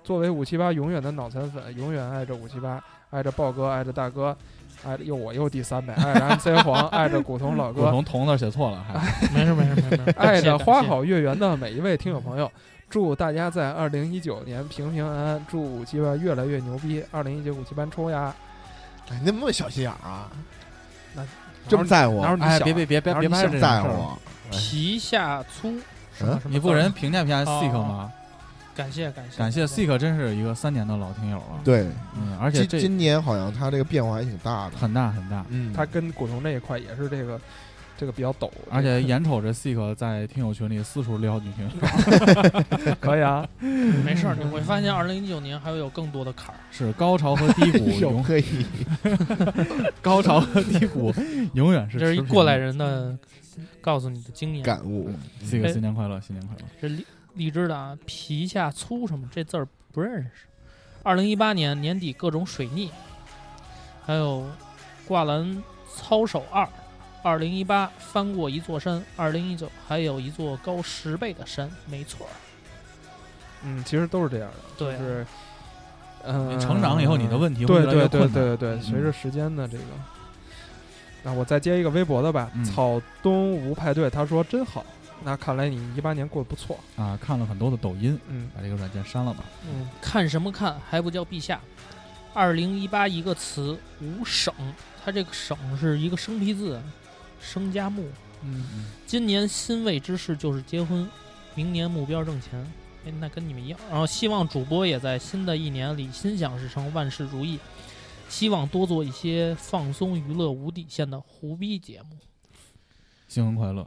D: 作为五七八永远的脑残粉，永远爱着五七八，爱着豹哥，爱着大哥。哎，又我又第三呗，爱着 MC 黄，爱着古潼老
B: 古
D: 哥，
B: 潼潼字写错了，
D: 哎
B: 还
F: 没事没事没事没事，
D: 爱着
F: 的
D: 花
B: 哎
D: 好月圆的每一位听友朋友，祝大家在二零一九年平平安安，祝五七班越来越牛逼，二零一九五七班冲呀！
E: 哎，你怎么那么小心眼儿啊？
D: 那
E: 这么在乎
D: 哪
E: 啊
D: 有
E: 我？
D: 你
B: 哎，
D: 小
B: 别别别别别
D: 哪
B: 拍
D: 有
B: 这种
E: 在乎
B: 事
E: 啊
B: 儿
E: 我？
F: 皮下粗，是吧
E: 嗯
F: 什么
B: 你 不
F: 字儿
B: 人评价评价
D: 哦
B: Seek 吗？
F: 感谢感谢
B: 感谢 Seek 真是一个三年的老听友了，，
E: 对，
B: 嗯，而且
E: 今
B: 这
E: 今年好像他这个变化还挺大的。
B: 很大很大，
E: 嗯，
D: 他跟古潼这一块也是这个这个比较陡，
B: 而 且眼瞅着 Seek 在听友群里四处撩女听友，
D: 可以啊，
B: 嗯
F: 没事儿，你会发现二零一九年还会有更多的坎儿。
B: 是高潮和低 谷
E: 有
B: 永
E: 可以，
B: 高潮和低谷永远是
F: 这是一
B: 持平
F: 过来
B: 的。
F: 人的告诉你的经验。
E: 感悟。
F: 哎
B: Seek 新年快乐，新年快乐！
F: 这荔荔枝的啊，皮下粗什么这字儿不认识。二零一八年年底各种水逆，还有挂篮操守二。二零一八翻过一座山，二零一九还有一座高十倍的山，没错儿。
D: 嗯，其实都是这样的，
F: 对
D: 就
F: 啊，
D: 是嗯，
B: 你成长以后，你的问题会
D: 对
B: 越来
D: 对
B: 越
D: 对
B: 困难。
D: 对对对，
B: 嗯
D: 随着时间的这个，那我再接一个微博的吧。
B: 嗯
D: 草东吴派对他说真好，那看来你一八年过得不错。
B: 啊，看了很多的抖音，
D: 嗯，
B: 把这个软件删了吧。
F: 嗯，看什么看，还不叫陛下。二零一八一个词五省，它这个省是一个生僻字，生加木。
B: 嗯，
F: 今年欣慰之事就是结婚，明年目标挣钱。哎，那跟你们一样。然后希望主播也在新的一年里心想事成，万事如意。希望多做一些放松娱乐无底线的胡逼节目。
B: 新婚快乐。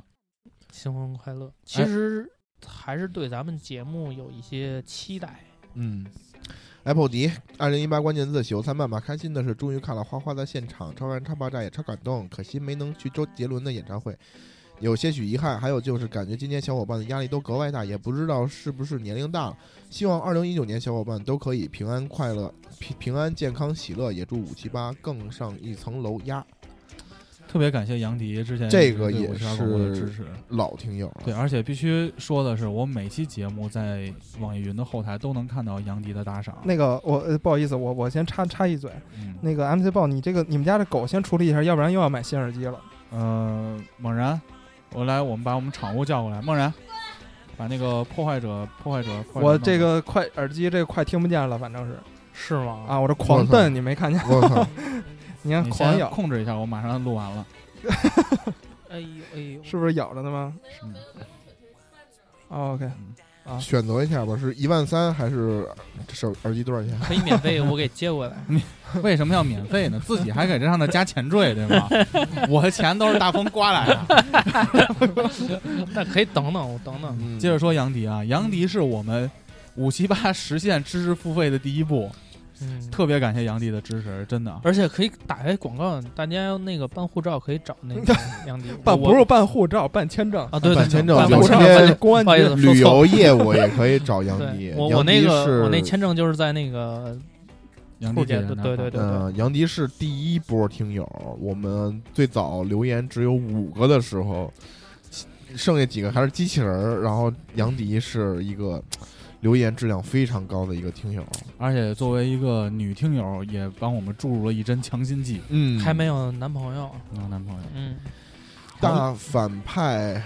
F: 新婚快乐！哎其实还是对咱们节目有一些期待。
E: 嗯，Apple 迪二零一八关键字喜游参半吧。开心的是，终于看了花花在现场，超燃超爆炸，也超感动。可惜没能去周杰伦的演唱会，有些许遗憾。还有就是，感觉今年小伙伴的压力都格外大，也不知道是不是年龄大了。希望二零一九年小伙伴都可以平安快乐、平平安健康喜乐，也祝五七八更上一层楼呀！
B: 特别感谢杨迪之前
E: 这个
B: 对
E: 也
B: 我是二广播的
E: 是
B: 支持。
E: 老听友
B: 对，啊
E: 了，
B: 而且必须说的是，我每期节目在网易云的后台都能看到杨迪的打赏。
D: 那个我、呃、不好意思，我我先插插一嘴，
B: 嗯，
D: 那个 MC 豹，你这个你们家的狗先处理一下，要不然又要买新耳机了。
B: 呃，猛然，我来，我们把我们场务叫过来，猛然，把那个破坏者、破坏者、破坏者弄
D: 我
B: 了
D: 这个快耳机这个快听不见了，反正是
F: 是吗？
D: 啊，我这狂
E: 我操
D: 蹬你没看见？
E: 我操，
D: 你看
B: 你
D: 狂
B: 先
D: 咬，
B: 控制一下，我马上录完了。
F: 哎呦哎呦，
D: 是不是咬着呢吗、
B: 嗯
D: 哦、？OK，
B: 嗯
E: 选择一下吧，是一万三还是这手耳机多少钱？
F: 可以免费，我给接 过来。
B: 为什么要免费呢？自己还给这上头加前缀，对吗？我的钱都是大风刮来
F: 嗯
B: 的。
F: 那可以等等，我等等。
E: 嗯
B: 接着说杨迪啊，杨迪是我们五七八实现知识付费的第一步，
F: 嗯，
B: 特别感谢杨迪的支持，真的。啊
F: 而且可以打开广告，大家那个办护照可以找那 个杨迪。
D: 办
F: 我
D: 不是办护照，办签证。
F: 啊，对对
E: 办
F: 对，
E: 签证
F: 办
E: 有
F: 护照
E: 些
F: 办
D: 公安
F: 不好
D: 局
F: 意思，说
E: 旅
F: 错了
E: 游业我也可以找杨迪
F: 对，我
E: 杨
F: 我那
E: 迪
F: 个
E: 是
F: 我那签证就是在那个
B: 杨
F: 库
B: 迪
F: 姐
B: 姐
F: 对
B: 姐那
F: 对对
B: 儿
F: 对
E: 嗯、杨迪是第一波听友，我们最早留言只有五个的时候，剩下几个还是机器人儿。然后杨迪是一个留言质量非常高的一个听友，
B: 而且作为一个女听友，也帮我们注入了一针强心剂。
E: 嗯
F: 还没有男朋友，
B: 有男朋友，
F: 嗯，
E: 大反派，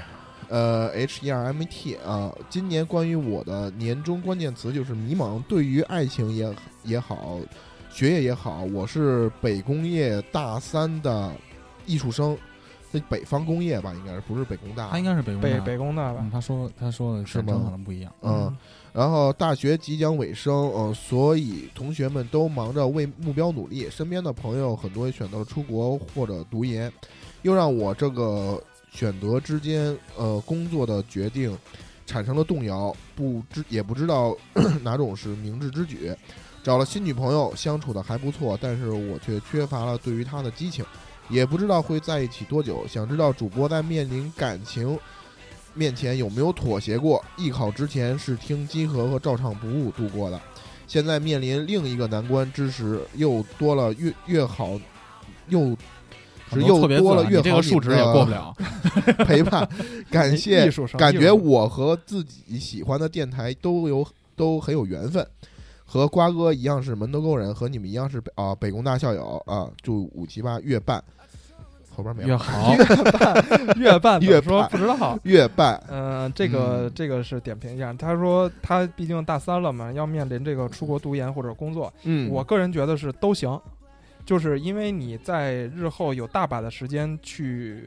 E: 呃，H E R M T 啊，今年关于我的年终关键词就是迷茫。对于爱情也也好，学业也好，我是北工业大三的艺术生，在北方工业吧，应该是不是北工大？
B: 他应该是北工
D: 北
B: 大
D: 北工大吧
B: 嗯，？他说他说的
E: 是吗
B: 选城可能不一样。
E: 嗯，然后大学即将尾声，呃，所以同学们都忙着为目标努力。身边的朋友很多也选择了出国或者读研，又让我这个选择之间，呃，工作的决定产生了动摇，不知也不知道 哪种是明智之举。找了新女朋友，相处的还不错，但是我却缺乏了对于她的激情，也不知道会在一起多久。想知道主播在面临感情面前有没有妥协过？艺考之前是听集合和照唱不误度过的，现在面临另一个难关之时，又多了越越好，又
B: 很
E: 是
B: 多
E: 又
B: 特别
E: 多
B: 自
E: 了
B: 然
E: 越
B: 你这个
E: 好
B: 数值也过 不了。
E: 你的陪伴， 感谢
D: 艺术生，
E: 感
D: 艺
E: 觉
D: 术生
E: 我和自己喜欢的电台都有都很有缘分。和瓜哥一样是门头沟人，和你们一样是北啊、北工大校友啊，祝五七八越办，后边没
B: 越
E: 有
B: 好，
D: 月 半
E: 月
D: 说
E: 半
D: 不知道。
E: 越办，
D: 嗯，这个
B: 嗯
D: 这个是点评一下。他说他毕竟大三了嘛，要面临这个出国读研或者工作，
E: 嗯，
D: 我个人觉得是都行，就是因为你在日后有大把的时间去，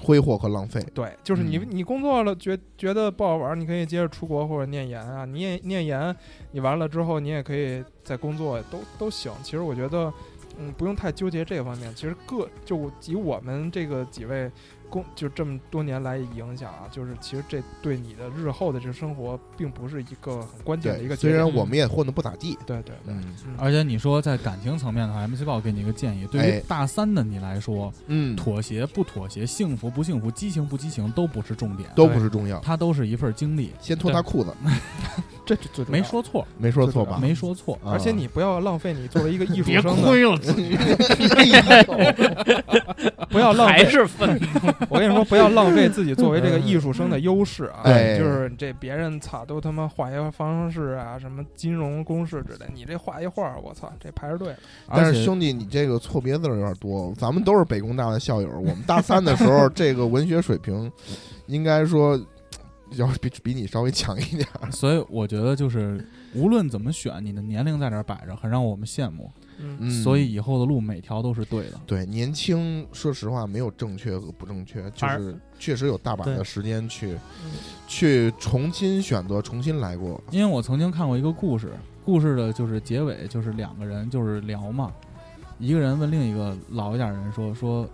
E: 挥霍和浪费，
D: 对，就是你
B: 嗯
D: 你工作了觉觉得不好玩儿，你可以接着出国或者念研啊，你也念研，你完了之后你也可以再工作，都都行。其实我觉得，嗯，不用太纠结这个方面。其实各就我以我们这个几位工就这么多年来影响啊，就是其实这对你的日后的这生活并不是一个很关键的一
E: 对，
D: 个
E: 虽
D: 决定。
E: 然我们也混得不咋地，
D: 对对对，
E: 嗯
D: 嗯
B: 而且你说在感情层面的话，MC 报给你一个建议，对
E: 哎
B: 于大三的你来说，
E: 嗯，
B: 妥协不妥协，幸福不幸福，激情不激情都不是重点，
E: 都不是重要，
B: 它都是一份经历。
E: 先脱他裤子，
D: 这这最重要
B: 没说错，
E: 没说错吧？
B: 没说错。
E: 啊
D: 而且 你不要浪费你作为一个艺术
F: 别
D: 生的，
F: 亏了，自己
D: 不要浪
F: 还
D: 费。
F: 是愤怒。
D: 我跟你说，不要浪费自己作为这个艺术生的优势啊！
E: 哎
D: 就是这别人操都他妈画一方式啊，什么金融公式之类，你这画一画，我操，这排着队了。
E: 但
B: 而
E: 是
B: 且
E: 兄弟，你这个错别字儿有点多。咱们都是北工大的校友，我们大三的 时候，这个文学水平应该说要是比比你稍微强一点儿。
B: 所以我觉得就是无论怎么选，你的年龄在这儿摆着，很让我们羡慕。
D: 嗯，
E: 嗯
B: 所以以后的路每条都是对的。
E: 对年轻，说实话没有正确和不正确，就
F: 反而
E: 是确实有大把
F: 对
E: 的时间去
F: 嗯
E: 去重新选择，重新来过。
B: 因为我曾经看过一个故事，故事的就是结尾就是两个人就是聊嘛，一个人问另一个老一点人说说，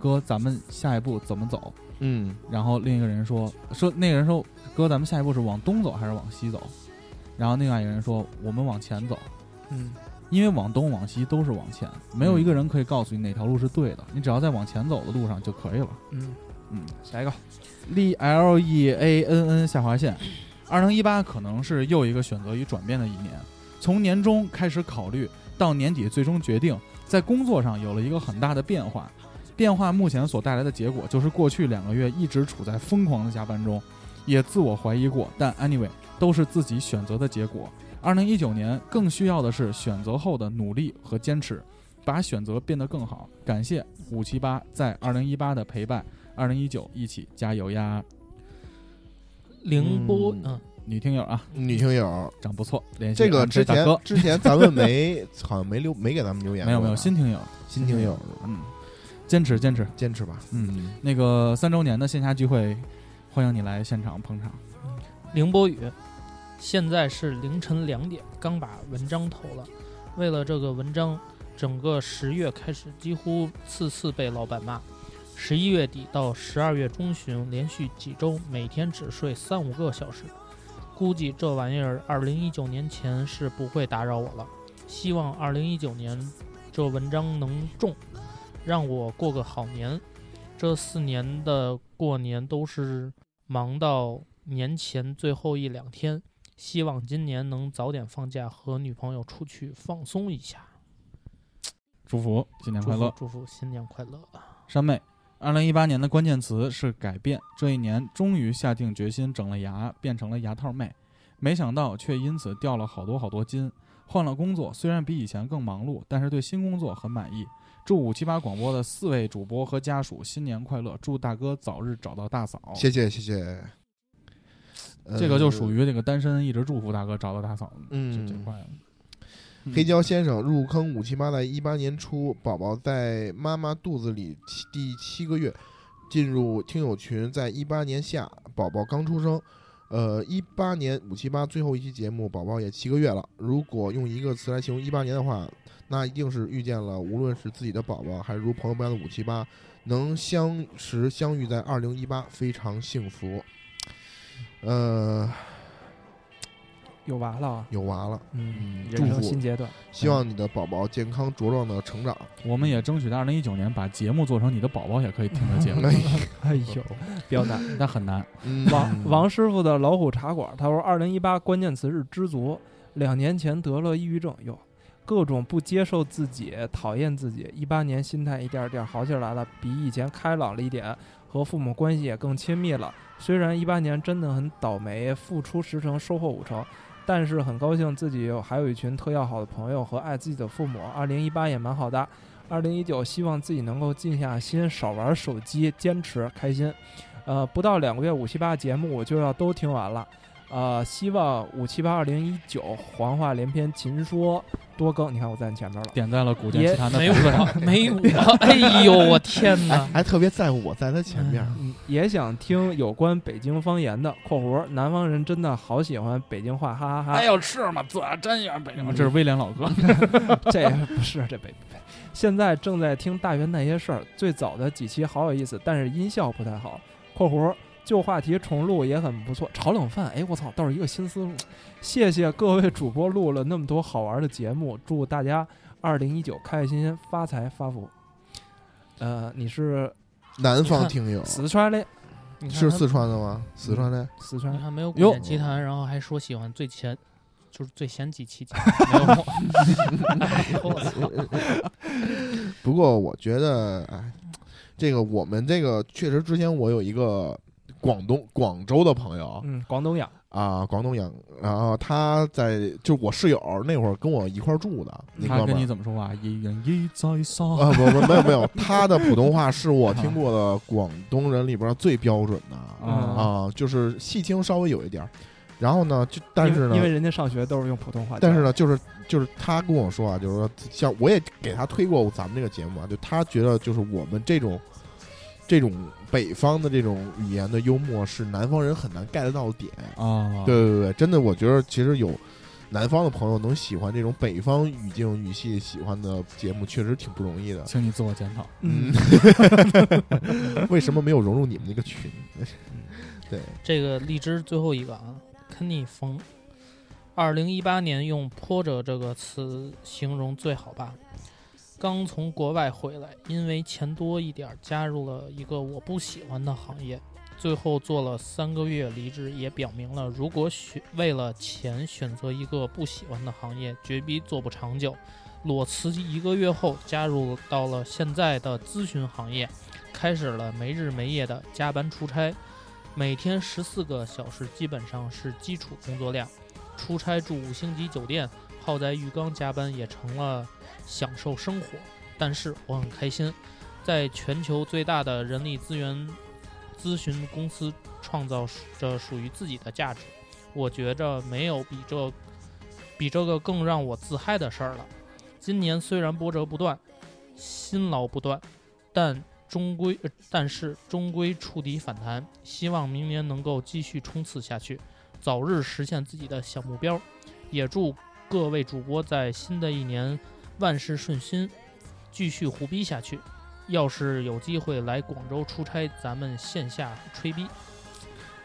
B: 哥，咱们下一步怎么走？
E: 嗯，
B: 然后另一个人说说那个人说哥，咱们下一步是往东走还是往西走？然后另外一个人说我们往前走，
D: 嗯，
B: 因为往东往西都是往前，没有一个人可以告诉你哪条路是对的，你只要在往前走的路上就可以了。
D: 嗯
B: 嗯，
D: 下一个，
B: L L E A N N 下划线，二零一八可能是又一个选择与转变的一年，从年终开始考虑到年底最终决定，在工作上有了一个很大的变化。变化目前所带来的结果就是过去两个月一直处在疯狂的加班中，也自我怀疑过，但 anyway 都是自己选择的结果。二零一九年更需要的是选择后的努力和坚持，把选择变得更好。感谢五七八在二零一八的陪伴。二零一九一起加油呀！
F: 凌波，嗯，
B: 女听友啊，
E: 女听友，
B: 长不错，联系
E: 这个
B: MC
E: 之
B: 大
E: 前
B: 哥
E: 之前咱们没好像没留没给咱们留言过吧，
B: 没有没有新听友，
E: 新听友，
B: 嗯，坚持坚持。
E: 坚持吧。
B: 嗯，那个三周年的线下聚会，欢迎你来现场捧场。
F: 凌波雨，现在是凌晨两点，刚把文章投了。为了这个文章，整个十月开始几乎次次被老板骂。十一月底到十二月中旬，连续几周每天只睡三五个小时，估计这玩意儿二零一九年前是不会打扰我了。希望二零一九年这文章能中，让我过个好年。这四年的过年都是忙到年前最后一两天，希望今年能早点放假，和女朋友出去放松一下。
B: 祝福新年
F: 祝
B: 快
F: 福
B: 乐，
F: 祝福新年 快乐啊！
B: 山妹。二零一八年的关键词是改变，这一年终于下定决心整了牙，变成了牙套妹。没想到却因此掉了好多好多斤。换了工作，虽然比以前更忙碌，但是对新工作很满意。祝五七八广播的四位主播和家属新年快乐！祝大哥早日找到大嫂。
E: 谢谢谢谢。呃
B: 这个就属
E: 于
B: 于这个单身一直祝福大哥找到大嫂，
E: 嗯
B: 这这块了。嗯
E: 黑胶先生入坑五七八在一八年初，宝宝在妈妈肚子里七第七个月，进入听友群，在一八年夏，宝宝刚出生。呃，一八年五七八最后一期节目，宝宝也七个月了。如果用一个词来形容一八年的话，那一定是遇见了，无论是自己的宝宝，还是如朋友般的五七八，能相识相遇在二零一八，非常幸福。呃，
D: 有娃了啊，
E: 有娃了，
D: 嗯，
E: 祝
D: 人生
E: 福
D: 新阶段，
E: 希望你的宝宝健康茁壮的成长。
B: 嗯我们也争取在二零一九年把节目做成你的宝宝也可以听的节目，
E: 哎
D: 哎 呦，比较难。
B: 那很难。
E: 嗯
D: 王王师傅的老虎茶馆，他说二零一八关键词是知足，两年前得了抑郁症，哟，各种不接受自己，讨厌自己。一八年心态一点儿点儿好起来了，比以前开朗了一点，和父母关系也更亲密了。虽然一八年真的很倒霉，付出十成，收获五成，但是很高兴自己有还有一群特要好的朋友和爱自己的父母。二零一八也蛮好的，二零一九希望自己能够静下心，少玩手机，坚持开心。呃，不到两个月，五七八节目我就要都听完了。呃，希望五七八二零一九黄话连篇，勤说多更。你看我在你前面了。
B: 点在了古剑奇谭的
F: 没
B: 头上。
F: 我，没 我，哎呦，我天
E: 哎
F: 哪！，
E: 还特别在乎我在他前面。
D: 嗯，也想听有关北京方言的（括弧南方人真的好喜欢北京话，哈哈哈
B: 哎呦，是吗？这真有北
D: 京
B: 嗯这是威廉老哥，
D: 这不是这北北。现在正在听大元那些事儿，最早的几期好有意思，但是音效不太好。（括弧旧话题重录也很不错，炒冷饭，哎，我操，倒是一个新思路。谢谢各位主播录了那么多好玩的节目，祝大家二零一九开开心心，发财发福。呃，你是
E: 南方听友
D: 四川的，
F: 你看
E: 是
F: 他
E: 四川的吗？四川的
D: 四川
F: 你看没有古
B: 哟
F: 典奇谭，然后还说喜欢最前，就是最前几期节目没有我，哎 呦我操！
E: 不过我觉得，哎，这个我们这个确实之前我有一个广东广州的朋友
D: 嗯，广东养，
E: 啊，广东养，然后他在就我室友那会儿跟我一块儿住的那
B: 他
E: 哥
B: 跟
E: 们
B: 你
E: 儿。
B: 怎么说话？一人一在上，
E: 啊不不没有没有，他的普通话是我听过的广东人里边儿最标准的
D: 嗯
E: 啊，就是细听稍微有一点儿，然后呢就但是
D: 因
E: 呢
D: 为因为人家上学都是用普通话教，
E: 但是呢，就是就是他跟我说啊，就是说像我也给他推过咱们这个节目啊，就他觉得就是我们这种这种北方的这种语言的幽默是南方人很难 get 到的点。
B: 啊，
E: 对对对，真的，我觉得其实有南方的朋友能喜欢这种北方语境语系喜欢的节目，确实挺不容易 的。
B: 请你自我检讨。
D: 嗯，
E: 为什么没有融入你们那个群？对，
F: 这个荔枝最后一个啊，Kenny 风，二零一八年用“波折”这个词形容最好吧。刚从国外回来，因为钱多一点儿，加入了一个我不喜欢的行业，最后做了三个月离职，也表明了如果选为了钱选择一个不喜欢的行业，绝逼做不长久。裸辞一个月后，加入到了现在的咨询行业，开始了没日没夜的加班出差，每天十四个小时基本上是基础工作量，出差住五星级酒店，泡在浴缸加班也成了享受生活。但是我很开心，在全球最大的人力资源咨询公司创造着属于自己的价值。我觉着没有比这比这个更让我自嗨的事儿了。今年虽然波折不断，辛劳不断，但终归，呃但是终归触底反弹。希望明年能够继续冲刺下去，早日实现自己的小目标。也祝各位主播在新的一年万事顺心，继续胡逼下去。要是有机会来广州出差，咱们线下吹逼。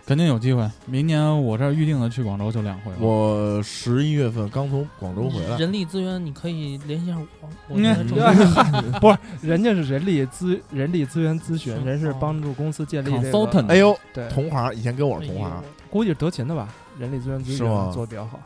B: 肯定有机会，明年我这儿预定的去广州就两回了。
E: 我十一月份刚从广州回来，
F: 人力资源你可以联系上我，我
B: 嗯
F: 觉得这个
D: 不是，人家是人力资人力资源咨询，
F: 是
D: 人是
F: 哦
D: 帮助公司建立这个，
B: consultant，
E: 哎呦，
D: 对，
E: 同行以前跟我是同
F: 哎
E: 行，
D: 估计是德勤的吧，人力资源咨
E: 是
D: 询
E: 吗嗯
D: 做的比较好。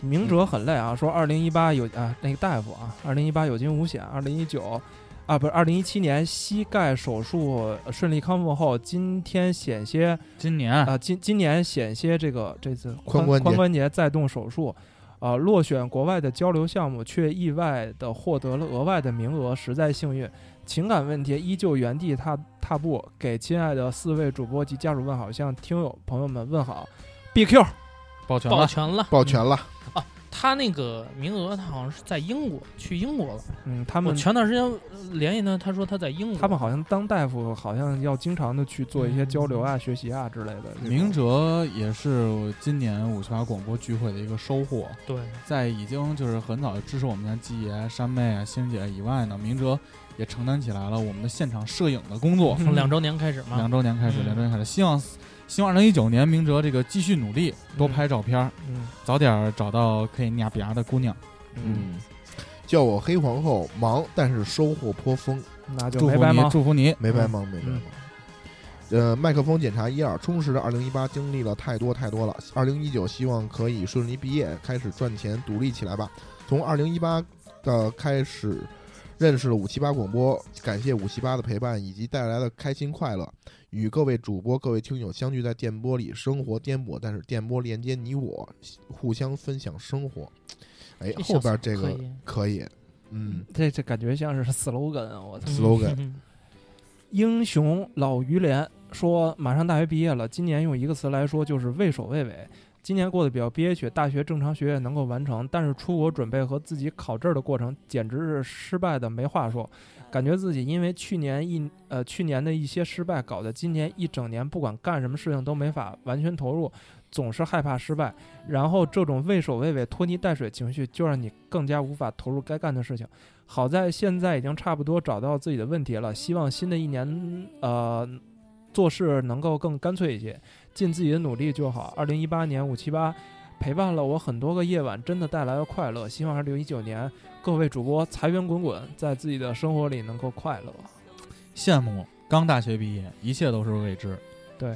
D: 明哲很累啊，说二零一八有啊那个大夫啊，二零一八有惊无险，二零一九啊不是二零一七年膝盖手术呃顺利康复后，今天险些
B: 今 年
D: 啊今今年险些这个这次
E: 髋
D: 髋
E: 关节
D: 髋关节再动手术，啊落选国外的交流项目，却意外的获得了额外的名额，实在幸运。情感问题依旧原地踏踏步，给亲爱的四位主播及家属问好，向听友朋友们问好。B Q
B: 抱拳
F: 抱
B: 了，
F: 拳了。
E: 抱拳了。
F: 他那个名额，他好像是在英国，去英国了。
D: 嗯，他
F: 我
D: 们
F: 前段时间呃联系他，他说他在英国。
D: 他们好像当大夫，好像要经常的去做一些交流啊、学习啊之类的。
B: 嗯明哲也是我今年五七八广播聚会的一个收获，
F: 对，
B: 在已经就是很早就支持我们家季爷、山妹啊、星姐以外呢，明哲也承担起来了我们的现场摄影的工作。
E: 嗯
F: 从两周年开始嘛
B: 两。周年开始，
F: 嗯
B: 两周年开始，希望希望二零一九年明哲这个继续努力，多拍照片儿，
D: 嗯
B: 早点儿找到可以俩比牙的姑娘。
D: 嗯，
E: 嗯，叫我黑皇后，忙但是收获颇丰，
D: 那就
B: 祝
D: 没
B: 福
D: 白
B: 你，
D: 忙。
B: 祝福你。
E: 没白忙，没白忙。呃，麦克风检查一二，充实的二零一八经历了太多太多了。二零一九希望可以顺利毕业，开始赚钱，独立起来吧。从二零一八的开始，认识了五七八广播，感谢五七八的陪伴以及带来的开心快乐。与各位主播、各位听友相聚在电波里，生活颠簸，但是电波连接你我，互相分享生活。哎，后边这
F: 可
E: 个
F: 以
E: 可以，嗯
D: 这这感觉像是 slogan 啊！我操，
E: ，slogan
F: 嗯
D: 英雄老于连说，马上大学毕业了，今年用一个词来说就是畏首畏尾。今年过得比较憋屈，大学正常学业能够完成，但是出国准备和自己考证的过程简直是失败的没话说，感觉自己因为去年一呃去年的一些失败，搞得今年一整年不管干什么事情都没法完全投入，总是害怕失败，然后这种畏首畏尾、拖泥带水情绪就让你更加无法投入该干的事情。好在现在已经差不多找到自己的问题了，希望新的一年呃做事能够更干脆一些，尽自己的努力就好。二零一八年五七八陪伴了我很多个夜晚，真的带来了快乐。希望二零一九年各位主播财源滚滚，在自己的生活里能够快乐。
B: 羡慕刚大学毕业，一切都是未知，
D: 对，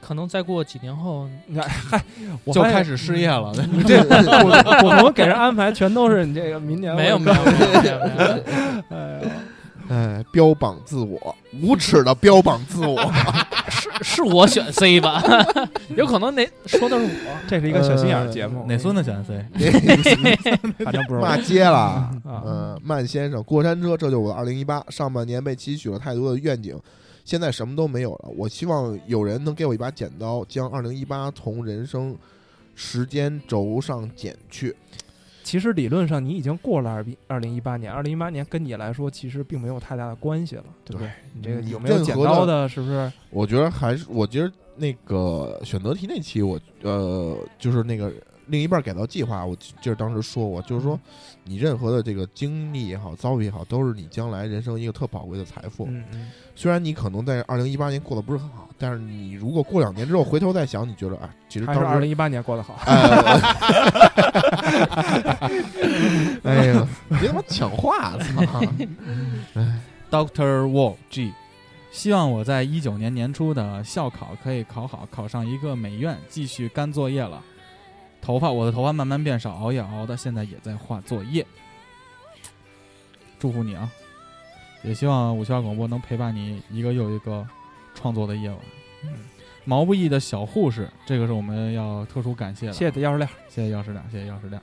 F: 可能再过几年后，
D: 你看，嗨，我
B: 就
D: 发现
B: 开始失业了。
D: 你这我我我给人安排全都是你这个明年
F: 没有
D: 哎我
F: 没有没有没有没有，
D: 哎呦
E: 哎，标榜自我，无耻的标榜自 我。
F: 是是我选 C 吧？ 有可能那说的是我，
D: 这是一个小心眼儿的节
F: 呃
D: 目，
B: 哪孙子选 C？
D: 反正不是我
E: 骂街了。
D: 啊，
E: 嗯，慢先生，过山车，这就是我的二零一八。上半年被期许了太多的愿景，现在什么都没有了。我希望有人能给我一把剪刀，将二零一八从人生时间轴上剪去。
D: 其实理论上你已经过了二比二零一八年，二零一八年跟你来说其实并没有太大的关系了，对不对？你这个
E: 你
D: 有没有
E: 嗯任
D: 剪
E: 何
D: 刀
E: 的？
D: 的，是不是？
E: 我觉得还是，我觉得那个选择题那期我，呃，就是那个另一半改造计划，我就是当时说过，
D: 嗯
E: 就是说你任何的这个经历也好，遭遇也好，都是你将来人生一个特宝贵的财富。
D: 嗯嗯，
E: 虽然你可能在二零一八年过得不是很好，但是你如果过两年之后回头再想，你觉得啊，其实
D: 还
E: 当
D: 是
E: 时
D: 二零一八年过得好。
E: 哎呀，别他妈抢话，操！
B: Doctor Wall G，希望我在一九年年初的校考可以考好，考上一个美院，继续干作业了。头发，我的头发慢慢变少，熬夜熬的，现在也在画作业。祝福你啊！也希望五七八广播能陪伴你一个又一个创作的夜晚。
D: 嗯
B: 毛不易的小护士，这个是我们要特殊感谢的。
D: 谢谢你的钥匙链，
B: 谢谢药师亮，谢谢药师亮。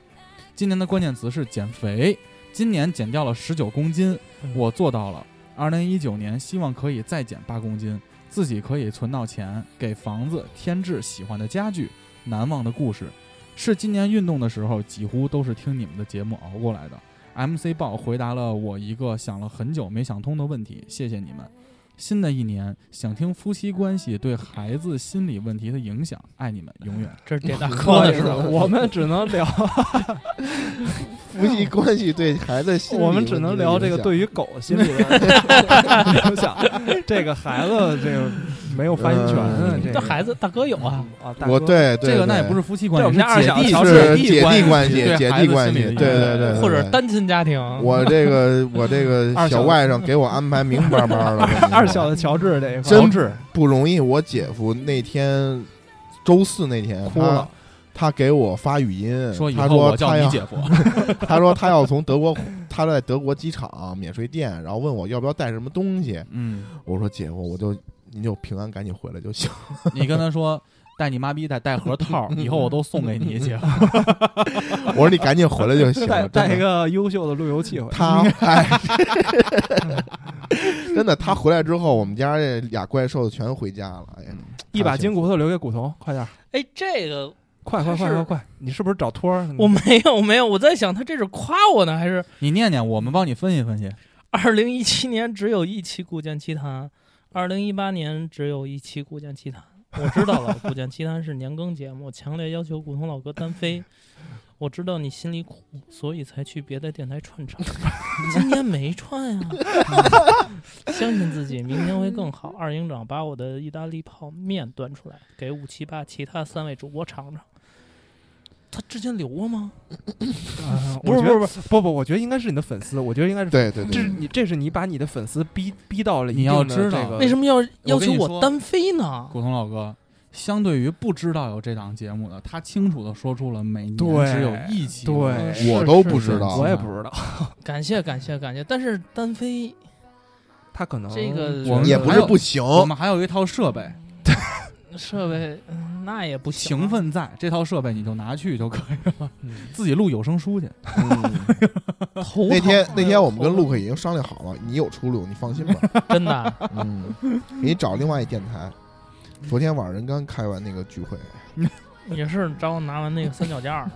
B: 今年的关键词是减肥，今年减掉了十九公斤，
D: 嗯
B: 我做到了。二零一九年希望可以再减八公斤，自己可以存到钱，给房子添置喜欢的家具。难忘的故事，是今年运动的时候几乎都是听你们的节目熬过来的。MC 豹回答了我一个想了很久没想通的问题，谢谢你们。新的一年想听夫妻关系对孩子心理问题的影响，爱你们，永远。
F: 这是点大
D: 不
F: 哥
D: 好
F: 的
D: 意
F: 是
D: 思
F: 吧？
D: 我们只能聊，
E: 夫妻关系对孩子心理
D: 我们只能聊这个对
E: 于
D: 于狗心理 的影响。这个孩子，这个没有发言权啊，
E: 嗯
D: 这个
F: 这孩子大哥有啊，
D: 啊，大
E: 我
D: 哥
E: 对对
B: 这个那也不
E: 是
B: 是夫妻关系，
D: 对我们家二
B: 姐弟
D: 小
E: 是
B: 弟
E: 姐弟关系
B: 对
E: 姐
B: 孩
E: 弟
B: 子
E: 关
B: 心
E: 系
B: 理的
E: 对
B: 影响
E: 对
D: 嗯
E: 对
F: 或者单亲家庭，
D: 呃
E: 我这个我这个
D: 二小
E: 小外甥给我安排明 巴巴的，
D: 二小的乔治这一块
E: 真不容易。我姐夫那天周四那天
D: 哭了，，
E: 他他给我发语音，
B: 说以
E: 他
B: 后我
E: 说
B: 叫
E: 他
B: 你
E: 要
B: 姐夫，
E: 他说他要从德国， 他在德国机场免税店，然后问我要不要带什么东西。
B: 嗯，
E: 我说姐夫，我就你就平安赶紧回来就行。
B: 你跟他说带你妈逼带带盒套，以后我都送给你姐夫，
E: 我说你赶紧回来就行
D: 带
E: 了。
D: 带一
E: 真的
D: 个优秀的路由器回来。
E: 他，哎， 真的，他回来之后，我们家这俩怪兽全回家了。
B: 嗯
E: 哎呀，
D: 一把金骨头留给骨头，快点儿，
F: 哎，这个
D: 快快快快快！你是不是找托儿？
F: 我没有没有，我在想他这是夸我呢还是？
B: 你念念，我们帮你分析分析。
F: 二零一七年只有一期《古剑奇谭》，二零一八年只有一期《古剑奇谭》。我知道了，《古剑奇谭》是年更节目，强烈要求古潼老哥单飞。我知道你心里苦，所以才去别的电台串场。 今年没串呀、 相信自己，明天会更好。二营长把我的意大利泡面端出来，给五七八其他三位主播尝尝。他之前留过吗？
D: 啊
F: 不是
D: 我觉得不不，我觉得应该是你的粉丝，我觉得应该是。
E: 对对
D: 这是
E: 对，
D: 你，这是你把你的粉丝逼逼到了一
B: 你要
D: 定的
B: 知道
D: 这个
F: 为什么要
B: 呃
F: 要
B: 我跟
F: 求
B: 你说
F: 我单飞呢？
B: 古潼老哥，相对于不知道有这档节目的，他清楚的说出了每年
D: 对
B: 只有一期的
D: 对
B: 选
F: 是
E: 我都
F: 是
E: 不
F: 是
E: 知道
D: 我也不知道，
F: 感谢感谢感谢，但是单飞
D: 他可能
F: 这个
B: 我们
E: 也不
B: 还
E: 是
B: 有
E: 不行，
B: 我们还有一套设备，
F: 设备嗯那也不行啊
B: 情分在，这套设备你就拿去就可以了，
D: 嗯
B: 自己录有声书去。
F: 头疼
E: 那天
F: 哎
E: 那
F: 呦
E: 天我们
F: 头
E: 跟
F: 疼
D: 嗯
E: 陆克已经商量好了，你有出路，你放心吧。
F: 真的啊
E: 嗯，给你找另外一电台。昨天晚上人刚开完那个聚会，
F: 也是找我拿完那个三脚架 儿，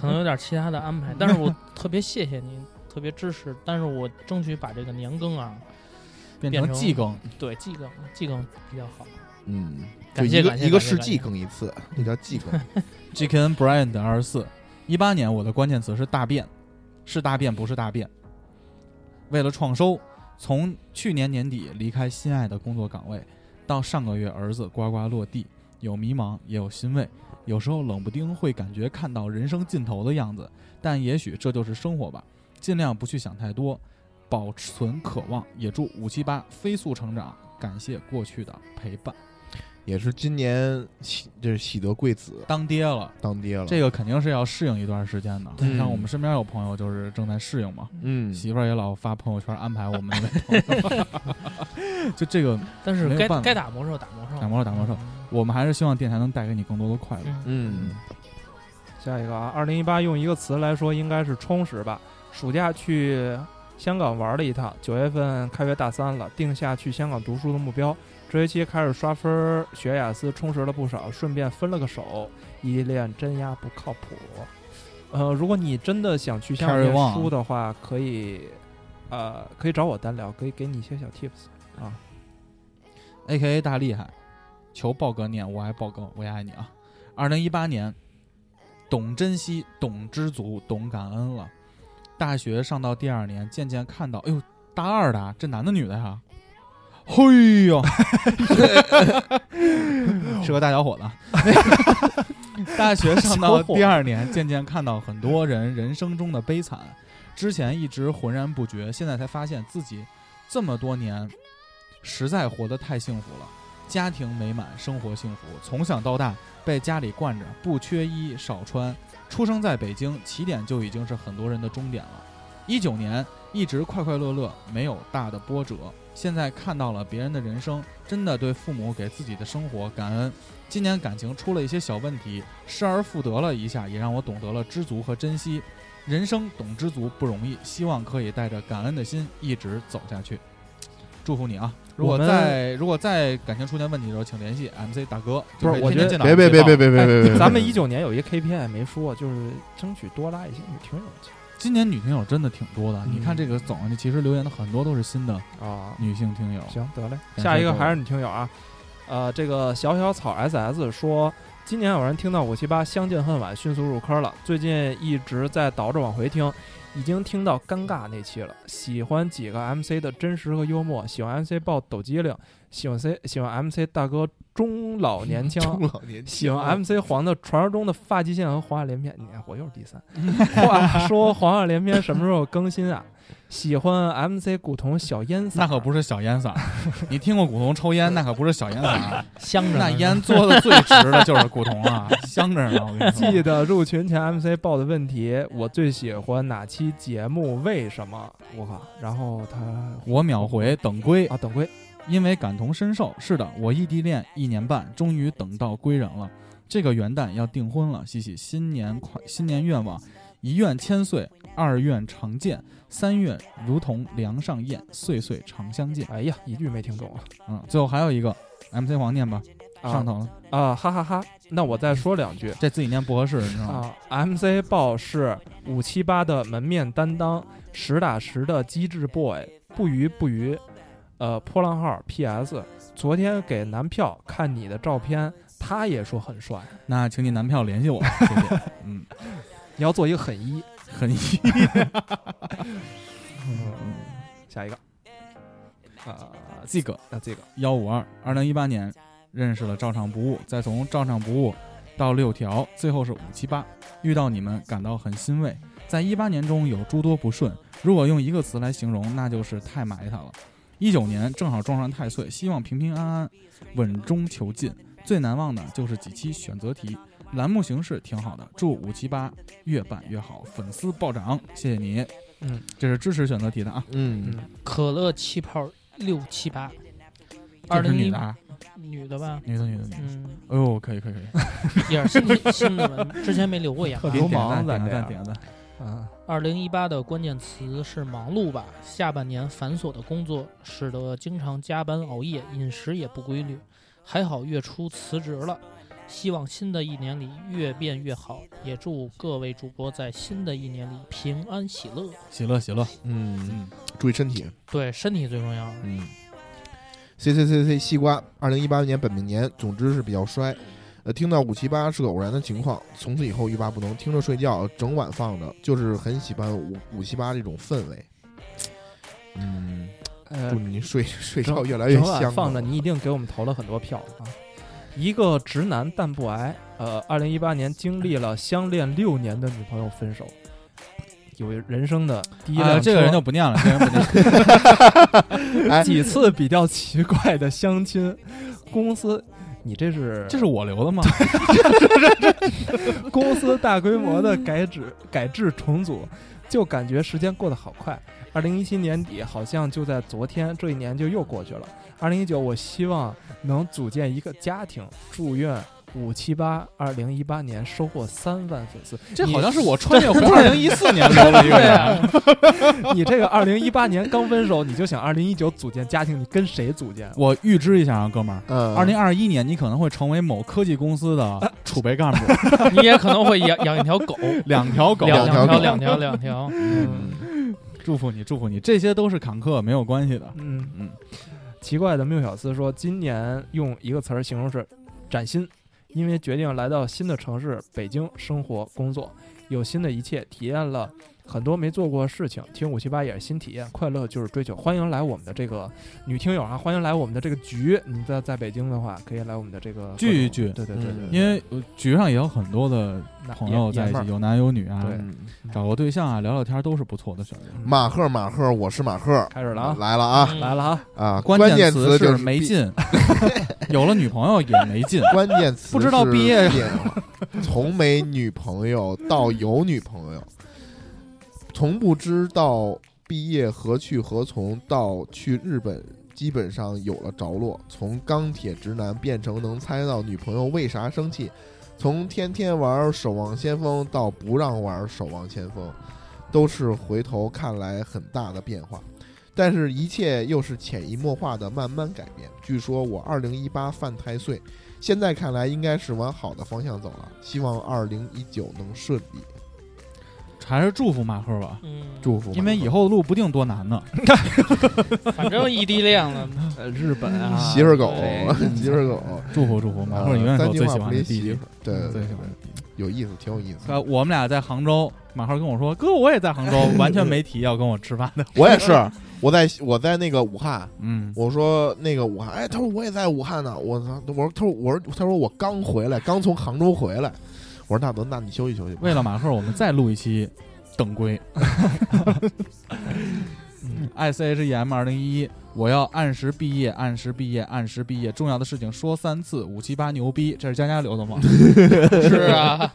F: 可能有点其他的安排，但是我特别谢谢您，特别支持，但是我争取把这个年更啊，
B: 变
F: 变
B: 成
F: 成
B: 季更，
F: 对季更季更比较好，
E: 嗯，就
F: 感谢
E: 一个
F: 感谢
E: 一个
F: 感谢
E: 世
F: 感
E: 纪
F: 谢
E: 更一 次，那叫季更。
B: GKN Bryant 二十四，一八年我的关键词是大变，是大变不是大变。为了创收，从去年年底离开心爱的工作岗位，到上个月儿子呱呱落地，有迷茫也有欣慰，有时候冷不丁会感觉看到人生尽头的样子，但也许这就是生活吧，尽量不去想太多，保存渴望，也祝五七八飞速成长，感谢过去的陪伴。
E: 也是今年喜就是喜得贵子
B: 当爹了。
E: 当爹了。
B: 这个肯定是要适应一段时间的。
E: 对
B: 你看，我们身边有朋友就是正在适应嘛，
E: 嗯，
B: 媳妇儿也老发朋友圈安排我们那位朋友。就这个，
F: 但是
B: 没有
F: 该
B: 办法
F: 该打魔兽打魔兽，
B: 打魔兽打魔兽我们还是希望电台能带给你更多的快乐。
F: 嗯，嗯，
E: 嗯，
D: 下一个啊，二零一八用一个词来说应该是充实吧。暑假去香港玩了一趟，九月份开学大三了，定下去香港读书的目标。这学期开始刷分儿，学雅思充实了不少，顺便分了个手。依恋真压不靠谱。呃，如果你真的想去香港
B: Carry
D: 念
B: on
D: 书的话，可以，呃，可以找我单聊，可以给你一些小 tips。
B: A K A 大厉害，求豹哥念，我爱豹哥，我也爱你啊！二零一八年，懂珍惜，懂知足，懂感恩了。大学上到第二年，渐渐看到，哎呦，大二的啊这男的女的呀？嘿呦，是个大小伙子。啊大学上到第二年，渐渐看到很多人人生中的悲惨。之前一直浑然不觉，现在才发现自己这么多年实在活得太幸福了，家庭美满，生活幸福。从小到大被家里惯着，不缺衣少穿。出生在北京，起点就已经是很多人的终点了。一九年一直快快乐乐，没有大的波折。现在看到了别人的人生，真的对父母给自己的生活感恩。今年感情出了一些小问题，失而复得了一下，也让我懂得了知足和珍惜。人生懂知足不容易，希望可以带着感恩的心一直走下去。祝福你啊！如
D: 我
B: 果
D: 们
B: 在如果在感情出现问题的时候，请联系 MC 大哥。
D: 不是
B: 就可以
D: 我
B: 天天
D: 觉
B: 见到
E: 别
B: MC
E: 别别
B: 报
E: 别别别别别，
D: 哎咱们一九年有一个 KPI 没说，就是争取多拉一些女听友去
B: 今年女听友真的挺多的，
D: 嗯
B: 你看这个走上去，其实留言的很多都是新的
D: 啊。
B: 女性听友。
D: 行，得嘞，
B: 感
D: 下
B: 谢
D: 一个
B: 各位
D: 还是你听友啊，呃，这个小小草 SS 说，今年有人听到五七八相见恨晚，迅速入坑了，最近一直在倒着往回听，已经听到尴尬那期了，喜欢几个 MC 的真实和幽默，喜欢 MC 爆抖机灵，喜欢 C 喜欢 MC 大哥中老年腔
E: 中。老年啊
D: 喜欢 MC 黄的传说中的发际线和黄二连篇，你看我又是第三。话说黄二连篇什么时候更新啊？喜欢 MC 古潼小烟嗓，
B: 那可不是小烟 嗓儿，你听过古潼抽烟，那可不是小烟嗓儿，
F: 香着呢
B: 那烟嘬的最直的就是古潼啊， 香着呢。我跟你
D: 记
B: 说，
D: 得入群前 MC 报的问题，我最喜欢哪期节目？为什么？我靠！然后他
B: 我秒回等归，
D: 啊，等会
B: 因为感同身受。是的，我异地恋一年半，终于等到归人了。这个元旦要订婚了，喜喜新年快，新年愿望，一愿千岁，二愿常见，三愿如同梁上燕，岁岁常相见。
D: 哎呀，一句没听懂啊
B: 嗯，最后还有一个 MC 黄念吧，上头了，
D: 啊！哈哈哈！那我再说两句
B: 这自己念不合适，你知道 吗？
D: 啊，MC 报是五七八的门面担当，实打实的机智 boy，不渝不渝。呃，破浪号 PS，昨天给男票看你的照片，他也说很帅。
B: 那请你男票联系我，谢谢。嗯，
D: 你要做一个狠一，
B: 很
D: 嗯，下一个，啊、
B: 这个
D: 那这个
B: 幺五二，二零一八年认识了照常不误，再从照常不误到六条，最后是五七八，遇到你们感到很欣慰。在一八年中有诸多不顺，如果用一个词来形容，那就是太埋汰了。一九年正好撞上太岁，希望平平安安，稳中求进。最难忘的就是几期选择题，栏目形式挺好的。祝五七八越办越好，粉丝暴涨，谢谢你。
D: 嗯，
B: 这是支持选择题的啊，
E: 嗯，
D: 嗯，
F: 可乐气泡六七八，二
B: 这是
F: 零
B: 女
F: 一
B: 的啊，
F: 女的吧？
B: 女的女的女的。
F: 嗯，
B: 哎呦，可以可以可以，
F: 也是新新的文，之前没留过言。
D: 特
B: 点
D: 流
B: 点
D: 氓
B: 赞
D: 咱
B: 点
D: 这
B: 个赞
D: 样
B: 点个赞。
D: 啊，
F: 二零一八的关键词是忙碌吧？下半年繁琐的工作使得经常加班熬夜，饮食也不规律。还好月初辞职了，希望新的一年里越变越好。也祝各位主播在新的一年里平安喜乐。
B: 喜乐喜乐，
E: 嗯，
B: 嗯，
E: 注意身体。
F: 对，身体最重要。
E: 嗯，C C C C 西瓜，二零一八年本命年，总之是比较衰。呃，听到五七八是个偶然的情况，从此以后欲罢不能，听着睡觉，整晚放着，就是很喜欢五五七八这种氛围。嗯，
D: 呃
B: 哎
E: 祝，你睡睡觉
D: 整
E: 越来越
D: 整晚
B: 啊
E: 香。
D: 啊放着，你一定给我们投了很多票啊！一个直男但不癌，呃，二零一八年经历了相恋六年的女朋友分手，有人生的第一辆车、
B: 啊这个人 就不 哎念了，这个人不念了。
D: 几次比较奇怪的相亲，公司，你这是
B: 这是我留的吗？
D: 公司大规模的改制、改制重组，就感觉时间过得好快。二零一七年底好像就在昨天，这一年就又过去了。二零一九，我希望能组建一个家庭，祝愿五七八二零一八年收获三万粉丝。
B: 这
D: 你
B: 好像是 我穿越回二零一四年留的一个人。
D: 你这个二零一八年刚分手，你就想二零一九组建家庭，你跟谁组建？
B: 我预知一下啊，哥们儿，
E: 嗯，
B: 二零二一年你可能会成为某科技公司的储备干部，
F: 你也可能会养养一条狗，
B: 两条狗，
F: 两条
E: 条 狗
F: 两条两条。
E: 嗯
B: 祝福你，祝福你，这些都是坎坷没有关系的。
D: 嗯
B: 嗯，
D: 奇怪的缪小斯说，今年用一个词儿形容是崭新，因为决定来到新的城市北京生活工作，有新的一切，体验了很多没做过的事情。听五七八也是新体验，快乐就是追求。欢迎来我们的这个女听友啊，欢迎来我们的这个局。你在在北京的话，可以来我们的这个
B: 聚一
D: 各种
B: 聚
D: 对对对对，
E: 嗯
B: 因为呃局上也有很多的
D: 那
B: 朋友
D: 爷
B: 在一
D: 爷们
B: 起，
D: 儿
B: 有男有女啊，
D: 对
E: 嗯，
B: 找个对象啊，聊聊天都是不错的选择。
E: 马赫马赫，我是马赫，
D: 开始了啊，
E: 来了
F: 嗯
E: 啊
D: 来了啊，
E: 啊！
B: 关键
E: 键
B: 词
E: 就是
B: 没
E: 毕，
B: 劲，有了女朋友也没劲。
E: 关键词
B: 不知道
E: 是
B: 毕业
E: 变化，从没女朋友到有女朋友，从不知道毕业何去何从到去日本，基本上有了着落。从钢铁直男变成能猜到女朋友为啥生气，从天天玩《守望先锋》到不让玩《守望先锋》，都是回头看来很大的变化。但是，一切又是潜移默化的慢慢改变。据说我二零一八犯太岁，现在看来应该是往好的方向走了，希望二零一九能顺利。
B: 还是祝福马赫吧，
F: 嗯，
E: 祝福吧，
B: 因为以后的路不定多难呢。
F: 反正异地恋了，
D: 呃日本啊，
E: 媳妇儿狗
D: 对，
E: 媳妇儿狗，
B: 祝福祝福，马赫
E: 啊
B: 永远是
E: 三
B: 我
E: 句
B: 最
E: 话
B: 喜
E: 不
B: 欢的
E: 离
B: 弟
E: 媳
B: 弟嗯
E: 妇。儿，对对
B: 最
E: 呃对
B: 喜欢的，
E: 有意思，挺有意思。
B: 呃，我们俩在杭州，马赫跟我说：“哥，我也在杭州，完全没提要 跟我吃饭的。
E: 我也是，我在我在那个武汉，”
B: 嗯，
E: 我说那个武汉，哎，他说我也在武汉呢，我操，我说他说我说他说我刚回来，刚从杭州回来，我说那得，那你休息休息吧。
B: 为了马赫，我们再录一期等规。I C H E M 二零一一，我要按时毕业，按时毕业，按时毕业。重要的事情说三次，五七八牛逼，这是佳佳留的吗？
F: 是啊，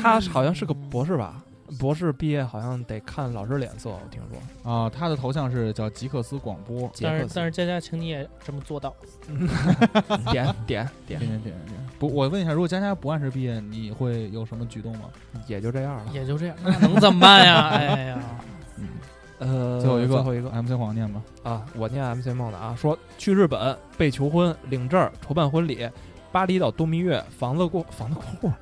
D: 他好像是个博士吧？博士毕业好像得看老师脸色，我听说。
B: 啊，他的头像是叫吉克斯广播。
D: 杰
F: 但
D: 克
F: 是
D: 斯
F: 但是佳佳，请你也这么做到。
D: 点点
B: 点
D: 点，
B: 点点点，不，我问一下，如果佳佳不按时毕业，你会有什么举动吗？
D: 也就这样了。
F: 也就这样，那能怎么办呀？ 哎呀，
D: 呃，
B: 最后一个，
D: 最后一个
B: MC 黄念吧。
D: 啊，我念 MC 梦的啊，说去日本被求婚、领证、筹办婚礼，巴厘岛度蜜月，房子过房子过户，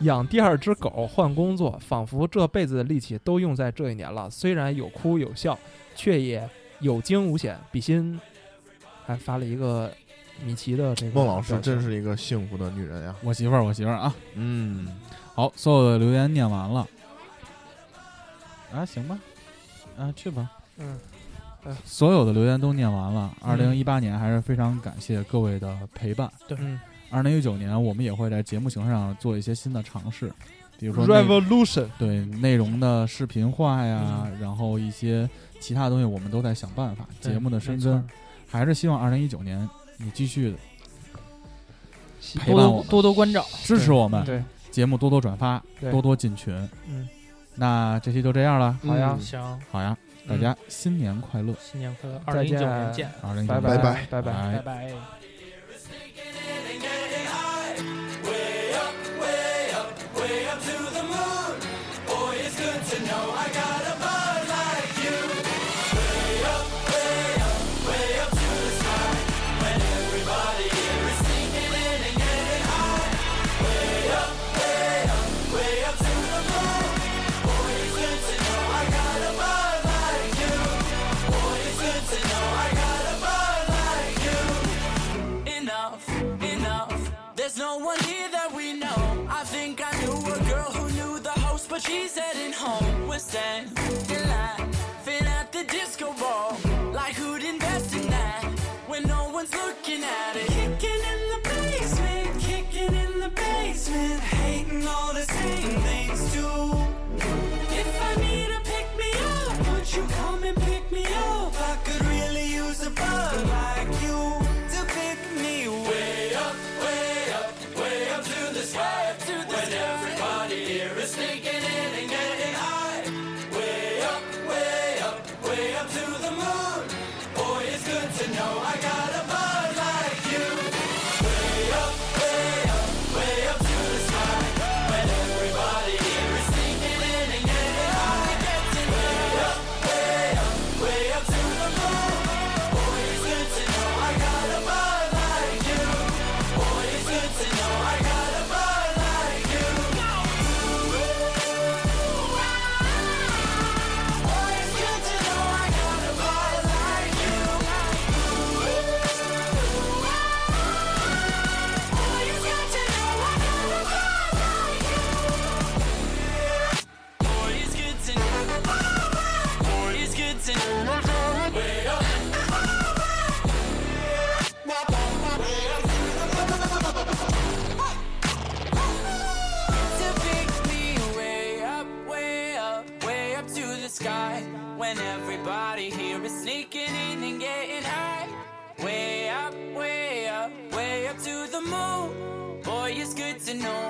D: 养第二只狗，换工作，仿佛这辈子的力气都用在这一年了。虽然有哭有笑，却也有惊无险。比心还发了一个米奇的这个
E: 孟老师
D: 表情
E: 真是一个幸福的女人呀，
B: 我媳妇儿，我媳妇儿啊。
E: 嗯，
B: 好，所有的留言念完了。啊，行吧，啊，去吧。
D: 嗯哎
B: 所有的留言都念完了。二零一八年还是非常感谢各位的陪伴。
F: 对
D: 嗯
B: 二零一九年我们也会在节目形式上做一些新的尝试，比如说内
D: ，Revolution
B: 对内容的视频化呀，然后一些其他东西我们都在想办法。
F: 对
B: 节目的深
F: 没错
B: 耕，还是希望二零一九年你继续陪
F: 多
B: 伴我
F: 多
B: 们，
F: 多多关照。
B: 支持我们，
D: 对，
B: 节目多多转发，
D: 对
B: 多多进群。
D: 嗯，
B: 那这期就这样了，
D: 好呀
A: 嗯
F: 行，嗯
B: 好呀，大
D: 嗯
B: 家新年快乐，
F: 新年快乐，二
D: 再
F: 零
D: 见
F: 一九年见，
B: 二零一九
D: 拜
B: 年
E: 拜拜
D: 拜拜。
B: 拜
F: 拜拜。
H: enough, enough. There's no one here that we know. I think I knew a girl who knew the host, but she's heading home. We're standing in line, fit at the disco ball. Like who'd invest in that when no one's looking at it? Kicking in the basement, kicking in the basement, hating all the same things too. If I need a pick me up, would you come and pick me up? I could really use a bug like you to pick me way up, way up, way up to the sky, up to the when sky. everybody here is sneaking in and getting high. Way up, way up, way up to the moon. Boy, it's good to know I got a bug like you. Way up, way up, way up to the sky. When everybody here is sneaking in and getting high. Way up, way up, way up to the moon. Boy, it's good to know I got a bug like you. Boy, it's good to know I got a bug like you. Boy, it's good to know I got a bug like you. Boy, it's good to know I got a bug like you. Boy, it's good to know. Boy, it's good to know. Way up. To pick me way up, way up, way up to the sky. When everybody here is sneaking in and getting high. Way up, way up, way up to the moon. Boy, it's good to know